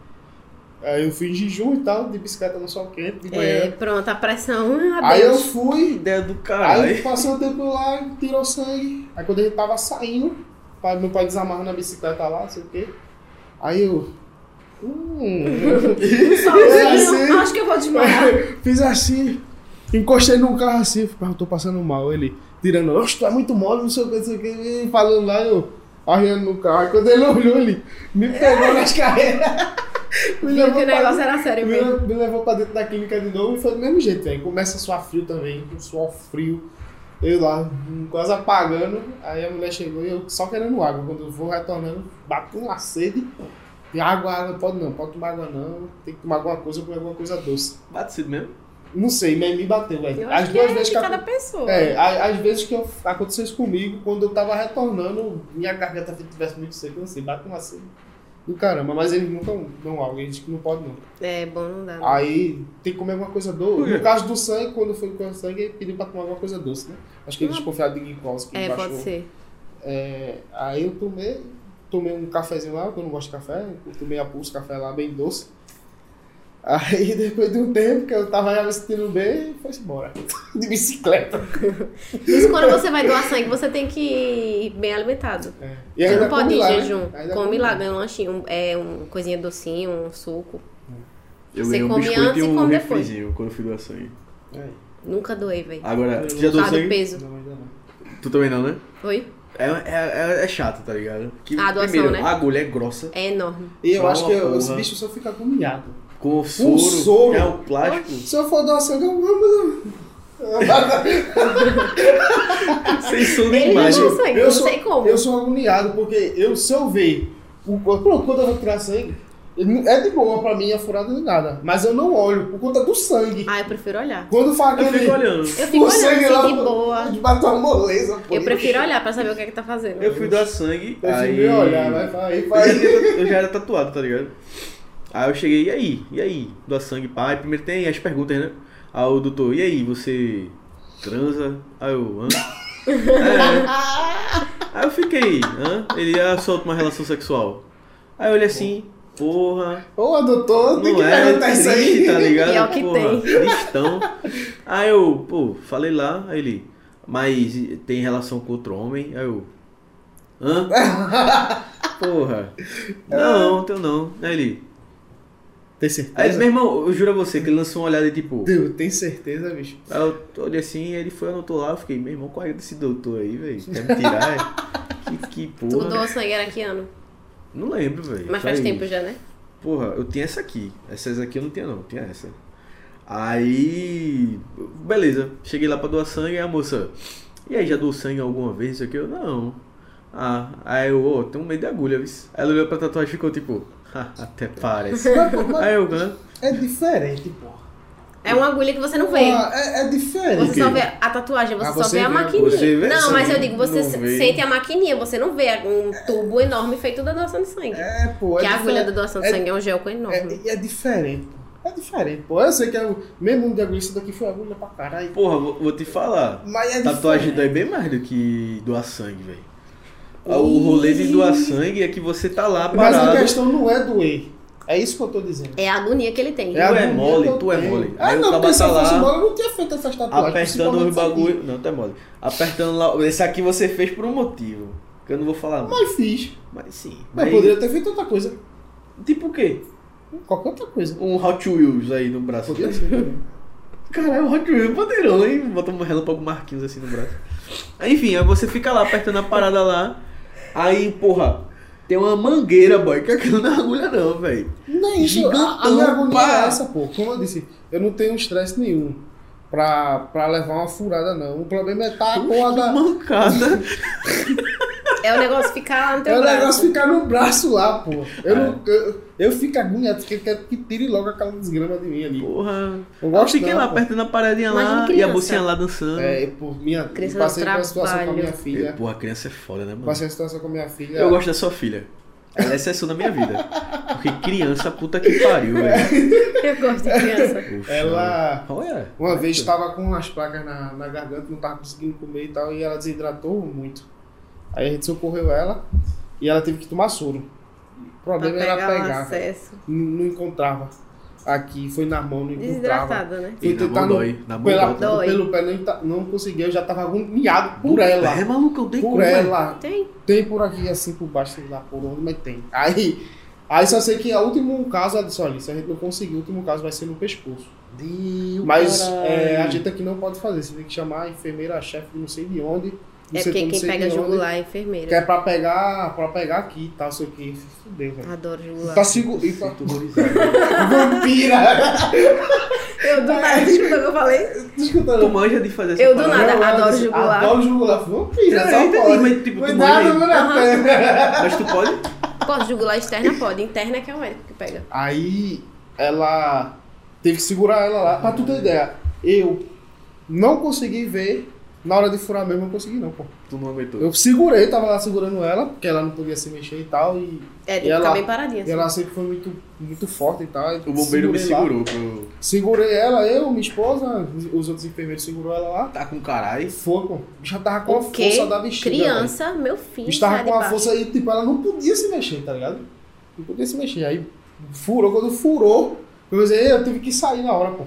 S2: Aí eu fui em jejum e tal, de bicicleta no sol quente, de
S3: É,
S2: manhã.
S3: pronto, a pressão. hum, um
S2: Aí eu
S3: Adeus.
S2: fui,
S1: Ideia do
S2: Aí
S1: caralho.
S2: passou o tempo lá, tirou sangue. Aí quando ele tava saindo, pai- meu pai desamarrou na bicicleta lá, não sei o quê. Aí eu. Hum,
S3: Sozinho,
S2: assim.
S3: um- acho que eu vou desmaiar.
S2: fiz assim, encostei num carro assim, falei, "Ah, eu tô passando mal. Ele tirando, oxe, tu é muito mole, não sei o que, não sei o que, e falando lá, eu arriando no carro. Aí quando ele olhou, ele me pegou nas carreiras. Me
S3: Viu que o
S2: pra-
S3: negócio era sério
S2: me,
S3: mesmo.
S2: me levou pra dentro da clínica de novo e foi do mesmo jeito, velho. Começa a suar frio também, um suor frio. Eu lá, hum, quase apagando. Aí a mulher chegou e eu só querendo água. Quando eu vou retornando, bato uma sede. E água, não pode não, pode tomar água não. Tem que tomar alguma coisa, comer alguma coisa doce.
S1: Bate cedo mesmo.
S2: Não sei, mas me bateu,
S3: Eu
S2: velho. As
S3: acho que
S2: duas
S3: é
S2: vezes
S3: de
S2: que
S3: cada
S2: acon-
S3: pessoa.
S2: é, a- as vezes que eu- aconteceu isso comigo, quando eu tava retornando, minha garganta tivesse muito seca, eu não sei, bate uma sede. Do caramba, mas eles nunca dão água, eles dizem que não pode não.
S3: É, bom não
S2: Ah,
S3: dá.
S2: Aí tem que comer alguma coisa
S1: Por
S2: doce.
S1: quê?
S2: No caso do sangue, quando foi com o sangue, ele pediu pra tomar alguma coisa doce, né? Acho que ele
S3: Não.
S2: desconfiava de glicose que
S3: Ah. É,
S2: baixou.
S3: pode ser.
S2: É, aí eu tomei, tomei um cafezinho lá, porque eu não gosto de café, eu tomei a pulsa, café lá bem doce. Aí depois de um tempo que eu tava já me sentindo bem, foi embora. De bicicleta.
S3: Isso quando você vai doar sangue, você tem que ir bem alimentado.
S2: É. E
S3: Você
S2: ainda
S3: não pode
S2: come
S3: ir
S2: lá,
S3: em
S2: né?
S3: jejum.
S2: Ainda
S3: Come lá, ganha um lanchinho, um- é, um coisinha docinho, um suco.
S1: Eu
S3: Você
S1: ganhei um
S3: come
S1: biscoito
S3: antes
S1: e
S3: e
S1: um
S3: come depois.
S1: refrizinho quando eu fui doar sangue.
S2: É,
S3: Nunca doei, velho.
S1: Agora,
S2: Eu
S1: tu já doou
S3: Por causa Ah, do
S1: sangue?
S3: peso.
S2: não, ainda não.
S1: Tu também não, né?
S3: Foi?
S1: É, é, é- é chato, tá ligado? Que,
S3: A doação,
S1: primeiro,
S3: né?
S1: a agulha é grossa,
S3: É enorme.
S2: E eu
S1: Não,
S2: acho que eu-
S1: porra.
S2: esse bicho só fica agoniado.
S1: com o soro,
S2: soro?
S1: é o plástico,
S2: Se eu for doar sangue, eu
S1: sem soro
S3: Ele
S1: nem
S3: não
S1: imagem.
S3: doou sangue,
S2: eu
S3: não
S2: sou-
S3: sei como.
S2: Eu sou um agoniado, porque eu, se eu ver. O, pronto, quando eu vou tirar sangue, é de boa pra mim, é furada de nada. Mas eu não olho por conta do sangue.
S3: Ah, eu prefiro olhar.
S2: Quando faz
S1: Eu
S2: aquele.
S1: fico olhando.
S3: Eu fico
S2: o sangue
S3: olhando
S2: lá
S3: assim, de boa.
S2: Bateu uma moleza, pô.
S3: Eu prefiro olhar pra saber o que é que tá fazendo.
S1: Eu fui doar sangue,
S2: Eu
S1: aí...
S2: prefiro olhar, vai, vai,
S1: Eu
S2: vai.
S1: já era- eu já era tatuado, tá ligado? Aí eu cheguei, e aí? E aí? Doar sangue, pá. Aí primeiro tem as perguntas, né? Aí o doutor, e aí, você transa? Aí eu, hã? É. Aí eu fiquei, hã? Ele, ah, solta uma relação sexual. Aí eu olhei assim, porra...
S2: Ô, doutor, tem
S1: Não
S2: que
S1: é,
S2: perguntar isso
S1: triste,
S2: aí.
S1: tá ligado?
S3: É o que
S1: Porra,
S3: tem.
S1: Cristão. Aí eu, pô, falei lá, aí ele, mas tem relação com outro homem? Aí eu, hã? Porra. Não, teu não. Aí ele,
S2: Tem
S1: aí,
S2: certeza?
S1: meu irmão, eu juro a você que ele lançou uma olhada e tipo,
S2: Deus, tem certeza, bicho.
S1: aí eu olhei assim, ele foi, anotou lá, eu fiquei, meu irmão, qual é desse doutor aí, velho? Quer me tirar? é? que, que
S3: Tu
S1: porra.
S3: doou sangue era que ano?
S1: Não lembro, velho.
S3: Mas
S1: Faz-
S3: faz tempo já, né?
S1: Porra, eu tinha essa aqui. Essas aqui eu não tinha, não. Eu tinha essa. Aí, beleza, cheguei lá pra doar sangue, aí a moça, e aí já doou sangue alguma vez? Isso aqui? Eu, não. Ah, aí eu, ô, tem um meio de agulha, viu? Aí ela olhou pra tatuagem e ficou tipo, "Ha, até parece.
S2: Mas, pô, mas
S1: aí eu, né?
S2: é diferente, porra.
S3: É uma agulha que você não vê.
S2: Ah, É, é diferente.
S3: Você
S1: Ok.
S3: só vê a tatuagem, você
S2: Ah,
S3: só
S2: você
S3: vê a
S2: vê,
S3: maquininha.
S1: você vê,
S3: não,
S1: você
S3: mas eu
S1: não-
S3: digo, você
S1: não
S3: se-
S1: vê.
S3: sente a maquininha, você não vê um tubo enorme feito da doação de sangue.
S2: É, pô. É
S3: que a agulha da
S2: diferente.
S3: doação de
S2: é-
S3: sangue é um gelco enorme.
S2: É, é diferente, pô. É diferente, pô. Eu sei que é o mesmo mundo de agulha, isso daqui foi agulha pra caralho.
S1: Porra, vou, vou te falar.
S2: Mas é
S1: Tatuagem
S2: diferente.
S1: dói bem mais do que doar sangue, velho. Ah, O rolê de doar sangue é que você tá lá
S2: Mas a
S1: parado.
S2: questão não é doer. É isso que eu tô dizendo.
S3: É a agonia que ele tem.
S1: É a-
S2: agonia
S1: mole,
S2: que eu
S1: tu é
S2: tenho.
S1: mole.
S2: Ah,
S1: Aí o
S2: não,
S1: cara
S2: porque se eu
S1: tá lá,
S2: fosse mole, eu não tinha feito essas tatuagens.
S1: Apertando
S2: principalmente assim.
S1: os
S2: isso aqui.
S1: bagulho. Não, tá mole. Apertando lá. Esse aqui você fez por um motivo. Que eu não vou falar muito.
S2: Mas fiz.
S1: Mas sim.
S2: Mas
S1: Mas-
S2: poderia ter feito outra coisa.
S1: Tipo o quê?
S2: Qualquer outra coisa.
S1: Um Hot Wheels aí no braço.
S2: Poderia ser. também.
S1: Caralho, um Hot Wheels poderão, hein? Bota um relâmpago Marquinhos assim no braço. Aí, Enfim, aí você fica lá apertando a parada lá. Aí, porra, tem uma mangueira, boy, que aquilo não é agulha não, velho.
S2: Não é isso. A, a
S1: Gigantão,
S2: minha agonia
S1: pá.
S2: é essa, pô. Como eu disse, eu não tenho estresse nenhum pra, pra levar uma furada, não. O problema é tá com a da...
S1: Mancada.
S3: É o negócio ficar lá no teu
S2: É o
S3: braço.
S2: negócio ficar no braço lá, pô. Eu, não, eu, eu fico agoniado, porque eu quero que tire logo aquela desgrama de mim ali.
S1: Porra.
S2: Eu
S1: Eu
S2: gosto
S1: fiquei
S2: não,
S1: lá
S2: pô.
S1: apertando a paradinha
S3: Imagina
S1: lá e a
S3: criança.
S1: mocinha lá dançando.
S2: É, eu, pô, minha, eu
S3: Criança
S2: passei
S3: do
S2: uma situação com a
S3: trabalho.
S2: minha
S1: E,
S2: filha.
S1: porra, criança é foda, né, mano?
S2: Passei uma situação com a minha filha.
S1: Eu gosto da sua filha. Ela é exceção da minha vida. Porque criança, puta que pariu, velho.
S3: Eu gosto
S2: É.
S3: de criança.
S1: Puxa,
S2: Ela...
S1: Qual é?
S2: Uma vez estava com as pragas na, na garganta, não estava conseguindo comer e tal, e ela desidratou muito. Aí a gente socorreu ela e ela teve que tomar soro. O
S3: Pra
S2: problema
S3: pegar
S2: era
S3: o
S2: pegar, velho.
S3: acesso.
S2: não, não encontrava. Aqui, foi na mão, não encontrava.
S3: Desidratada, né?
S1: E
S2: Fui
S1: na
S2: tentar
S1: mão
S2: no-
S1: dói. Na mão
S2: Pela,
S1: dói.
S3: Dói.
S2: Pelo pé não, enta- não conseguia, eu já estava agoniado por ela.
S1: É, maluco, eu dei
S2: Por
S1: como, é?
S2: ela.
S3: Tem.
S2: Tem por aqui, assim, por baixo, sei lá por onde, mas tem. Aí, aí só sei que o último caso, ela disse, olha, se a gente não conseguir, o último caso vai ser no pescoço.
S1: Deus,
S2: Mas
S1: caralho.
S2: é, a gente aqui não pode fazer. Você tem que chamar a enfermeira, a chefe, não sei de onde. do
S3: É
S2: setor
S3: porque
S2: não
S3: quem
S2: sei
S3: pega
S2: de onde,
S3: jugular é enfermeira.
S2: Que é pra pegar, pra pegar aqui e tal, sei o que. Fudeu, velho.
S3: Adoro jugular.
S2: Tá seguro. e Tá...
S1: Sinto horrorizado.
S2: Vampira!
S3: Eu do nada, desculpa que eu falei.
S2: Tá escutando?
S1: Tu manja de fazer essa
S3: Eu do
S1: parada?
S3: nada. adoro
S2: disse,
S3: jugular.
S2: Adoro jugular. Vampira,
S1: Eu
S2: só
S1: entendi,
S2: pode.
S1: mas, tipo, tu
S2: Cuidado,
S1: manja
S2: meu Deus.
S1: Mas tu pode?
S3: Posso jugular externa? Pode. Interna é que é o médico que pega.
S2: Aí ela teve que segurar ela lá. Pra tu ter ideia, eu não consegui ver. Na hora de furar mesmo, eu não consegui não, pô.
S1: Tu não aguentou.
S2: Eu segurei, tava lá segurando ela, porque ela não podia se mexer e tal, e
S3: É, tem
S2: E
S3: que
S2: ela-
S3: ficar bem paradinha.
S2: E
S3: Assim.
S2: ela sempre foi muito, muito forte e tal.
S1: O bombeiro me
S2: Segurei
S1: segurou.
S2: lá.
S1: Pro...
S2: Segurei ela, eu, minha esposa, os outros enfermeiros segurou ela lá.
S1: Tá com caralho.
S2: E foi, pô. Já tava com a
S3: O quê?
S2: força da bexiga. velho.
S3: Criança, meu filho.
S2: Estava
S3: sai
S2: com
S3: de
S2: a
S3: baixo.
S2: força aí, tipo, ela não podia se mexer, tá ligado? Não podia se mexer. Aí furou, quando furou, eu dizer, eu tive que sair na hora, pô.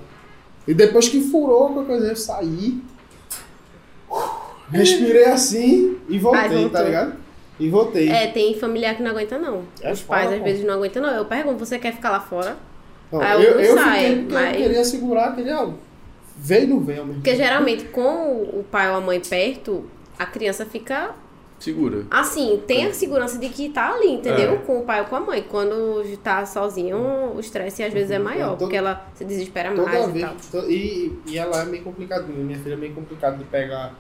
S2: E depois que furou, qualquer coisa, eu saí. Respirei assim e voltei,
S3: voltou.
S2: tá ligado? E voltei.
S3: É, tem familiar que não aguenta, não.
S2: É
S3: Os
S2: foda,
S3: pais às
S2: pô.
S3: vezes não aguentam, não. Eu pergunto, você quer ficar lá fora?
S2: Não,
S3: Aí
S2: eu,
S3: alguns
S2: eu
S3: saem,
S2: fiquei porque
S3: mas-
S2: eu queria segurar, queria ver e não ver ao mesmo
S3: Porque
S2: tempo.
S3: geralmente, com o pai ou a mãe perto, a criança fica
S1: Segura.
S3: assim, tem a segurança de que tá ali, entendeu?
S1: É.
S3: Com o pai ou com a mãe. Quando tá sozinho, o estresse às
S1: Uhum.
S3: vezes é maior,
S2: Todo-
S3: porque ela se desespera
S2: Toda
S3: mais e tal.
S2: vez. to- E, e ela é meio complicadinha, minha filha é meio complicada de pegar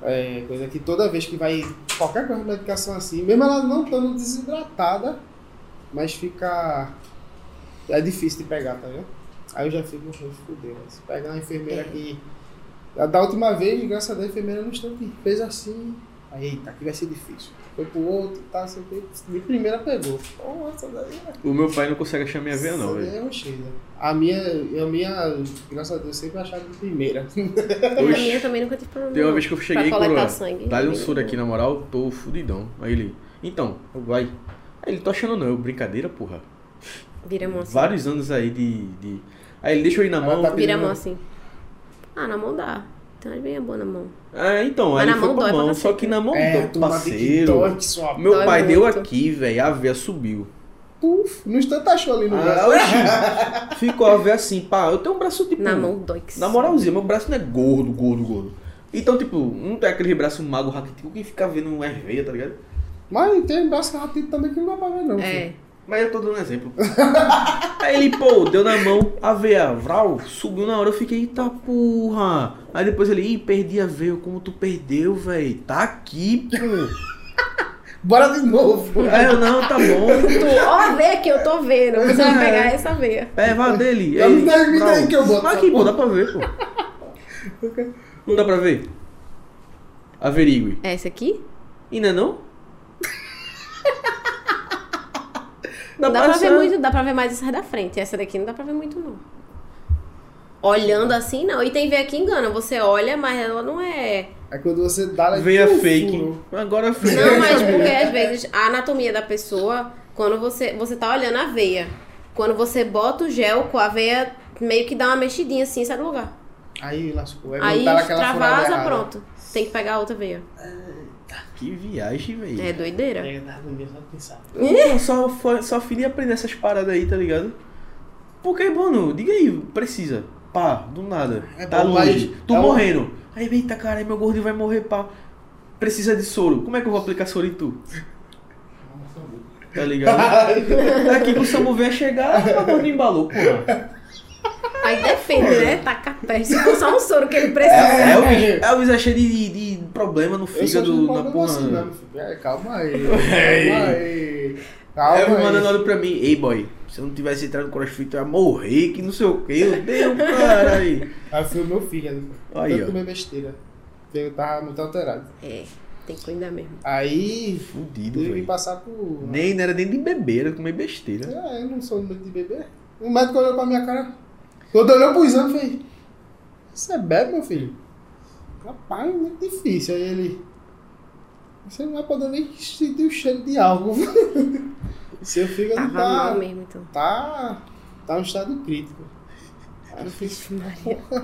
S2: é, coisa que toda vez que vai qualquer coisa de medicação assim, mesmo ela não estando desidratada, mas fica. É difícil de pegar, tá ligado? Aí eu já fico, meu Deus, fudeu. né? Se pegar uma
S3: É.
S2: enfermeira que. a Da última vez, graças a Deus, a enfermeira no instante fez assim. Aí, eita, aqui vai ser difícil. Foi pro outro, tá, sei o quê. De primeira pegou. Pô, essa daí
S1: O meu pai não consegue achar minha veia, não,
S2: essa
S1: velho.
S2: daí é uma cheia. A minha, a minha, graças a Deus, sempre achava de primeira.
S1: é.
S3: E a
S1: Oxi.
S3: minha também nunca tive problema.
S1: Tem uma
S3: não,
S1: vez que eu cheguei e
S3: pra coletar
S1: coroa.
S3: sangue. né?"
S1: Dá-lhe um soro aqui, na moral, tô fudidão. Aí ele, então, vai. Aí ele, tô achando não, eu, brincadeira, porra.
S3: Vira a mão assim.
S1: Vários anos aí de. de... Aí ele deixa eu ir na
S2: Ela
S1: mão.
S2: tá
S3: Vira a mão assim. Ah, na mão dá. Então é bem boa na mão.
S1: Ah, então,
S3: Mas
S1: aí
S3: na
S1: ele foi
S3: mão
S1: pra
S3: dói pra
S1: mão,
S3: cacete, né?
S1: só que na mão do
S2: tomada É, de que
S1: parceiro.
S2: dói, que sua
S1: Meu
S3: Dói
S1: pai deu
S3: muito.
S1: aqui, velho, a veia subiu.
S2: puf, no instante achou ali no braço.
S1: Ah, oxi. Ficou a ver assim, pá, eu tenho um braço tipo.
S3: Na mão dói que
S1: Na
S3: só.
S1: moralzinha, meu braço não é gordo, gordo, gordo. Então, tipo, não tem aquele braço mago raquítico que fica vendo um herveia, tá ligado?
S2: Mas tem braço ratido também que não dá pra ver não,
S3: É.
S2: filho.
S1: Mas eu tô dando um exemplo. Aí ele, pô, deu na mão, a veia, vral, subiu na hora, eu fiquei, eita porra. Aí depois ele, ih, perdi a veia, como tu perdeu, véi? Tá aqui, pô.
S2: Bora de novo.
S1: Aí eu, não, tá bom.
S3: Tu, ó a veia que eu tô vendo. Você vai pegar essa veia.
S1: É, vá dele.
S2: Dá-
S1: Ele,
S2: me dá- me dá aí
S1: vral.
S2: que eu boto
S1: Mas
S2: essa
S1: aqui, pô,
S2: porra.
S1: dá pra ver, pô. Não dá pra ver? Averigue.
S3: É essa aqui?
S1: E não é não?
S3: Dá, pra
S1: achar.
S3: ver muito, dá pra ver mais essa da frente. Essa daqui não dá pra ver muito, não. Olhando assim, não. E tem veia que engana. Você olha, mas ela não é.
S2: Aí quando você dá, ela
S1: Veia
S2: Uf,
S1: fake. Agora fake.
S3: Não, mas porque às vezes a anatomia da pessoa, quando você. Você tá olhando a veia. Quando você bota o gel com a veia, meio que dá uma mexidinha assim, sai do lugar.
S2: Aí lascou. É
S3: Aí
S2: botar naquela furada
S3: travasa,
S2: errada.
S3: pronto. Tem que pegar a outra veia.
S1: Que viagem, velho.
S3: É doideira.
S2: É, dá no mesmo, só de pensar.
S1: Eu só, fo- só queria aprender essas paradas aí, tá ligado? Porque, mano, diga aí, precisa. Pá, do nada.
S2: É
S1: tá
S2: bom,
S1: longe.
S2: mas
S1: Tu
S2: é um-
S1: morrendo. Aí, eita, cara, meu gordo vai morrer, pá. Precisa de soro. Como é que eu vou aplicar soro em tu? Tá ligado? Daqui que o Samu vier chegar, o gordo embalou, porra.
S3: Aí defende, né? Taca a peste. Se for só um soro que ele precisa.
S1: É, Elvis, Elvis é cheio de, de problema no
S2: Eu só
S1: fígado, na porra.
S2: assim, não, filho. É, calma aí.
S1: Ei.
S2: Calma aí. Calma
S1: Aí o
S2: aí.
S1: É, mano olhou pra mim, ei boy, se eu não tivesse entrado no crossfit eu ia morrer, que não sei o que, eu dei um cara aí.
S2: Aí foi o meu fígado.
S1: Aí,
S2: Tanto
S1: ó.
S2: comer besteira. Porque Eu tava muito alterado.
S3: É, tem que cuidar mesmo.
S2: Aí
S1: Fudido,
S2: tive que
S1: velho.
S2: passar por.
S1: Nem, não era nem de beber, era comer besteira.
S2: É, eu não sou muito de beber. O médico olhou pra minha cara. Quando olhou pro exame, eu falei: Você bebe, meu filho? Rapaz, é muito difícil. Aí ele. Você não vai poder nem sentir o cheiro de álcool. Seu fígado
S3: Tava
S2: tá,
S3: mal mesmo, então.
S2: tá. Tá um estado crítico. Aí eu fiz.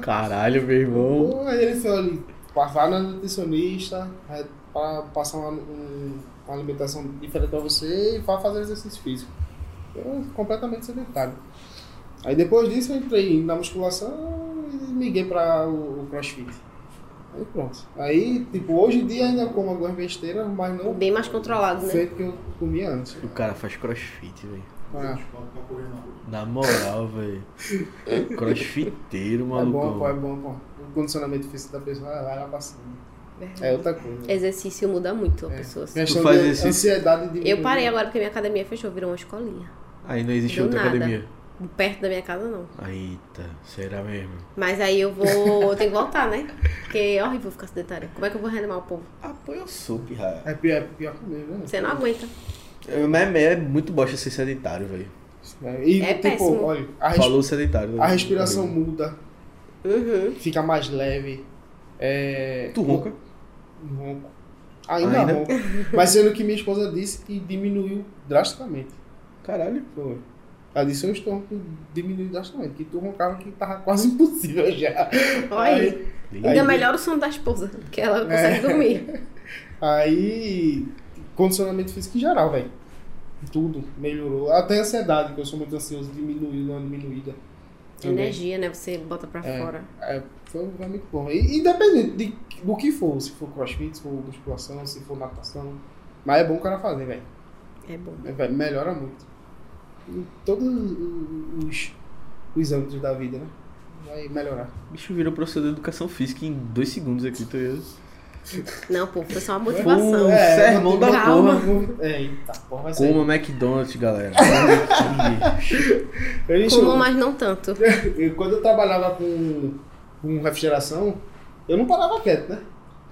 S1: Caralho, meu irmão.
S2: Pô, Aí ele foi ali, pá, vai na nutricionista, é, pra passar uma, um- uma alimentação diferente pra você e vai fazer exercício físico. Eu completamente sedentário. Aí depois disso eu entrei na musculação e miguei pra o, o crossfit. Aí pronto. Aí, tipo, hoje em dia ainda eu como algumas besteiras, mas não
S3: Bem mais controlado, né?
S2: feito que eu comia antes.
S1: O cara faz crossfit, velho.
S2: Ah,
S1: Na moral, velho. Crossfiteiro,
S2: é bom, pô, é
S1: malucão.
S2: bom, pô. O condicionamento físico da pessoa vai lá passando. É outra coisa.
S3: Exercício muda muito a
S2: É.
S3: pessoa. assim.
S2: Questão
S1: faz
S2: de
S1: exercício?
S2: ansiedade de
S3: Eu parei agora porque minha academia fechou, virou uma escolinha.
S1: Aí não existe
S3: Do
S1: outra
S3: nada.
S1: academia.
S3: Perto da minha casa, não.
S1: Eita, será mesmo?
S3: Mas aí eu vou. Eu tenho que voltar, né? Porque é horrível ficar sedentária. Como é que eu vou reanimar o povo?
S1: Ah, pô, eu sou, pirra.
S2: É pior, é pior que o meu, né?
S3: Você não aguenta.
S1: Mas é muito bosta ser sedentário, velho.
S2: É, e,
S3: É
S2: tipo,
S3: péssimo.
S2: olha, a, res-
S1: Falou sedentário.
S2: a respiração muda,
S3: Uhum.
S2: fica mais leve. É...
S1: Tu ronca.
S2: Ronco. Ainda,
S1: Ainda?
S2: ronco. Mas sendo que minha esposa disse que diminuiu drasticamente.
S1: Caralho.
S2: Foi. Ela disse, eu estou roncando, diminuiu drasticamente. Que tu roncava que tava quase impossível já.
S3: Olha aí. Ainda
S2: Aí- É.
S3: melhor o sono da esposa, que ela consegue dormir.
S2: Aí, condicionamento físico em geral, velho. Tudo melhorou. Até a ansiedade, que eu sou muito ansioso, diminuiu, deu uma diminuída. Também.
S3: Energia, né? Você bota pra
S2: É.
S3: fora.
S2: É, foi, foi muito bom. E, independente de- do que for, se for crossfit, se for musculação, se for natação. Mas é bom o cara fazer, velho.
S3: É bom.
S2: É, velho, Melhora muito. Em todos o- os, os âmbitos da vida, né? Vai melhorar.
S1: O bicho virou professor de educação física em dois segundos aqui, tá ligado?
S3: Não, pô, foi só uma
S1: Pô,
S3: motivação.
S1: é, sermão
S2: não tem-
S1: da
S3: Calma.
S1: porra.
S2: É, eita, porra, vai sair.
S1: Coma McDonald's, galera. Olha aqui.
S2: Eles
S3: Como,
S2: chamam-
S3: mas não tanto.
S2: Eu, quando eu trabalhava com, com refrigeração, eu não parava quieto, né?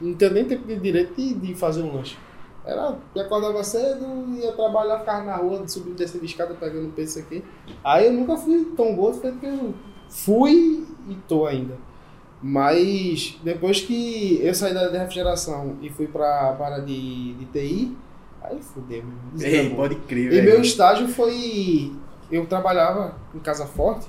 S2: Não tinha nem tempo de direito de, de fazer um lanche. Era, eu acordava cedo, ia trabalhar, ficava na rua, subindo, descendo escada, pegando peso isso aqui. Aí eu nunca fui tão gordo, tanto que eu fui e tô ainda. Mas depois que eu saí da da refrigeração e fui pra para de, de TI, aí fudeu, meu. irmão.
S1: Ei, pode crer,
S2: E
S1: velho.
S2: meu estágio foi. Eu trabalhava em Casa Forte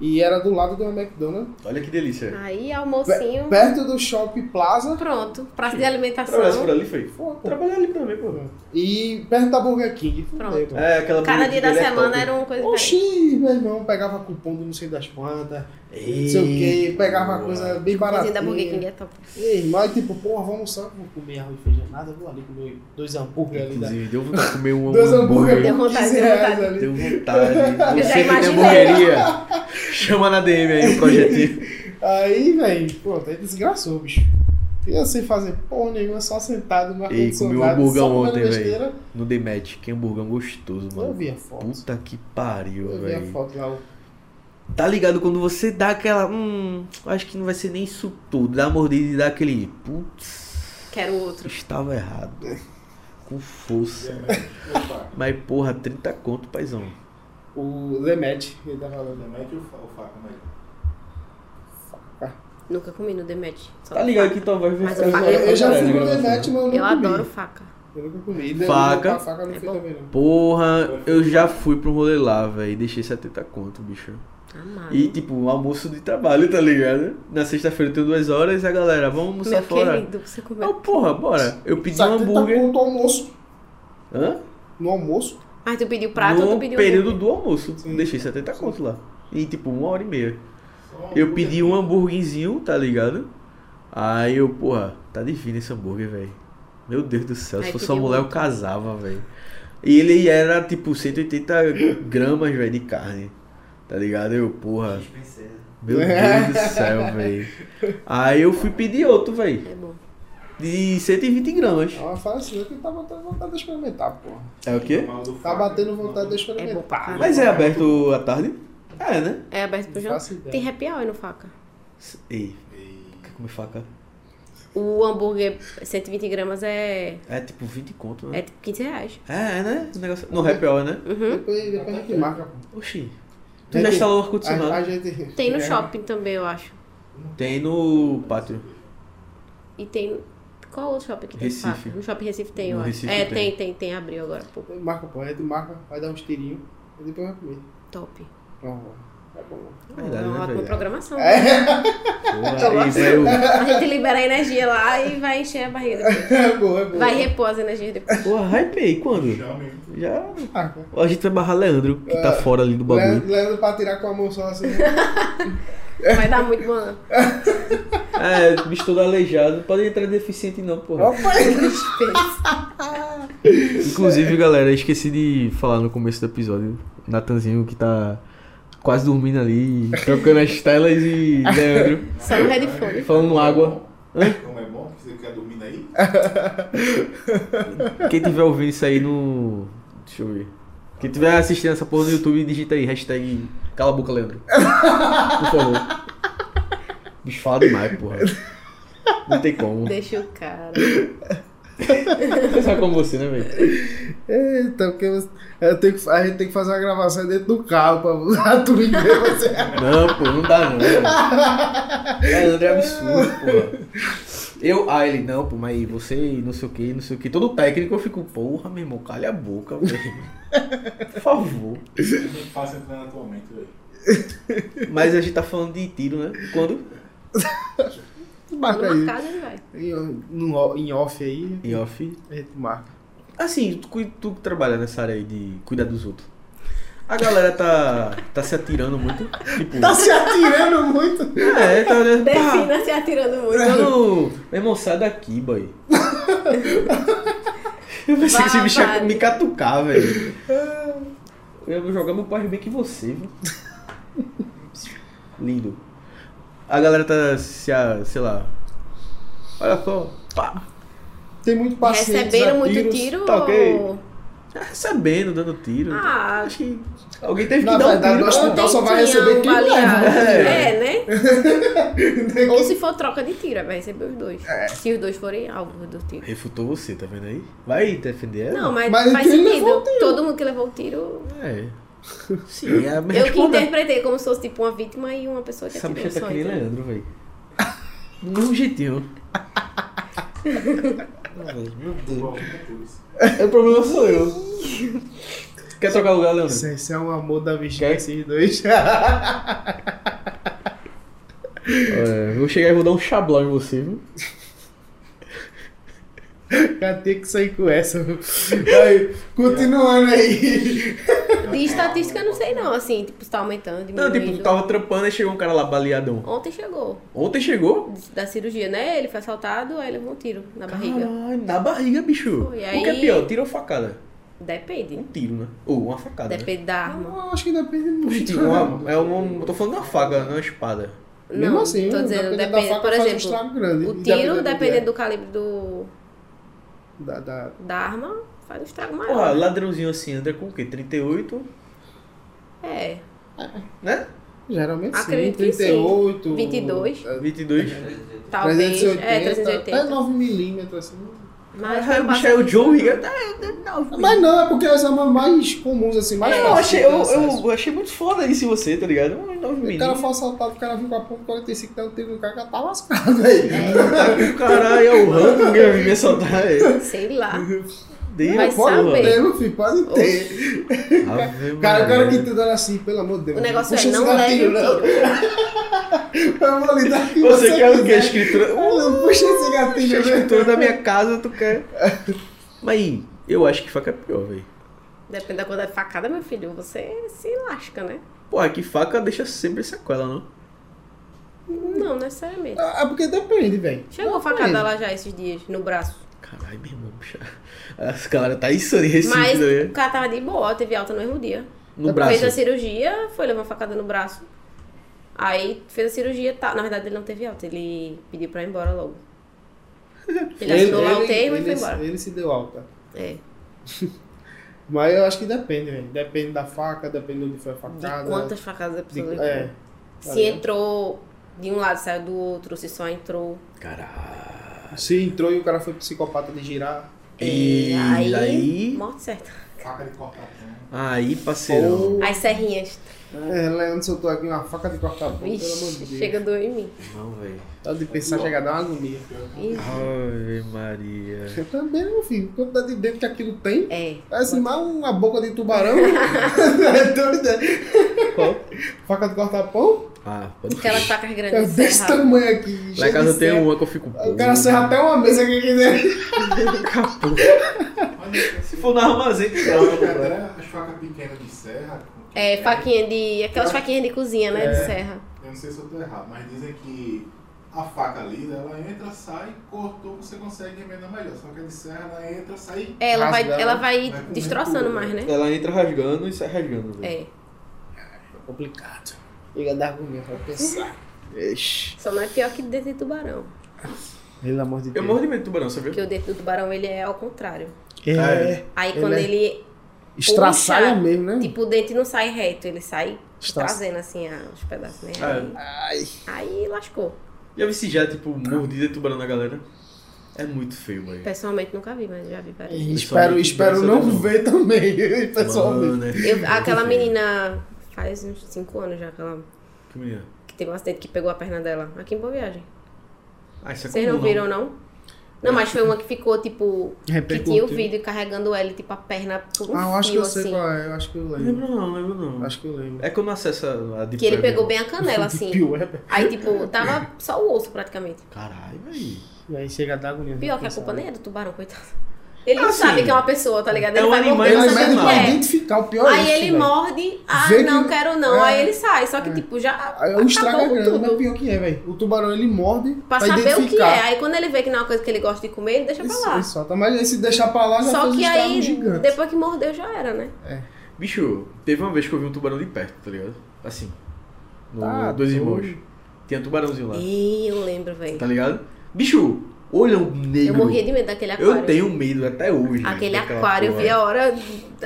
S2: E era do lado de uma McDonald's,
S1: Olha que delícia.
S3: Aí,
S2: pe-
S3: almocinho.
S2: perto do Shopping Plaza
S3: Pronto. Praça de
S1: Trabalhasse por
S3: alimentação.
S1: ali, foi. Pô, trabalhar ali também, pô.
S2: e perto da Burger King. Fudeu,
S3: Pronto.
S2: mano.
S1: É, aquela
S3: Cada
S1: Burger
S3: dia
S1: King ali
S3: da
S1: é
S3: semana
S1: top.
S3: era uma coisa diferente.
S2: Oxi, meu irmão, pegava cupom do não sei das quantas,
S3: um-
S2: não sei o que, pegava coisa bem
S3: Cozinha da Burger King
S2: baratinha.
S3: é top.
S2: Ei, irmão, aí tipo, porra, vamos almoçar, vou comer arroz e feijoada, vou ali comer dois hambúrguer ali da...
S1: Inclusive, deu vontade de comer um
S2: Dois hambúrguer,
S1: hambúrguer.
S3: Deu vontade,
S2: 15
S3: deu
S2: reais
S3: vontade.
S2: ali.
S1: Deu vontade.
S3: Eu
S1: Você
S3: já
S1: que tem
S3: imaginei.
S1: hamburgueria, chama na DM aí o projetinho.
S2: Aí, velho, pronto, aí desgraçou, bicho. Eu sem fazer porra nenhuma, só sentado no
S1: Ei, comi um
S2: ar-condicionado, só
S1: hamburgão
S2: comendo
S1: ontem,
S2: besteira.
S1: velho. No The Match, que hamburgão gostoso,
S2: Eu
S1: mano.
S2: vi a foto,
S1: Puta que pariu,
S2: eu vi a
S1: velho.
S2: foto lá.
S1: Tá ligado quando você dá aquela. Hum, acho que não vai ser nem isso tudo. Dá a mordida e dá aquele. Putz,
S3: Quero outro.
S1: estava errado. Com força.
S4: Opa,
S1: Mas porra, 30 conto, paizão.
S2: O Demet, ele tava lá, né?
S4: remete o fa- o faca, mas...
S3: Nunca comi no Demet. Só
S1: Tá
S3: no
S1: ligado
S3: faca.
S1: que tua voz vai
S3: Mas
S1: ficar
S3: o faca-
S1: zoada
S2: Eu, eu já
S1: pra
S2: fui no
S1: caralho,
S2: Demet, mas eu
S3: Ah, é, Eu
S2: nunca
S3: adoro
S2: comi.
S3: faca.
S2: Eu nunca comi. Daí,
S1: Faca.
S2: A faca eu não
S3: É
S2: fui
S3: bom.
S2: também, não.
S1: Porra, eu já fui pra um rolê lá, velho, e deixei 70 conto, bicho.
S3: Tá Amado.
S2: Ah.
S1: E tipo, um almoço de trabalho, tá ligado? Na sexta-feira tem duas horas, a galera, vamos almoçar
S3: Meu
S1: fora.
S3: querido, você comeu.
S1: Eu, porra, bora. Eu pedi um
S2: 70
S1: hambúrguer.
S2: conto almoço.
S1: Hã?
S2: No almoço?
S3: Mas tu pediu prato ou
S1: no
S3: tu pediu um
S1: período
S3: hambúrguer?
S1: do almoço.
S2: Sim.
S1: Deixei 70
S2: Sim.
S1: conto lá. E tipo, uma hora e meia.
S4: Só
S1: Eu pedi um hambúrguerzinho, tá ligado? Aí eu, porra, tá divino esse hambúrguer, velho. Meu Deus do céu,
S3: Aí
S1: se fosse uma
S3: pediu
S1: mulher eu
S3: outro.
S1: casava, velho. E ele era tipo 180 gramas, velho, de carne. Tá ligado? Eu, porra,
S4: Dispensei.
S1: meu Deus do céu, velho. Aí eu fui pedir outro, velho.
S3: É bom.
S1: De 120 gramas.
S2: Ela fala assim, eu que tá batendo vontade de experimentar, porra.
S1: É o quê?
S4: Mal do
S2: Tá
S4: faca.
S2: batendo vontade de
S3: É bom pra
S2: experimentar.
S3: caralho.
S1: Mas é aberto à tarde? É, né?
S3: É aberto pro
S2: Não
S3: jantar.
S2: faço ideia.
S3: Tem happy hour no faca.
S1: Ei,
S4: E-
S1: quer comer faca?
S3: O hambúrguer 120 gramas é,
S1: É tipo 20 conto, né?
S3: é tipo 15 reais.
S1: É, é né? Esse negócio... No happy hour, né?
S3: Uhum.
S2: Depois, depois a gente marca, pô.
S1: Oxi. Tu
S2: Tem-
S1: já instalou o ar-condicionado?
S2: A, a gente...
S3: Tem no
S2: é.
S3: shopping também, eu acho.
S1: Tem no pátio.
S3: E tem. Qual outro shopping que tem
S1: Recife.
S3: faca? No shopping Recife tem, eu
S1: No
S3: acho.
S1: Recife
S3: é,
S1: tem.
S3: tem, tem, tem. Abriu agora, pô.
S2: Marca, pô. A gente marca, vai dar uns tirinhos. E depois vai comer.
S3: Top.
S2: Pronto. É bom.
S1: Verdade,
S3: é uma
S1: né,
S3: ótima
S1: velho? É.
S3: programação.
S2: Tá
S1: Porra, aí, velho.
S3: A gente libera a energia lá e vai encher a barriga depois.
S2: É bom, é bom.
S3: Vai repor as energias depois.
S1: Porra, hypei. Quando?
S4: Chame.
S1: Já.
S2: Marca.
S1: Ó, A gente vai barrar Leandro, que tá fora ali do bagulho.
S2: É. Leandro, Leandro pra tirar com a mão só assim.
S3: Vai dar muito bom. né? não.
S1: É, bicho todo aleijado. Não pode entrar deficiente, não, porra.
S3: Dispensa.
S1: Inclusive, galera, eu esqueci de falar no começo do episódio. Natanzinho que tá quase dormindo ali, trocando as telas e Leandro
S3: Só no headphone.
S1: falando água. É.
S4: Como é bom que você quer dormir aí?
S1: Quem tiver ouvindo isso aí no. Deixa eu ver. Quem tiver assistindo essa porra no YouTube, digita aí, hashtag Cala a boca, Leandro. Por favor. Bicho fala demais, porra. Não tem como.
S3: Deixa o cara.
S1: Pensar como você, né, velho?
S2: Eita, porque você- eu tenho que- a gente tem que fazer uma gravação dentro do carro pra usar tudo em vez, você.
S1: Não, pô, não dá não. velho. Leandro é absurdo, porra. Eu, ah, ele, não, pô, mas você, não sei o que, não sei o que. Todo técnico eu fico, porra, meu irmão, calha a boca, velho. Por favor.
S4: Eu não é faço entrando atualmente, velho.
S1: Mas a gente tá falando de tiro, né? Quando?
S3: Quando
S2: Marca aí. Tá.
S3: marcado, ele vai.
S2: Em, no- em off aí,
S1: Em off,
S2: a gente marca.
S1: Assim, tu, cui- tu que trabalha nessa área aí de cuidar dos outros. A galera tá, tá se atirando muito. Tipo,
S2: Tá se atirando muito.
S1: é, tá olhando. Pá,
S3: Defina se atirando muito.
S1: dando. Meu irmão, sai daqui, boy. Eu pensei que esse
S3: Vai,
S1: bicho ia
S3: vai.
S1: me catucar, velho. Eu vou jogar meu pai bem que você, viu? Lindo. A galera tá se. a- sei lá. Olha só. Pá,
S2: Tem muito paciente.
S3: Receberam muito
S2: atiros.
S3: tiro
S1: tá ok.
S3: ou-
S1: recebendo, dando tiro.
S3: Ah.
S1: Acho que alguém teve que
S2: Na
S1: dar um
S2: verdade,
S1: tiro.
S2: nós
S1: pra-
S2: Então tentamos- só vai
S3: Tem
S2: receber
S3: um
S2: quem leva.
S3: baleado.
S1: É.
S3: É, né?
S2: É
S3: Ou se for troca de tiro, vai receber os dois. Se os dois forem alvos do tiro.
S1: Refutou você, tá vendo aí? Vai defender ela?
S3: Não, mas,
S2: Mas
S3: faz
S2: quem levou
S3: sentido.
S2: o tiro?
S3: Todo mundo que levou o tiro.
S1: É. Sim, é a minha
S3: Eu que
S1: resposta.
S3: interpretei como se fosse tipo uma vítima e uma pessoa que
S1: Essa
S3: atirou
S1: bicha tá
S3: só.
S1: que nem
S3: entendeu?
S1: Leandro, velho. Do mesmo jeitinho. Ah, velho, Meu Deus.
S4: Bom, depois.
S3: É
S1: O problema sou eu. Quer trocar lugar, Leandro?
S2: Isso, isso é um amor da Virgínia,
S1: Quer?
S2: esses dois.
S1: É, vou chegar e vou dar um chablão em você, viu?
S2: Já tem que sair com essa. Aí, continuando aí.
S3: De estatística eu não sei não, assim, tipo, se tá aumentando,
S1: né? Não,
S3: diminuindo.
S1: tipo, tava trampando e chegou um cara lá baleadão.
S3: Ontem chegou,
S1: Ontem chegou?
S3: da cirurgia, né? Ele foi assaltado, aí levou um tiro na barriga.
S1: Caralho, na barriga, bicho.
S3: Foi,
S1: O que é
S3: aí-
S1: pior, tiro ou facada?
S3: Depende.
S1: Um tiro, né? Ou uma facada, né?
S3: Depende da arma.
S2: Não, acho que depende
S1: Um
S2: muito.
S1: tiro, uma- é uma, eu tô falando de uma faca, não é uma espada.
S3: Não,
S2: Mesmo assim,
S3: tô dizendo,
S2: depende da
S3: depende-
S2: faca,
S3: por
S2: faz um
S3: exemplo,
S2: estrago grande. E
S3: O tiro,
S2: do que
S3: dependendo
S2: é.
S3: do calibre do,
S2: Da, da-
S3: da arma, faz um estrago
S1: Porra,
S3: maior.
S1: ladrãozinho assim anda com o quê? 38,
S3: É,
S1: né?
S2: Geralmente sim,
S3: Acredito que sim.
S2: 38...
S3: 22.
S1: 22.
S3: talvez. É,
S2: É
S3: 380.
S2: 9mm, assim.
S3: Mas
S1: Ah, o
S3: não
S1: bicho
S3: passa
S1: é o
S3: disso,
S1: John
S3: não.
S1: Higa. Tá, eu- eu- não,
S2: Mas não, é porque as armas mais comuns, assim,
S3: É,
S2: mais
S1: eu,
S2: fáceis
S1: achei,
S2: de ter
S1: eu,
S2: acesso.
S1: eu achei muito foda isso em você, tá ligado? Um nove
S2: O cara
S1: minutos.
S2: foi assaltado, o cara viu com a ponta 45, deu um tiro no cara, o cara tá lascado aí.
S1: Caralho, é o Rambo que ia me assaltar. é.
S3: Sei lá.
S1: Dei
S3: Vai
S1: a porra.
S2: Pode
S3: saber.
S2: ter, meu filho, pode ter.
S1: Ave
S2: O cara, o cara que
S1: Maria.
S2: tentando assim, pelo amor de Deus.
S3: O negócio
S2: puxa
S3: é
S2: esse
S3: não leve
S2: gatilho,
S3: o tiro.
S2: não. Eu vou lidar com
S1: Você quer o que? A
S2: quiser.
S1: escritura? Uh,
S2: Não, Puxa esse
S1: a
S2: gatilho, né?
S1: escritura da minha casa, tu quer? Mas eu acho que faca é pior, velho.
S3: Depende da quando é facada, meu filho, você se lasca, né?
S1: Porra, que faca deixa sempre sequela, não?
S3: Não, necessariamente.
S2: Ah, É porque depende, velho.
S3: Chegou facada lá já esses dias, no braço.
S1: Caralho, meu irmão, bicho. Essa galera tá insana em Recife,
S3: Mas
S1: né?
S3: o cara tava de boa, teve alta no mesmo dia.
S1: No
S3: Fez a
S1: braço.
S3: cirurgia, foi levar uma facada no braço. Aí fez a cirurgia, tá. Na verdade, ele não teve alta, ele pediu pra ir embora logo. Ele assinou lá o termo e foi
S2: ele-
S3: embora.
S2: Ele se deu alta.
S3: É.
S2: Mas eu acho que depende, velho. Depende da faca, depende de onde foi a
S3: De
S2: facada.
S3: quantas facadas a pessoa
S2: de-
S3: levou.
S2: É.
S3: Se entrou de um lado, saiu do outro, se só entrou.
S1: Caralho.
S2: Se entrou e o cara foi psicopata de girar.
S1: E
S3: é, aí,
S1: aí.
S3: morte certa.
S4: Faca de cortar pão.
S1: Aí, parceirão.
S2: Ou-
S3: As serrinhas.
S2: É, Leandro soltou aqui uma faca de cortar pão, pelo amor de
S3: Vixe,
S2: Deus.
S3: chega doeu em mim.
S1: Não, velho.
S2: Só de pensar, chega a dar uma agonia.
S3: Ih,
S1: Ave Maria.
S2: Eu também, meu filho. Quantidade de dentro que aquilo tem.
S3: É.
S2: Parece mais uma boca de tubarão. é doida.
S1: Qual?
S2: Faca de cortar pão?
S1: Ah, pode
S3: Aquelas facas
S2: É
S3: grandes.
S2: desse
S3: serra.
S2: tamanho aqui.
S1: Lá
S2: cheio
S1: em casa
S2: de
S1: eu tenho
S2: serra.
S1: uma que eu fico.
S2: O cara serra até uma mesa que quiser.
S1: Se for no armazém, tu
S4: Não,
S1: grava.
S4: até as facas pequenas de serra. com que
S3: É, faquinha de. Aquelas faquinhas de cozinha, né?
S2: É.
S3: De serra.
S4: Eu não sei se eu tô errado, mas dizem que a faca ali, ela entra, sai, cortou, você consegue emendar melhor. Só que a de serra, ela entra, sai.
S3: É, Ela vai,
S2: Rasgar,
S3: ela
S2: né?
S3: vai
S4: Vai com
S3: destroçando
S4: tudo,
S3: mais, né?
S1: Ela entra rasgando e sai rasgando. velho.
S3: É.
S2: Complicado. Chega a dar agonia pra pensar. Ixi.
S3: Só não é pior que dentro de tubarão.
S2: Pelo amor de
S3: É.
S1: Eu
S2: Deus.
S1: morro de medo de tubarão, sabia?
S3: Porque o dentro do tubarão ele é ao contrário.
S2: É.
S3: Aí
S2: Ele
S3: quando
S2: é-
S3: ele.
S2: Estraçalha
S3: puxa,
S2: mesmo, né?
S3: Tipo, o dente não sai reto, ele sai
S2: Estraça-
S3: trazendo assim a- os pedaços, né?
S1: É.
S2: Ai.
S3: Aí, aí lascou.
S1: Já vi se já, tipo, mordida de tubarão na galera. É muito feio, velho.
S3: Pessoalmente nunca vi, mas já vi várias.
S2: É, Espero, espero não ver também, pessoalmente.
S1: Mano, é
S3: Eu-
S1: muito
S3: aquela
S1: feio.
S3: menina faz uns 5 anos já, aquela
S1: Que menina?
S3: que teve um acidente que pegou a perna dela. Aqui em Boa Viagem.
S1: Ah, isso é
S3: Vocês
S1: comum,
S3: não viram, não? Não, mas foi uma que ficou, tipo, que tinha o vídeo carregando ele, tipo, a perna por um
S2: Ah, eu acho que
S3: fio,
S2: eu sei
S3: assim.
S2: qual é, eu acho que eu
S1: Não
S2: lembro.
S1: lembro não, lembro não.
S2: Acho que eu lembro. é,
S1: É quando acessa a Deep
S3: Que ele
S1: Web,
S3: pegou
S1: né?
S3: bem a canela, assim.
S2: Deep Web.
S3: Aí, tipo, tava só o osso, praticamente.
S1: Caralho, velho.
S2: E aí chega a dar agonia. né?
S3: Pior que a culpa nem é do tubarão, coitado. Ele não
S1: Assim,
S3: sabe que é uma pessoa, tá ligado?
S1: é
S3: Ele
S1: um
S3: vai
S1: animal,
S2: Ele
S3: morder,
S1: é um
S2: não
S3: não sabe
S2: mede
S3: o
S2: pra
S1: animal.
S3: que é.
S2: identificar o pior é
S3: Aí
S2: isso,
S3: ele
S2: velho.
S3: morde, ah,
S2: Vê que-
S3: não quero não.
S2: é.
S3: Aí ele sai, só que, tipo, já
S2: Aí O estrago é
S3: acabou com
S2: grande, mas
S3: tudo.
S2: pior que é, velho. O tubarão ele morde
S3: Pra
S2: pra
S3: saber o que
S2: identificar.
S3: é. Aí quando ele vê que não é uma coisa que ele gosta de comer, ele deixa pra
S2: Isso,
S3: lá.
S2: isso, só tá- Mas aí se deixar pra lá já
S3: Só
S2: fez um
S3: que
S2: estrago
S3: aí,
S2: gigante.
S3: depois que mordeu, já era, né?
S1: Bicho, teve uma vez que eu vi um tubarão de perto, tá ligado? Assim. No
S2: Tá
S1: Dois
S2: doido.
S1: Irmãos. Tinha tubarãozinho lá,
S3: Ih, eu lembro, velho.
S1: tá ligado? Bicho, olhão
S3: Eu
S1: negro.
S3: morria de medo daquele
S1: Eu
S3: aquário.
S1: tenho medo até hoje. velho,
S3: Aquele
S1: daquela
S3: aquário, eu
S1: porra.
S3: vi a hora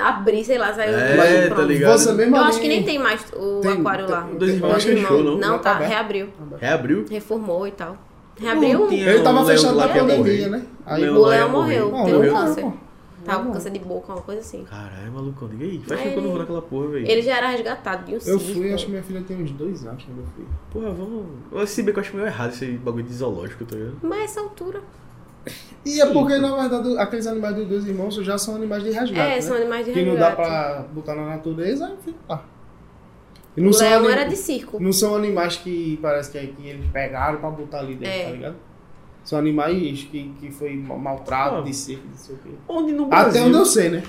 S3: abrir, sei lá, saiu
S1: É,
S3: pronto.
S1: tá ligado?
S2: Você mesmo
S3: Eu
S2: ali-
S3: acho que nem tem mais o
S2: Tem-
S3: aquário lá.
S2: tem-
S1: Dois irmãos
S3: Dois
S1: fechou, não?
S3: Não,
S2: Já
S3: tá,
S2: tá aberto.
S3: reabriu.
S1: Reabriu?
S3: Reformou e tal. Reabriu?
S1: tinha
S2: Ele tava
S1: um leão
S2: fechado
S1: lá
S2: na
S1: que ia
S2: pandemia,
S1: morrer.
S2: né? Aí
S1: Leão
S3: O
S1: lá ia
S3: Léo morreu,
S1: morrer.
S3: teve um
S1: Morreu.
S3: câncer.
S2: não, pô.
S3: Tava com
S2: Não.
S3: câncer de boca, uma coisa assim.
S1: Caralho, malucão, diga aí. Faz
S3: Aí
S1: tempo que eu não vou
S3: ele-
S1: naquela porra, velho.
S3: Ele já era resgatado de um
S2: Eu
S3: circo.
S2: fui, acho que minha filha tem uns dois anos quando eu fui.
S1: Porra, vamos. Se bem que eu acho meio errado esse bagulho de zoológico, tá ligado?
S3: Mas essa altura.
S2: E é
S1: Sim.
S2: porque, na verdade, aqueles animais dos dois irmãos já são animais de resgate.
S3: É,
S2: né?
S3: são animais de
S2: que não
S3: resgate.
S2: dá pra botar na natureza, fica lá. E
S3: O
S2: são
S3: leão
S2: anim-
S3: era de circo.
S2: Não são animais que parece que, é que eles pegaram pra botar ali dentro,
S3: É.
S2: tá ligado? São animais que, que foi ma- maltrato,
S1: Ah.
S2: de circo, não sei o quê.
S1: Onde no Brasil.
S2: Até onde eu sei, né?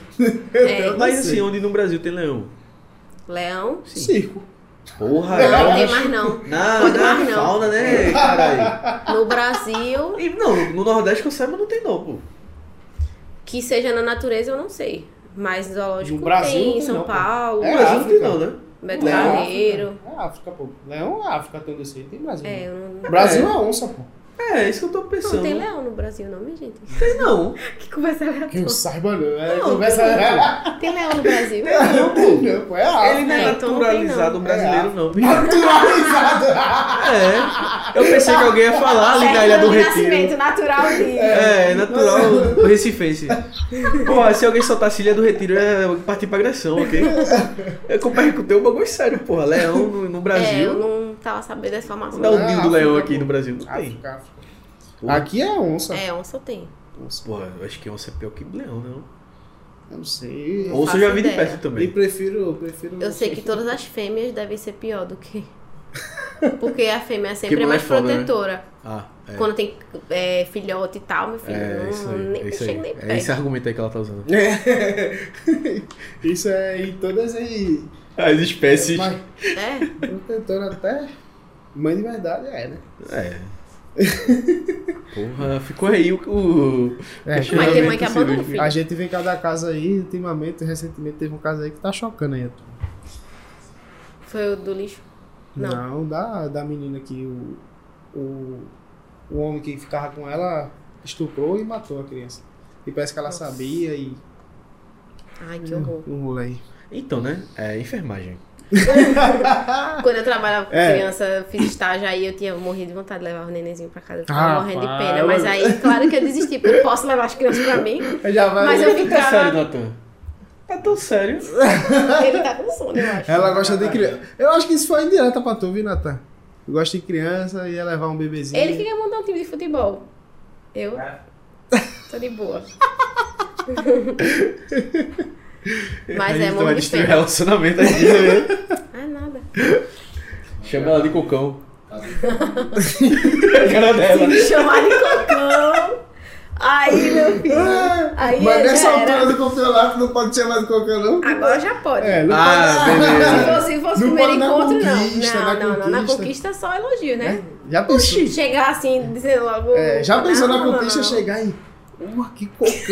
S3: É.
S2: eu
S1: Mas
S2: não
S1: assim,
S2: sei.
S1: onde no Brasil tem leão?
S3: Leão.
S1: Sim.
S2: Circo.
S1: Porra,
S2: É,
S3: Não,
S1: é.
S3: não tem
S2: acho-
S3: mais não.
S1: Na,
S3: Pode
S1: na
S3: mais não.
S1: fauna, né, caralho?
S3: No Brasil,
S1: E, não, no Nordeste que eu saiba não tem não, pô.
S3: que seja na natureza, eu não sei. Mas zoológico
S2: No Brasil
S3: tem,
S2: não
S3: em
S2: tem
S3: São
S2: não, pô.
S3: Paulo,
S1: No
S2: É,
S1: Brasil não tem
S2: África.
S1: não, né?
S3: Beto
S2: Leão é
S3: Carreiro.
S2: África. É África, pô. Leão é África, até onde eu sei. Tem Brasil.
S3: É, eu não...
S2: né? Brasil é onça, pô.
S1: É, isso que eu tô pensando.
S3: não tem leão no Brasil, não, minha gente.
S1: Tem não.
S3: Que conversa
S2: né?
S3: é
S2: Que eu
S3: aleatória.
S2: saiba, não. É
S3: Não,
S2: conversa.
S3: tem
S2: Não,
S3: Tem leão no Brasil?
S2: pô. Não, pô. É
S1: Ele
S2: África.
S1: não é
S3: É, então não tem
S1: naturalizado
S2: não. é
S1: brasileiro, não. bicho.
S2: Naturalizado.
S1: É. Eu pensei que alguém ia falar ali da Ilha do Retiro.
S3: Nascimento natural de...
S1: É, é natural o recifense. Porra, se alguém soltasse Ilha do Retiro, é partir pra agressão, ok? É comparar com o teu um bagulho sério, porra. Leão no, no
S3: É, eu
S1: Brasil.
S3: não tava sabendo dessa informação.
S1: Não dá
S2: É,
S1: um deal do
S2: África,
S1: leão aqui
S2: pô.
S1: no Brasil. Não tem.
S2: África, África.
S1: Porra.
S2: Aqui é onça.
S3: É, onça tem.
S1: Porra, eu acho que onça é pior que leão, não.
S2: Eu não sei.
S3: Não
S1: Onça eu
S3: faço
S1: já vi de
S3: ideia.
S1: perto
S2: E
S1: também.
S2: prefiro, prefiro.
S3: Eu sei que todas as fêmeas devem ser pior do que... Porque a fêmea sempre
S1: Porque
S3: é
S1: mulher
S3: mais
S1: é foda, né?
S3: protetora.
S1: Ah, é.
S3: Quando tem é, filhote e tal, meu filho,
S1: É,
S3: não,
S1: isso aí.
S3: nem
S1: É isso aí.
S3: chega nem perto.
S1: É esse argumento aí que ela tá usando.
S2: Isso é em todas as.
S1: As espécies.
S2: Mas
S3: É,
S2: protetor até. Mãe de verdade é, né?
S1: É. Porra, ficou aí o. o...
S2: É,
S3: mas tem mãe que
S1: questionamento cirúrgico.
S3: abandona o
S2: A
S3: filho.
S2: gente vem cada caso aí, ultimamente, recentemente teve um caso aí que tá chocando aí. a turma.
S3: Foi o do lixo? Não.
S2: Não, da, da menina que o, o. O homem que ficava com ela estuprou e matou a criança. E parece que ela
S3: Nossa.
S2: sabia e.
S3: Ai,
S1: Hum.
S3: que horror.
S2: Um rolê aí.
S1: Então, né? É enfermagem. Ah.
S3: Quando eu trabalhava com
S2: É.
S3: criança, fiz estágio, aí eu tinha morrido de vontade de levar o nenenzinho pra casa, eu ficava
S2: Ah,
S3: morrendo de
S2: pá,
S3: pena.
S2: eu-
S3: Mas aí, claro que eu desisti, porque eu não posso levar as crianças pra mim.
S2: Já vai.
S3: Mas eu
S1: Tá sério,
S3: ficava.
S1: Natan? Tá tão sério.
S3: Ele tá com sono, eu acho.
S2: Ela gosta de criança. Eu acho que isso foi indireta pra tu, viu, Natan? Eu gosto de criança e ia levar um bebezinho.
S3: Ele queria montar um time de futebol. Eu
S2: É.
S3: tô de boa. Mas é,
S1: vai
S3: morro de
S1: destruir o
S3: pena.
S1: relacionamento aqui, né?
S3: Ah, nada.
S1: Chama ela de cocão. A cara
S3: Se
S2: É,
S1: dela.
S3: me chamar de cocão. Aí, meu filho. Aí
S2: Ah, Mas nessa
S3: já era.
S2: altura do campeonato não pode chamar de qualquer não.
S3: Agora já pode.
S2: É, não
S1: Ah,
S2: pode.
S3: Se
S1: beleza.
S3: fosse, se fosse o
S2: Não
S3: primeiro
S2: pode na
S3: encontro,
S2: conquista,
S3: não.
S2: na
S3: Não, não, não. Na
S2: conquista.
S3: conquista é só elogio, né?
S2: Já pensou?
S3: Chegar assim, dizer logo.
S2: É, já pensou na
S3: Não, não,
S2: conquista
S3: não.
S2: chegar e. Uau, que cocão!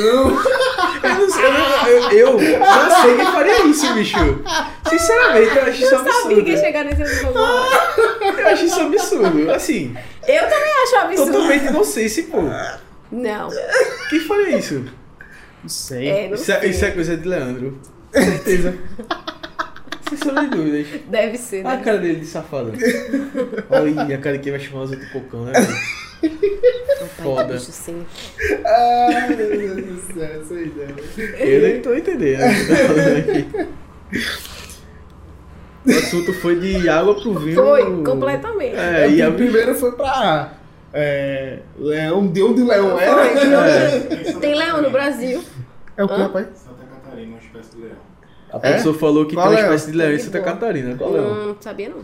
S1: Eu não sei, eu, eu, eu não sei quem faria isso, bicho. Sinceramente, eu acho isso
S3: Eu sabia
S1: absurdo.
S3: que ia chegar nesse jogo.
S2: Ah!
S1: Eu acho isso absurdo. Assim,
S3: Eu também acho absurdo.
S1: totalmente inocente, pô.
S3: Não.
S1: Quem faria isso?
S2: Não sei.
S3: É, não
S1: Isso é,
S3: sei.
S1: isso é coisa de Leandro. Certeza. Sem sombra de dúvidas.
S3: Deve ser,
S1: Olha a
S3: né?
S1: cara dele de safado. Olha a cara de quem vai chamar os outros cocão, né? velho? foda.
S3: Opa, é um bicho, sim.
S2: Ah, meu Deus do céu, essa ideia.
S1: Eu nem tô entendendo. o que tá falando aqui. O assunto foi de água pro vinho.
S3: Foi, completamente.
S1: É, e a
S2: o primeiro foi pra. É, leão, de onde leão era?
S1: É,
S3: Tem leão no Brasil.
S2: É o que, rapaz?
S4: Santa Catarina, uma espécie de leão.
S1: a pessoa falou que
S2: Qual
S1: tem uma
S2: leão?
S1: espécie de leão em Santa
S3: Que boa.
S1: Catarina. Qual leão?
S3: Não, não sabia, não.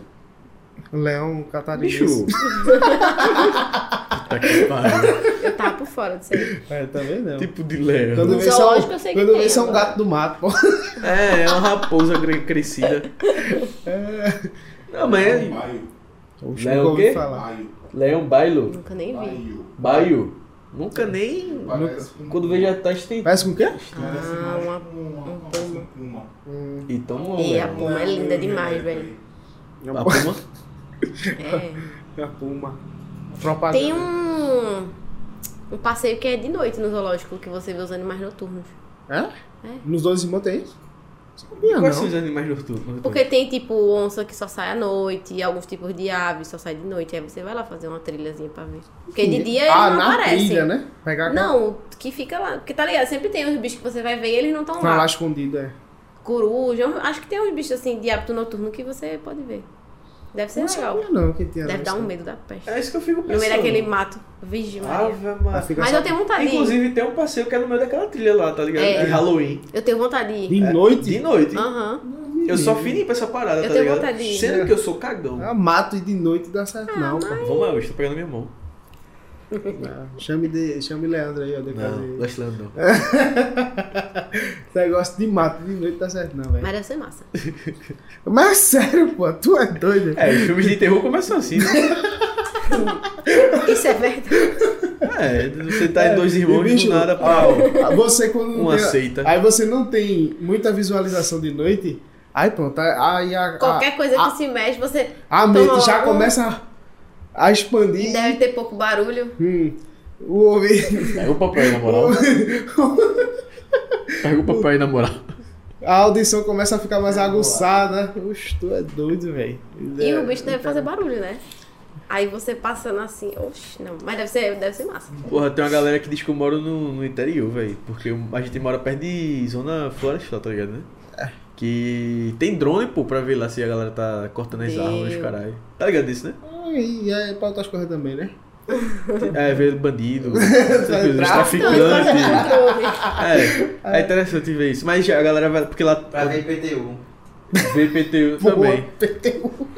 S2: Leão catarinense.
S1: Bicho. Puta que pariu.
S3: Eu tava por fora disso aí.
S2: É, também não.
S1: Tipo de leão.
S2: Quando
S3: tá No
S2: vê só
S3: zoológico eu sei que
S2: quando
S3: tem, né?
S2: vê só um
S3: agora.
S2: gato do mato, pô.
S1: É, é uma raposa cre- crescida. Não, mas
S4: um
S1: é-
S4: Baio.
S1: Oxe, nunca ouvi
S2: falar.
S4: Baio.
S1: Leão bailo.
S3: Nunca nem vi.
S4: Baio.
S1: Baio. Nunca nem.
S4: Parece um
S1: Quando vê já tá estendido.
S2: Parece com o quê?
S4: Parece
S3: Ah,
S4: mais
S3: uma-
S4: com uma,
S3: um
S4: uma
S3: puma.
S4: puma.
S1: Então,
S3: E
S1: leão.
S3: a puma é linda demais, velho.
S1: A puma?
S3: É.
S2: A puma. Propaganda.
S3: Tem um, um passeio que é de noite no zoológico, que você vê os animais noturnos.
S2: Hã?
S3: É.
S2: Nos dois irmãos tem? Sabia,
S1: Quais são
S2: não.
S1: os animais noturnos?
S3: Porque tem tipo onça que só sai à noite, e alguns tipos de aves só saem de noite. Aí você vai lá fazer uma trilhazinha pra ver. Porque de dia eles
S2: ah,
S3: não
S2: na
S3: aparecem.
S2: trilha, né? Pegar aquela-
S3: Não, que fica lá. Porque tá ligado? Sempre tem uns bichos que você vai ver e eles não estão
S2: Tá
S3: lá.
S2: lá escondido, é.
S3: um, Coruja, acho que tem uns bichos assim de hábito noturno que você pode ver. Deve ser
S2: Não
S3: legal.
S2: sabia não que tinha
S3: Deve dar um
S2: dessa.
S3: medo da peste.
S1: É isso que eu fico pensando.
S3: No meio daquele mato. Vigi, Maria.
S1: Ave Maria.
S2: Ah, fica
S3: Mas
S2: só-
S3: eu tenho vontade de ir.
S1: Inclusive tem um passeio que é no meio daquela trilha lá, tá ligado?
S3: É.
S1: De Halloween.
S3: Eu tenho vontade de ir.
S2: De noite?
S1: De noite.
S3: Aham.
S1: Eu só fini pra essa parada,
S3: Eu
S1: tá
S3: tenho
S1: ligado?
S3: vontade de ir.
S1: Sendo que eu sou cagão.
S2: Ah, mato e de noite dá certo não. pô.
S1: Vamos lá, eu estou pegando minha mão.
S2: Não. Ah, Chame, de, chame Leandro aí, ó. de casa
S1: Não,
S2: aí.
S1: Lost Land não.
S2: Esse negócio de mato de noite dá certo não, velho.
S3: Mas deve ser massa.
S2: Mas sério, pô, tu é doido.
S1: É, os filmes de terror começam assim, né?
S3: Isso é verdade.
S1: É, você tá em dois
S2: É,
S1: irmãos
S2: bicho,
S1: do nada, pau.
S2: Ah, Você quando não
S1: Uma
S2: tem-
S1: seita.
S2: Aí você não tem muita visualização de noite. Aí pronto, aí a, a,
S3: Qualquer coisa
S2: a-
S3: que se mexe, você
S2: a mente
S3: Toma
S2: já
S3: um-
S2: começa a, a expandir.
S3: deve ter pouco barulho.
S2: Hum, o ouvido.
S1: Pega o papai na moral. Pega o papai na moral.
S2: A audição começa a ficar mais aguçada. É, Oxe, tu é doido, velho.
S3: E o bicho deve fazer barulho, né? Aí você passando assim, oxe, não. Mas deve ser, deve ser massa.
S1: Porra, tem uma galera que diz que eu moro no, no interior, velho. Porque eu- a gente mora perto de zona florestal, tá ligado, né? Que tem drone, pô, pra ver lá se a galera tá cortando as
S3: Meu.
S1: árvores, caralho. Tá ligado disso, né?
S2: E é pra outras coisas também, né?
S1: É, ver bandido, essas coisas, os
S3: Então, ele passa
S1: traficantes.
S3: no controle.
S1: É, é interessante ver isso. Mas a galera vai. Porque lá.
S6: Pra ver IPTU.
S1: Vê PTU também.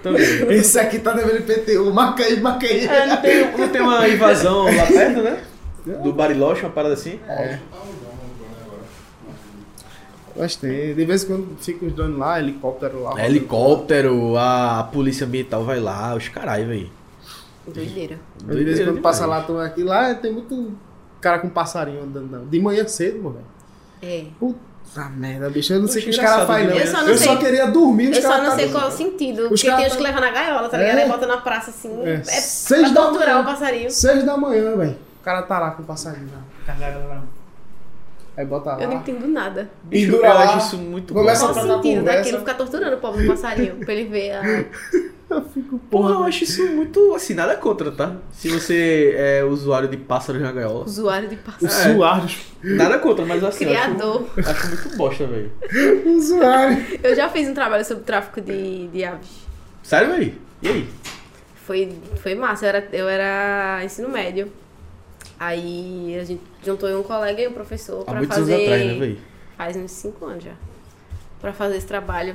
S1: Também.
S2: Esse aqui tá devendo PTU. Marca aí, marca aí.
S1: É, não tem, não tem uma invasão lá perto, né? Do Bariloche, uma parada assim.
S2: É. Mas tem. De vez em quando fica os drones lá, helicóptero lá.
S1: É Helicóptero, a polícia ambiental vai lá, os caralho, velho.
S3: Doideira.
S2: De vez em
S1: né,
S2: quando passa lá, tô aqui. Lá tem muito cara com passarinho andando. não. De manhã cedo, mano.
S3: É.
S2: Puta merda, bicho. Eu não sei o que os
S1: Engraçado
S2: caras fazem, não.
S1: demais.
S3: Eu só não sei-
S2: queria dormir, os
S3: Eu só
S2: caras
S3: não
S2: tá-
S3: sei qual é o sentido.
S2: Os
S3: Porque
S2: caras
S3: tem os que
S2: tá-
S3: levam na gaiola, tá ligado?
S2: É.
S3: Aí bota na praça assim.
S2: É,
S3: É, pra
S2: seis da manhã.
S1: um
S3: torturar o passarinho.
S2: Seis da manhã, velho. O cara tá lá com o passarinho. lá. Aí bota lá.
S3: Eu não entendo nada.
S1: Bicho, eu
S2: Pendura lá.
S1: acho isso muito bom.
S2: Começa
S3: Qual
S2: a
S3: o
S2: trocar
S3: sentido
S2: conversa.
S3: daquilo ficar torturando o pobre passarinho? pra ele ver a.
S1: Porra, né? eu acho isso muito. Assim, nada contra, tá? Se você é usuário de pássaros na gaiola.
S3: Usuário de
S2: O
S3: passarinho.
S1: É.
S2: suário.
S1: Nada contra, mas assim. eu
S3: Criador.
S1: Acho, acho muito bosta, velho.
S2: O suário.
S3: Eu já fiz um trabalho sobre tráfico de, de aves.
S1: Sério, velho? E aí?
S3: Foi, foi massa, eu era, eu era ensino médio. Aí a gente juntou eu, um colega e um professor
S1: Há
S3: pra
S1: muitos
S3: fazer.
S1: anos atrás, né, velho?
S3: Faz uns 5 anos já. Pra fazer esse trabalho.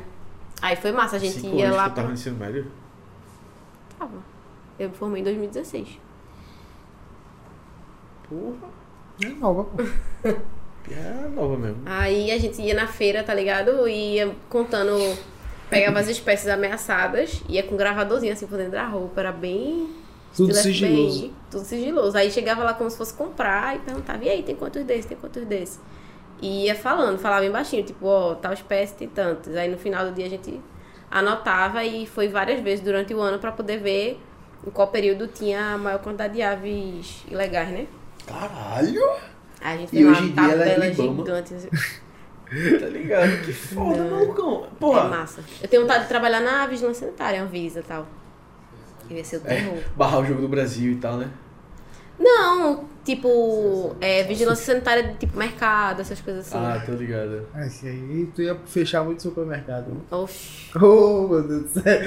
S3: Aí foi massa, a gente
S1: Cinco
S3: ia
S1: anos
S3: lá.
S1: que eu tava no
S3: pra-
S1: ensino médio.
S3: Tava. Eu me formei em 2016.
S1: Porra,
S2: É nova, pô.
S1: é nova mesmo.
S3: Aí a gente ia na feira, tá ligado? E ia contando. Pegava as espécies ameaçadas, ia com um gravadorzinho assim por dentro da roupa, era bem.
S2: Tudo
S3: estilo FBI,
S2: sigiloso.
S3: Tudo sigiloso. Aí chegava lá como se fosse comprar e perguntava: e aí, tem quantos desses? Tem quantos desses? E ia falando, falava bem baixinho, tipo, ó, tal espécie tem tantos. Aí no final do dia a gente anotava e foi várias vezes durante o ano pra poder ver em qual período tinha a maior quantidade de aves ilegais, né?
S1: Caralho!
S3: Aí a gente
S1: E
S3: tem uma
S1: hoje em dia ela é
S3: tabela
S1: Ibama.
S3: gigante. assim.
S1: Tá ligado? Que foda, malucão.
S3: É
S1: Porra,
S3: massa. Eu tenho vontade de trabalhar na vigilância sanitária, Anvisa e tal. Ia
S1: É.
S3: ser o terror.
S1: barrar o jogo do Brasil e tal, né?
S3: Não, tipo, é, vigilância sanitária de tipo mercado, essas coisas assim.
S1: Ah, tô ligado.
S2: Ah, Esse aí tu ia fechar muito supermercado. né?
S3: Oxi,
S2: Oh, meu Deus do céu.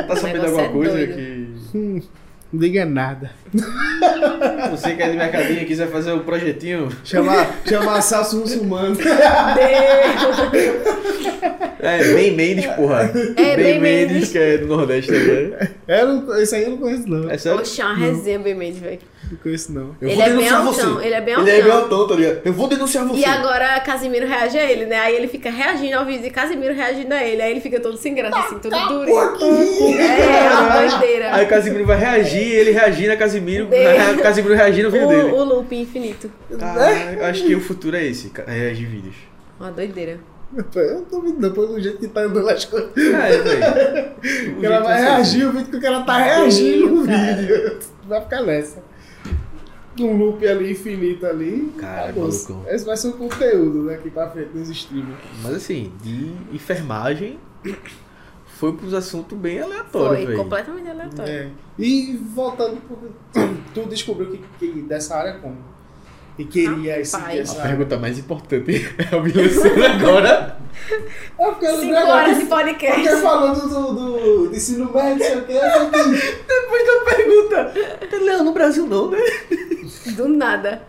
S3: o
S1: Tá sabendo
S3: negócio
S1: alguma
S3: é
S1: coisa
S3: doido.
S1: que.
S2: Não diga nada.
S1: Você que é de mercadinho quiser fazer um projetinho.
S2: Chamar, chamar Celso muçulmano.
S1: É, bem Mendes, porra.
S3: É,
S1: bem
S3: Ben Mendes.
S1: que é do Nordeste também.
S2: Eu não- esse aí eu não conheço, não.
S1: É sério?
S3: Oxi, é uma resenha bem mesmo, velho.
S2: Não conheço, não.
S1: Eu
S3: Ele
S1: vou
S3: é bem
S1: denunciar
S3: altão,
S1: você.
S3: ele é bem
S1: Ele é bem
S3: altão.
S1: altão, tá ligado? Eu vou denunciar você.
S3: E agora Casimiro reage a ele, né? Aí ele fica reagindo ao vídeo e Casimiro reagindo a ele. Aí ele fica todo sem graça, assim, todo duro. É, é uma doideira.
S1: Tá, Aí o Casimiro vai reagir, ele reagindo a Casimiro.
S3: Dele.
S1: O Casimiro reagindo ao vídeo
S3: É. O,
S1: dele.
S3: o loop infinito.
S1: Caralho, eu acho que o futuro é esse, ca- reagir vídeos.
S3: Uma doideira.
S2: Eu tô vendo depois do jeito que tá andando as coisas.
S1: É, velho. O
S2: O
S1: jeito
S2: cara vai
S1: é esse.
S2: reagir o vídeo que o cara tá reagindo no vídeo. Vai ficar nessa. Um loop ali infinito ali.
S1: Cara,
S2: Acabou.
S1: malucão.
S2: Esse vai ser o conteúdo daqui pra frente nos streamers.
S1: Mas assim, de enfermagem foi pros assuntos bem
S3: Foi
S1: aleatórios, velho.
S3: completamente aleatório.
S2: É. E voltando, pro- tu descobriu que, que dessa área é como? E queria
S3: Rapaz.
S2: esse,
S1: A
S2: essa...
S1: pergunta mais importante é o Bilancino agora.
S2: É porque eu
S3: Cinco
S2: lembrei agora.
S3: horas de podcast.
S2: Porque falou do, do, do ensino médio, não sei o que, eu entendi.
S1: Depois da pergunta. Não, no Brasil não, né?
S3: Do nada.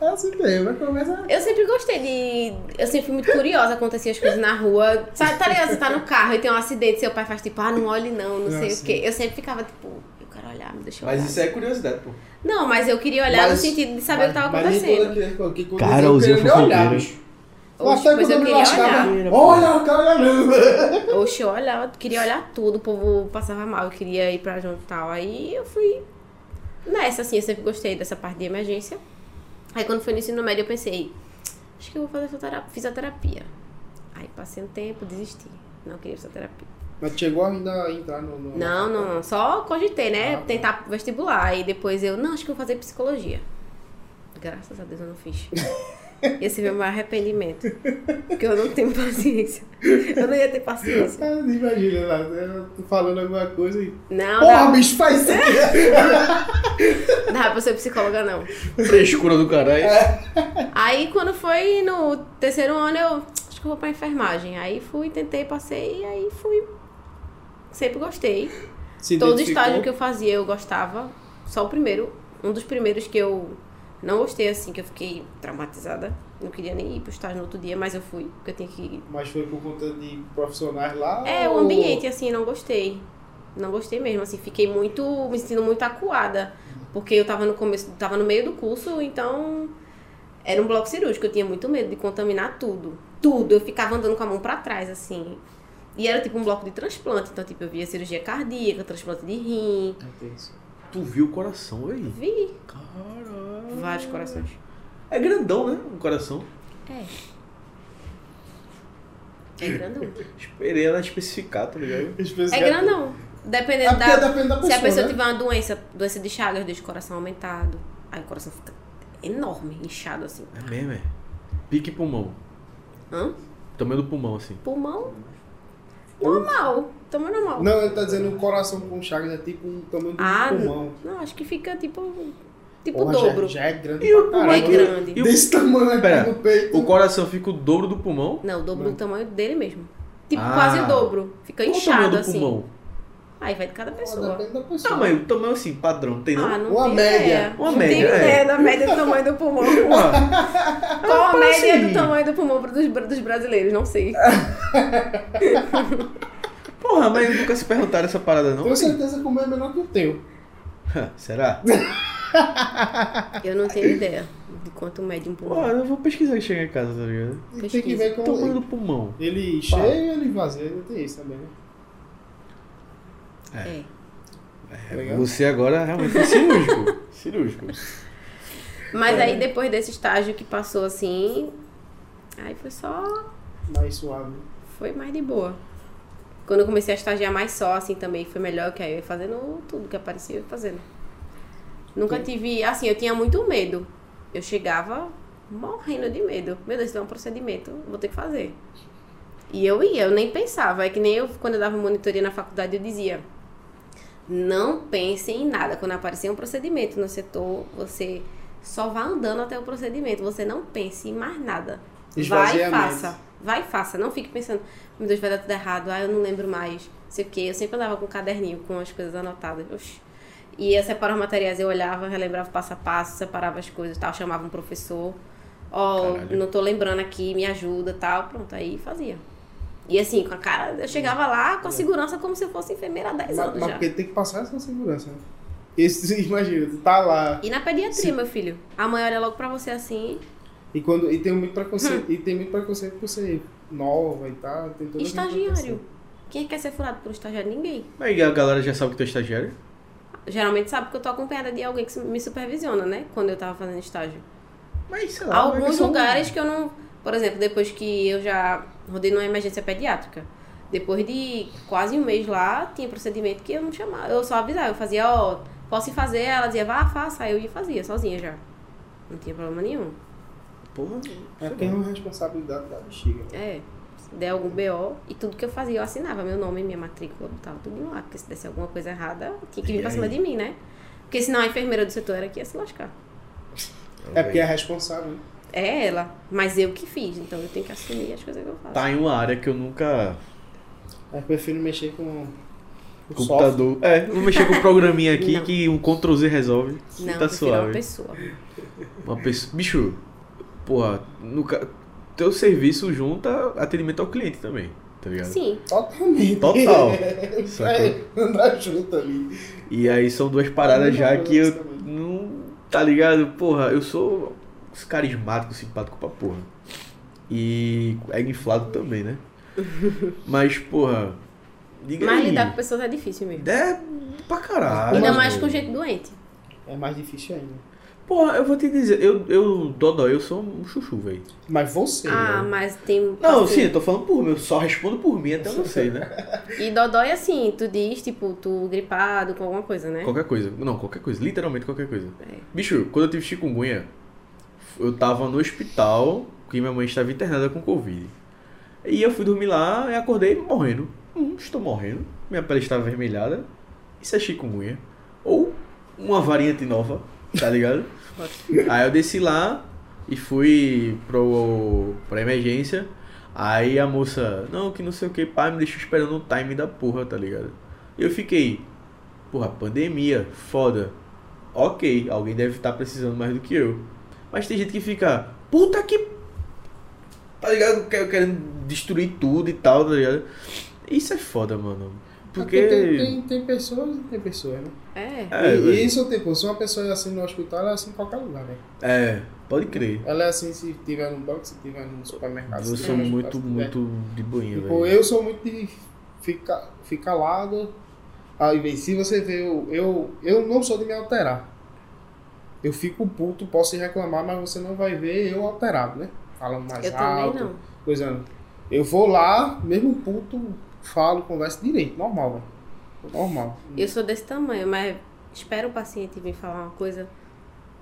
S2: Ah, você lembra, começa...
S3: Eu sempre gostei de. Eu sempre fui muito curiosa, acontecia as coisas na rua. Sabe, tá ligado? Você tá no carro e tem um acidente, seu pai faz tipo, ah, não olhe não, não
S2: Ah,
S3: sei
S2: sim.
S3: o quê. Eu sempre ficava tipo, eu quero olhar, me deixa eu olhar.
S1: Mas isso é curiosidade, pô.
S3: Não, mas eu queria olhar
S2: Mas-
S3: no sentido de saber o que tava
S2: Mas nem
S3: acontecendo.
S2: tudo que- que- que
S1: Cara,
S2: aconteceu,
S1: o Zé
S2: eu queria nem olhar,
S1: fofoqueiro.
S2: bicho. Eu
S3: Oxe,
S2: achava
S3: pois
S2: que
S3: eu
S2: eu me
S3: queria
S2: lascava.
S3: olhar.
S2: Olha, o cara é olhando.
S3: Oxe, eu olhava, queria olhar tudo, o povo passava mal, eu queria ir pra junto e tal. Aí eu fui nessa, assim, eu sempre gostei dessa parte de emergência. Aí quando foi no ensino médio eu pensei, acho que eu vou fazer fisiotera- fisioterapia. Aí passei um tempo, desisti. Não queria fisioterapia.
S2: Mas chegou ainda a entrar no... no-
S3: Não, não, não. Só cogitei, né?
S2: Ah, tá.
S3: Tentar vestibular. E depois eu, não, acho que eu vou fazer psicologia. Graças a Deus eu não fiz. Esse é meu maior arrependimento. Porque eu não tenho paciência. Eu não ia ter paciência.
S2: Ah, Imagina, lá, eu tô falando alguma coisa e...
S3: Não,
S2: Porra, bicho, faz isso aqui.
S3: não dá pra ser psicóloga, não.
S1: Frescura do caralho.
S3: Aí quando foi no terceiro ano, eu acho que eu vou pra enfermagem. Aí fui, tentei, passei, aí fui. Sempre gostei.
S2: Se
S3: Todo
S2: identificou.
S3: estágio que eu fazia eu gostava. Só o primeiro, um dos primeiros que eu não gostei assim, que eu fiquei traumatizada. Não queria nem ir pro estágio no outro dia, mas eu fui, porque eu tinha que ir.
S2: Mas foi por conta de profissionais lá?
S3: É, o
S2: ou-
S3: ambiente assim, não gostei. Não gostei mesmo, assim, fiquei muito, me sentindo muito acuada, porque eu tava no começo, tava no meio do curso, então era um bloco cirúrgico, eu tinha muito medo de contaminar tudo. Tudo, eu ficava andando com a mão pra trás assim. E era tipo um bloco de transplante, então tipo eu via cirurgia cardíaca, transplante de rim,
S1: Tu viu o coração aí?
S3: vi
S1: Caralho.
S3: Vários corações.
S1: É grandão, né? O coração.
S3: É. É grandão.
S1: Esperei ela especificar, tá ligado?
S3: É grandão.
S2: É
S3: Dependendo
S2: porque
S3: da.
S2: depende da pessoa,
S3: Se a pessoa
S2: né?
S3: tiver uma doença, doença de Chagas, deixa o coração aumentado. Aí o coração fica enorme, inchado assim.
S1: É mesmo, é. Pique pulmão.
S3: Hã?
S1: Tamanho do pulmão, assim.
S3: Pulmão? Normal. Toma normal.
S2: Não, ele tá dizendo o coração com chagas é tipo um tamanho do
S3: Ah,
S2: pulmão.
S3: Não, acho que fica tipo. Tipo
S2: Porra,
S3: o
S2: já-
S3: dobro.
S2: Já, é grande.
S1: E o
S2: pra
S1: pulmão
S3: é
S2: caralho.
S3: grande.
S1: E o-
S2: Desse tamanho aqui
S1: Pera,
S2: no peito.
S1: O coração fica o dobro do pulmão.
S3: Não, o dobro do tamanho dele mesmo. Tipo,
S1: Ah.
S3: quase o dobro. Fica
S1: Qual o tamanho
S3: inchado
S1: do
S3: assim.
S1: pulmão?
S3: Aí vai de cada
S2: Porra,
S3: pessoa.
S2: Depende da pessoa.
S1: Tá, mas o tamanho assim, padrão, tem não?
S3: Ah, não
S2: Uma
S3: tenho
S2: média.
S3: ideia.
S1: Uma
S3: não
S1: média,
S3: tenho
S1: é.
S3: ideia da média do tamanho do pulmão.
S1: Porra,
S3: Qual a
S1: parece
S3: média
S1: rir.
S3: do tamanho do pulmão pro- dos, dos brasileiros? Não sei.
S1: porra, mas nunca se perguntaram essa parada, não?
S2: Tenho certeza que o meu é menor que o teu.
S1: Será?
S3: Eu não tenho ideia de quanto mede um
S1: Porra,
S3: pulmão.
S1: eu vou pesquisar e chegar em casa, tá ligado?
S2: Então, E Tem que
S3: Pesquisa.
S2: ver como
S1: Tamanho do pulmão.
S2: ele cheio ele vazio. Não tem isso também, né?
S3: É.
S1: é
S2: Tá ligado?
S1: Você agora realmente é cirúrgico. cirúrgico.
S3: Mas aí depois desse estágio que passou assim, aí foi só.
S2: Mais suave.
S3: Foi mais de boa. Quando eu comecei a estagiar mais só, assim, também foi melhor, que aí eu ia fazendo tudo que aparecia, eu ia fazendo. Nunca tive. Assim, eu tinha muito medo. Eu chegava morrendo de medo. Meu Deus, isso é um procedimento, vou ter que fazer. E eu ia, eu nem pensava. É que nem eu, quando eu dava monitoria na faculdade, eu dizia: não pensem em nada. Quando aparecer um procedimento no setor, você só vá andando até o procedimento. Você não pense em mais nada. Vai
S2: Esvaziamento.
S3: e faça. Vai e faça. Não fique pensando, meu Deus, vai dar tudo errado. Ah, eu não lembro mais. Não sei o quê. Eu sempre andava com um caderninho, com as coisas anotadas. Oxi. E ia separar os materiais. Eu olhava, relembrava passo a passo, separava as coisas e tal. Chamava um professor. Ó,
S1: Caralho.
S3: não tô lembrando aqui, me ajuda tal. Pronto, aí fazia. E assim, com a cara, eu chegava lá com a segurança como se eu fosse enfermeira há 10
S2: É. Mas,
S3: anos
S2: mas
S3: já.
S2: porque tem que passar essa segurança, né? Esse, imagina, tu tá lá.
S3: E na pediatria, meu filho. A mãe olha logo pra você assim,
S2: E, quando, e tem muito
S3: Hum.
S2: preconceito. E tem muito preconceito por ser nova e tal. Tem todo aquele
S3: estagiário.
S2: preconceito.
S3: Quem quer ser furado por um estagiário? Ninguém.
S1: Mas a galera já sabe que tu é estagiário?
S3: Geralmente sabe que eu tô acompanhada de alguém que su- me supervisiona, né? Quando eu tava fazendo estágio.
S1: Mas sei
S3: Há
S1: lá. vai Tá, que
S3: Alguns
S1: são-
S3: lugares que eu não. Por exemplo, depois que eu já rodei numa emergência pediátrica. Depois de quase um mês lá, tinha procedimento que eu não chamava. Eu só avisava, eu fazia, ó, posso ir fazer? Ela dizia, vá, faça. Aí eu ia e fazia, sozinha já. Não tinha problema nenhum.
S1: Porra,
S2: É porque é uma responsabilidade da bexiga. né?
S3: É, se der algum BO, e tudo que eu fazia, eu assinava meu nome, minha matrícula, botava tudo lá, porque se desse alguma coisa errada, tinha que
S1: E
S3: vir pra cima
S1: aí?
S3: de mim, né? Porque senão a enfermeira do setor era que ia se lascar.
S2: É porque é responsável. né?
S3: É ela. Mas eu que fiz, então eu tenho que assumir as coisas que eu faço.
S1: Tá em uma área que eu nunca.
S2: É, eu prefiro mexer com o software.
S1: Computador. É, vou mexer com um programinha aqui
S3: Não.
S1: que um Ctrl Z resolve. e
S3: Não,
S1: tá
S3: prefiro uma
S1: suave.
S3: pessoa.
S1: Uma pessoa. Bicho, porra, no ca- teu serviço junta atendimento ao cliente também, tá ligado?
S3: Sim.
S2: Totalmente.
S1: Total.
S2: É, andar junto ali.
S1: E aí são duas paradas
S2: mesma
S1: já que eu
S2: coisa também.
S1: não. Tá ligado? Porra, eu sou carismático, simpático pra porra. E é inflado também, né? Mas, porra, diga
S3: Mas
S1: aí.
S3: lidar com pessoas é difícil mesmo.
S1: É pra caralho.
S3: Ainda
S2: Mas-
S3: mais
S1: pô.
S3: com gente doente.
S2: É mais difícil ainda.
S1: Porra, eu vou te dizer, eu, eu, Dodó, eu sou um chuchu, velho.
S2: Mas você. né?
S3: Ah, mas tem.
S1: né? Não,
S3: assim,
S1: sim, eu tô falando por mim, eu só respondo por mim até eu não sei, né?
S3: E dodói assim, tu diz, tipo, tu gripado com alguma coisa, né?
S1: Qualquer coisa. Não, qualquer coisa. Literalmente qualquer coisa.
S3: É.
S1: Bicho, quando eu tive chikungunya, eu tava no hospital, que minha mãe estava internada com Covid. E eu fui dormir lá e acordei morrendo. Hum, estou morrendo. Minha pele está avermelhada. Isso é chikungunya. Ou uma variante nova, tá ligado? Aí eu desci lá e fui pro, pra emergência. Aí a moça, não, que não sei o que, pá, me deixou esperando o time da porra, tá ligado? Eu fiquei, porra, pandemia, foda. Ok, alguém deve estar precisando mais do que eu. Mas tem gente que fica, puta que. Tá ligado? Que- Querendo destruir tudo e tal, tá ligado? Isso é foda, mano. Porque.
S2: Tem, tem, tem pessoas e tem pessoas, né?
S3: É.
S1: É,
S2: e,
S1: velho.
S2: isso tem, pô. Se uma pessoa é assim no hospital, ela é assim em qualquer lugar, né?
S1: é, pode crer.
S2: Ela é assim se tiver num banco, se tiver num né? supermercado.
S1: Eu
S2: se
S1: sou
S2: tiver no
S1: é muito,
S2: hospital, se tiver-
S1: muito de boinha,
S2: é, Tipo,
S1: velho.
S2: eu sou muito de ficar, ficar lado. Aí vem, se você vê, eu, eu, eu não sou de me alterar. Eu fico puto, posso reclamar, mas você não vai ver eu alterado, né? Falando mais
S3: Eu
S2: alto,
S3: também não.
S2: coisa. Eu vou lá, mesmo puto, falo, converso direito, normal, velho. Normal.
S3: Eu sou desse tamanho, mas espero o paciente vir falar uma coisa,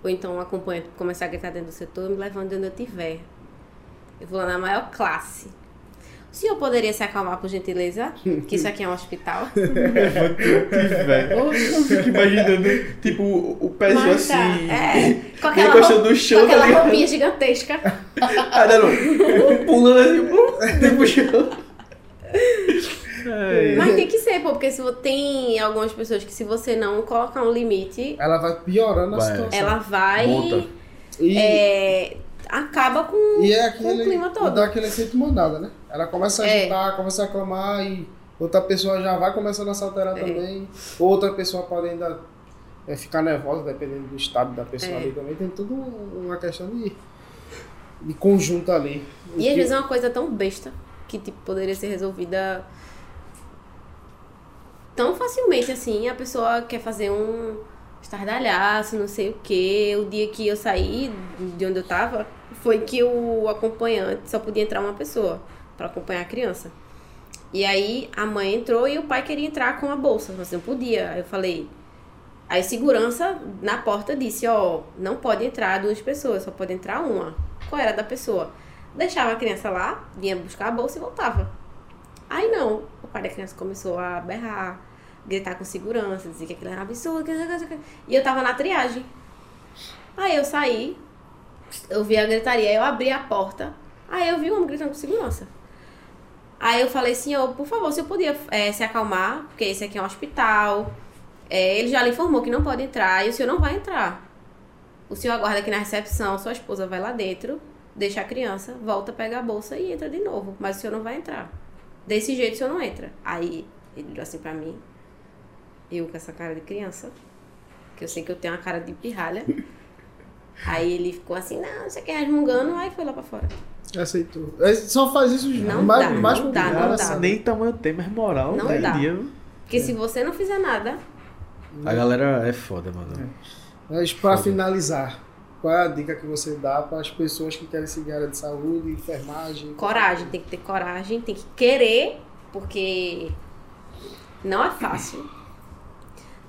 S3: ou então acompanha começar a gritar dentro do setor, eu me levando de onde eu tiver. Eu vou lá na maior classe. O senhor poderia se acalmar, por gentileza? Que isso aqui é um hospital.
S1: velho. Eu fico imaginando, tipo, o pezinho
S3: Mas tá,
S1: assim.
S3: É, com aquela,
S1: Encostando
S3: roupa,
S1: no
S3: com
S1: chão, tá
S3: aquela
S1: ligado?
S3: roupinha gigantesca.
S1: Ah, não, não. Pulando assim, pum, tipo o chão. É.
S3: Mas tem que ser, pô, porque se vo- tem algumas pessoas que se você não colocar um limite,
S2: Ela vai piorando a
S1: Vai.
S2: situação.
S3: ela vai.
S1: Monta.
S2: E,
S3: é, acaba com.
S2: e é aquele,
S3: o clima todo.
S2: e dá aquele efeito manada, né? Ela começa a
S3: É.
S2: agitar, começa a clamar e outra pessoa já vai começando a se alterar
S3: É.
S2: também. Outra pessoa pode ainda é, ficar nervosa, dependendo do estado da pessoa
S3: É.
S2: ali também. Tem tudo um- uma questão de, de conjunto ali. O
S3: E às
S2: que-
S3: vezes é uma coisa tão besta que tipo, poderia ser resolvida tão facilmente assim. A pessoa quer fazer um estardalhaço, não sei o quê. O dia que eu saí de onde eu tava, foi que o acompanhante só podia entrar uma pessoa pra acompanhar a criança. E aí a mãe entrou e o pai queria entrar com a bolsa, mas não podia. Aí Eu falei. Aí segurança na porta disse, ó, não pode entrar duas pessoas, só pode entrar uma. Qual era a da pessoa? Deixava a criança lá, vinha buscar a bolsa e voltava. Aí não, o pai da criança começou a berrar, gritar com segurança, dizer que aquilo era um absurdo. que- que- que- E eu tava na triagem. Aí eu saí, eu vi a gritaria, eu abri a porta, aí eu vi o homem gritando com segurança. Aí eu falei, senhor, por favor, se eu podia eh, se acalmar, porque esse aqui é um hospital. Eh, ele já lhe informou que não pode entrar e o senhor não vai entrar. O senhor aguarda aqui na recepção, sua esposa vai lá dentro, deixa a criança, volta, pega a bolsa e entra de novo. Mas o senhor não vai entrar. Desse jeito o senhor não entra. Aí ele olhou assim pra mim, eu com essa cara de criança, que eu sei que eu tenho uma cara de pirralha. Aí ele ficou assim, não, não sei o que, resmungando, aí foi lá pra fora.
S2: Aceitou. É, Só faz isso
S3: Não
S2: mais,
S3: dá,
S2: mais
S3: não
S2: por
S3: dá, Ah, não
S2: conta
S3: dá.
S2: dessa-
S1: assim, Nem tamanho tem, mas moral
S3: Não
S1: tá em
S3: dá.
S1: dia. viu?
S3: Porque se você não fizer nada,
S1: A galera é foda, mano.
S2: Mas para finalizar, qual é a dica que você dá para as pessoas que querem seguir a área de saúde, enfermagem?
S3: coragem, tem que ter coragem, tem que querer, porque não é fácil.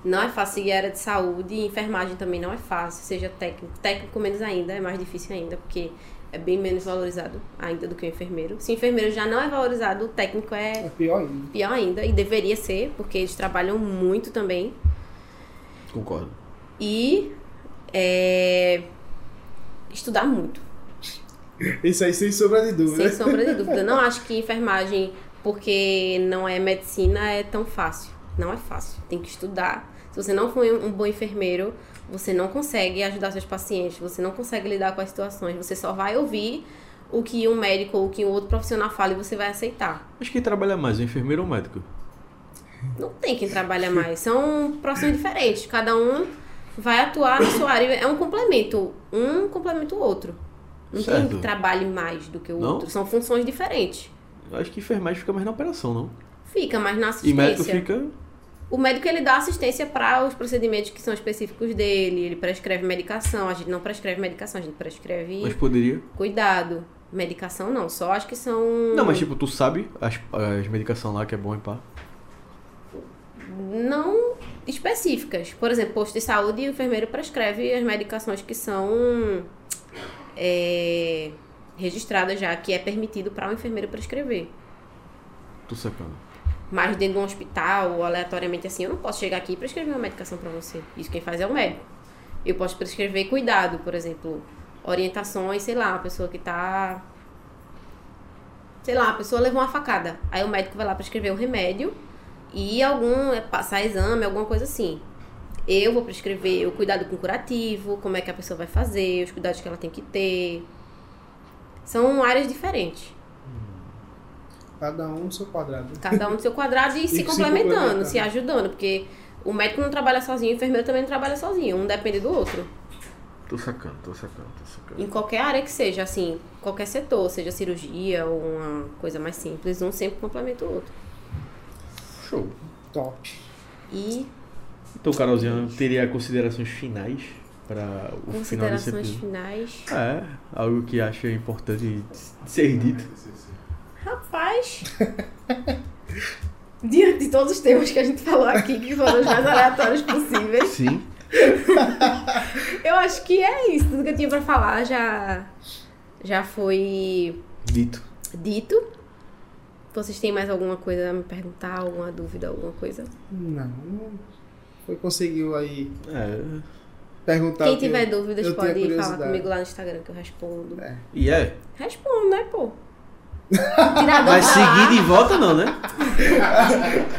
S3: Não é fácil seguir a área de saúde e enfermagem também não é fácil, seja técnico. Técnico menos ainda, é mais difícil ainda, porque é bem menos valorizado ainda do que o enfermeiro. Se o enfermeiro já não é valorizado, o técnico é
S2: É pior ainda.
S3: pior ainda, e deveria ser, porque eles trabalham muito também.
S1: Concordo.
S3: E é, estudar muito.
S2: Isso aí sem sombra de
S3: Sem
S2: dúvida.
S3: sombra de dúvida. Não acho que enfermagem, porque não é medicina, é tão fácil. Não é fácil. Tem que estudar. Se você não for um bom enfermeiro, você não consegue ajudar seus pacientes, você não consegue lidar com as situações. Você só vai ouvir o que um médico ou o que um outro profissional fala e você vai aceitar.
S1: Mas quem trabalha mais, o enfermeiro ou o médico?
S3: Não tem quem trabalha mais. São profissões diferentes. Cada um vai atuar na sua área. É um complemento. Um complementa o outro. Não tem
S1: Certo.
S3: que trabalhe mais do que o
S1: Não?
S3: outro. São funções diferentes.
S1: Eu acho que enfermagem fica mais na operação, não?
S3: Fica mais na
S1: E
S3: assistência.
S1: médico fica.
S3: O médico ele dá assistência para os procedimentos que são específicos dele, ele prescreve medicação, a gente não prescreve medicação, a gente prescreve
S1: Mas poderia.
S3: cuidado. Medicação não, só as que são.
S1: Não, mas tipo, tu sabe as, as medicações lá que é bom e pá.
S3: não específicas. Por exemplo, posto de saúde, o enfermeiro prescreve as medicações que são é, registradas já, que é permitido para o enfermeiro prescrever.
S1: Tu sacando.
S3: Mas dentro de um hospital, ou aleatoriamente assim, eu não posso chegar aqui e prescrever uma medicação para você. Isso quem faz é o médico. Eu posso prescrever cuidado, por exemplo, orientações, sei lá, a pessoa que tá. Sei lá, a pessoa levou uma facada. Aí o médico vai lá prescrever um remédio e algum. é, passar exame, alguma coisa assim. Eu vou prescrever o cuidado com curativo, como é que a pessoa vai fazer, os cuidados que ela tem que ter. São áreas diferentes.
S2: Cada um no seu quadrado.
S3: Cada um do seu quadrado e, se
S2: se
S3: complementando,
S2: complementando.
S3: se ajudando, porque o médico não trabalha sozinho, o enfermeiro também não trabalha sozinho, um depende do outro.
S1: Tô sacando, tô sacando, tô sacando.
S3: Em qualquer área que seja, assim, qualquer setor, seja cirurgia ou uma coisa mais simples, um sempre complementa o outro.
S1: Show.
S2: Top.
S3: E
S1: Então, Carolzinha, teria considerações finais para o final desse
S3: considerações
S1: episódio?
S3: finais.
S1: É, algo que acha importante de ser dito.
S3: Rapaz! Diante de todos os temas que a gente falou aqui, que foram os mais aleatórios possíveis,
S1: Sim.
S3: eu acho que é isso. Tudo que eu tinha pra falar já, já foi
S1: Dito.
S3: dito. Vocês têm mais alguma coisa a me perguntar, alguma dúvida, alguma coisa?
S2: Não. Foi conseguiu aí
S1: É.
S2: perguntar. o
S3: Quem
S2: que
S3: tiver
S2: Tá, eu-
S3: dúvidas
S2: eu tenho
S3: pode falar
S2: curiosidade.
S3: comigo lá no Instagram que eu respondo.
S2: É.
S1: E é.
S3: Respondo, né, pô? Tirador
S1: Mas
S3: tá
S1: seguir
S3: lá.
S1: de volta não, né?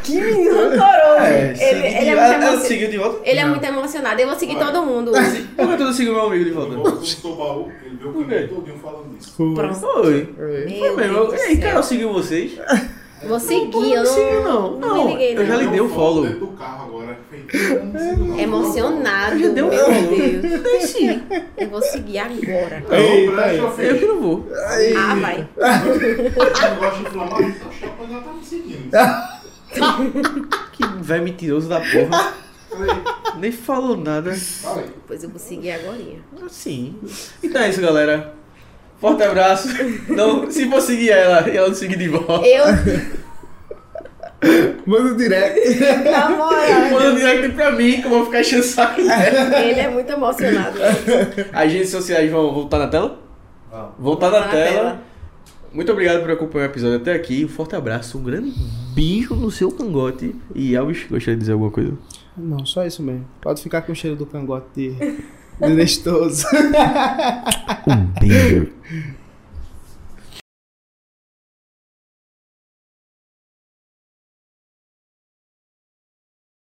S3: Que menino coroa! ele, ele é muito
S1: Ah,
S3: emocionado.
S1: seguiu de volta?
S3: Ele é
S2: Não.
S3: muito emocionado. Eu vou seguir todo mundo hoje.
S1: Por que tu não seguiu meu amigo de volta?
S4: Eu sou baú, ele viu
S1: Por
S4: o
S1: quê?
S4: caminho todinho falando isso.
S3: Pronto.
S1: Oi.
S2: Oi.
S1: Foi
S3: Meu
S1: mesmo.
S3: Deus
S1: Eu-
S3: do
S1: Ei,
S3: céu.
S1: Carol seguiu vocês.
S3: Vou
S1: Pô,
S3: seguir,
S1: não
S3: eu
S1: seguiu,
S3: não...
S1: não.
S3: não me liguei,
S1: eu já
S3: não.
S1: lhe dei um
S4: foto
S1: follow.
S4: dentro do carro agora. feito. Eu não consigo, não.
S3: Emocionado,
S1: Já deu um
S3: meu
S1: rolo.
S3: Deus. Eu vou seguir agora.
S4: Não,
S2: Eita,
S4: presta,
S2: eita.
S4: filho.
S1: Eu que não vou.
S3: Ah, vai.
S4: Eu não gosto de inflamar, a chapa já tá me seguindo. Falei,
S1: Que velho mentiroso da porra. Nem falou nada.
S4: falei.
S3: Pois eu vou seguir agora.
S1: Sim. Então é isso, galera. Forte abraço. Não, se for seguir ela e ela não seguir de volta.
S3: Eu,
S2: Manda um direct.
S3: na moral,
S1: Manda um direct pra mim que eu vou ficar enchendo o saco dela.
S3: ele é muito emocionado.
S1: Tá As redes sociais vão voltar na tela?
S4: Vamos.
S1: Voltar na,
S3: Voltar na
S1: tela.
S3: tela.
S1: Muito obrigado por acompanhar o episódio até aqui. Um forte abraço, um grande beijo no seu cangote. E Alves, gostaria de dizer alguma coisa?
S2: Não, só isso mesmo. Pode ficar com o cheiro do cangote de- de Nestoso.
S1: Um beijo.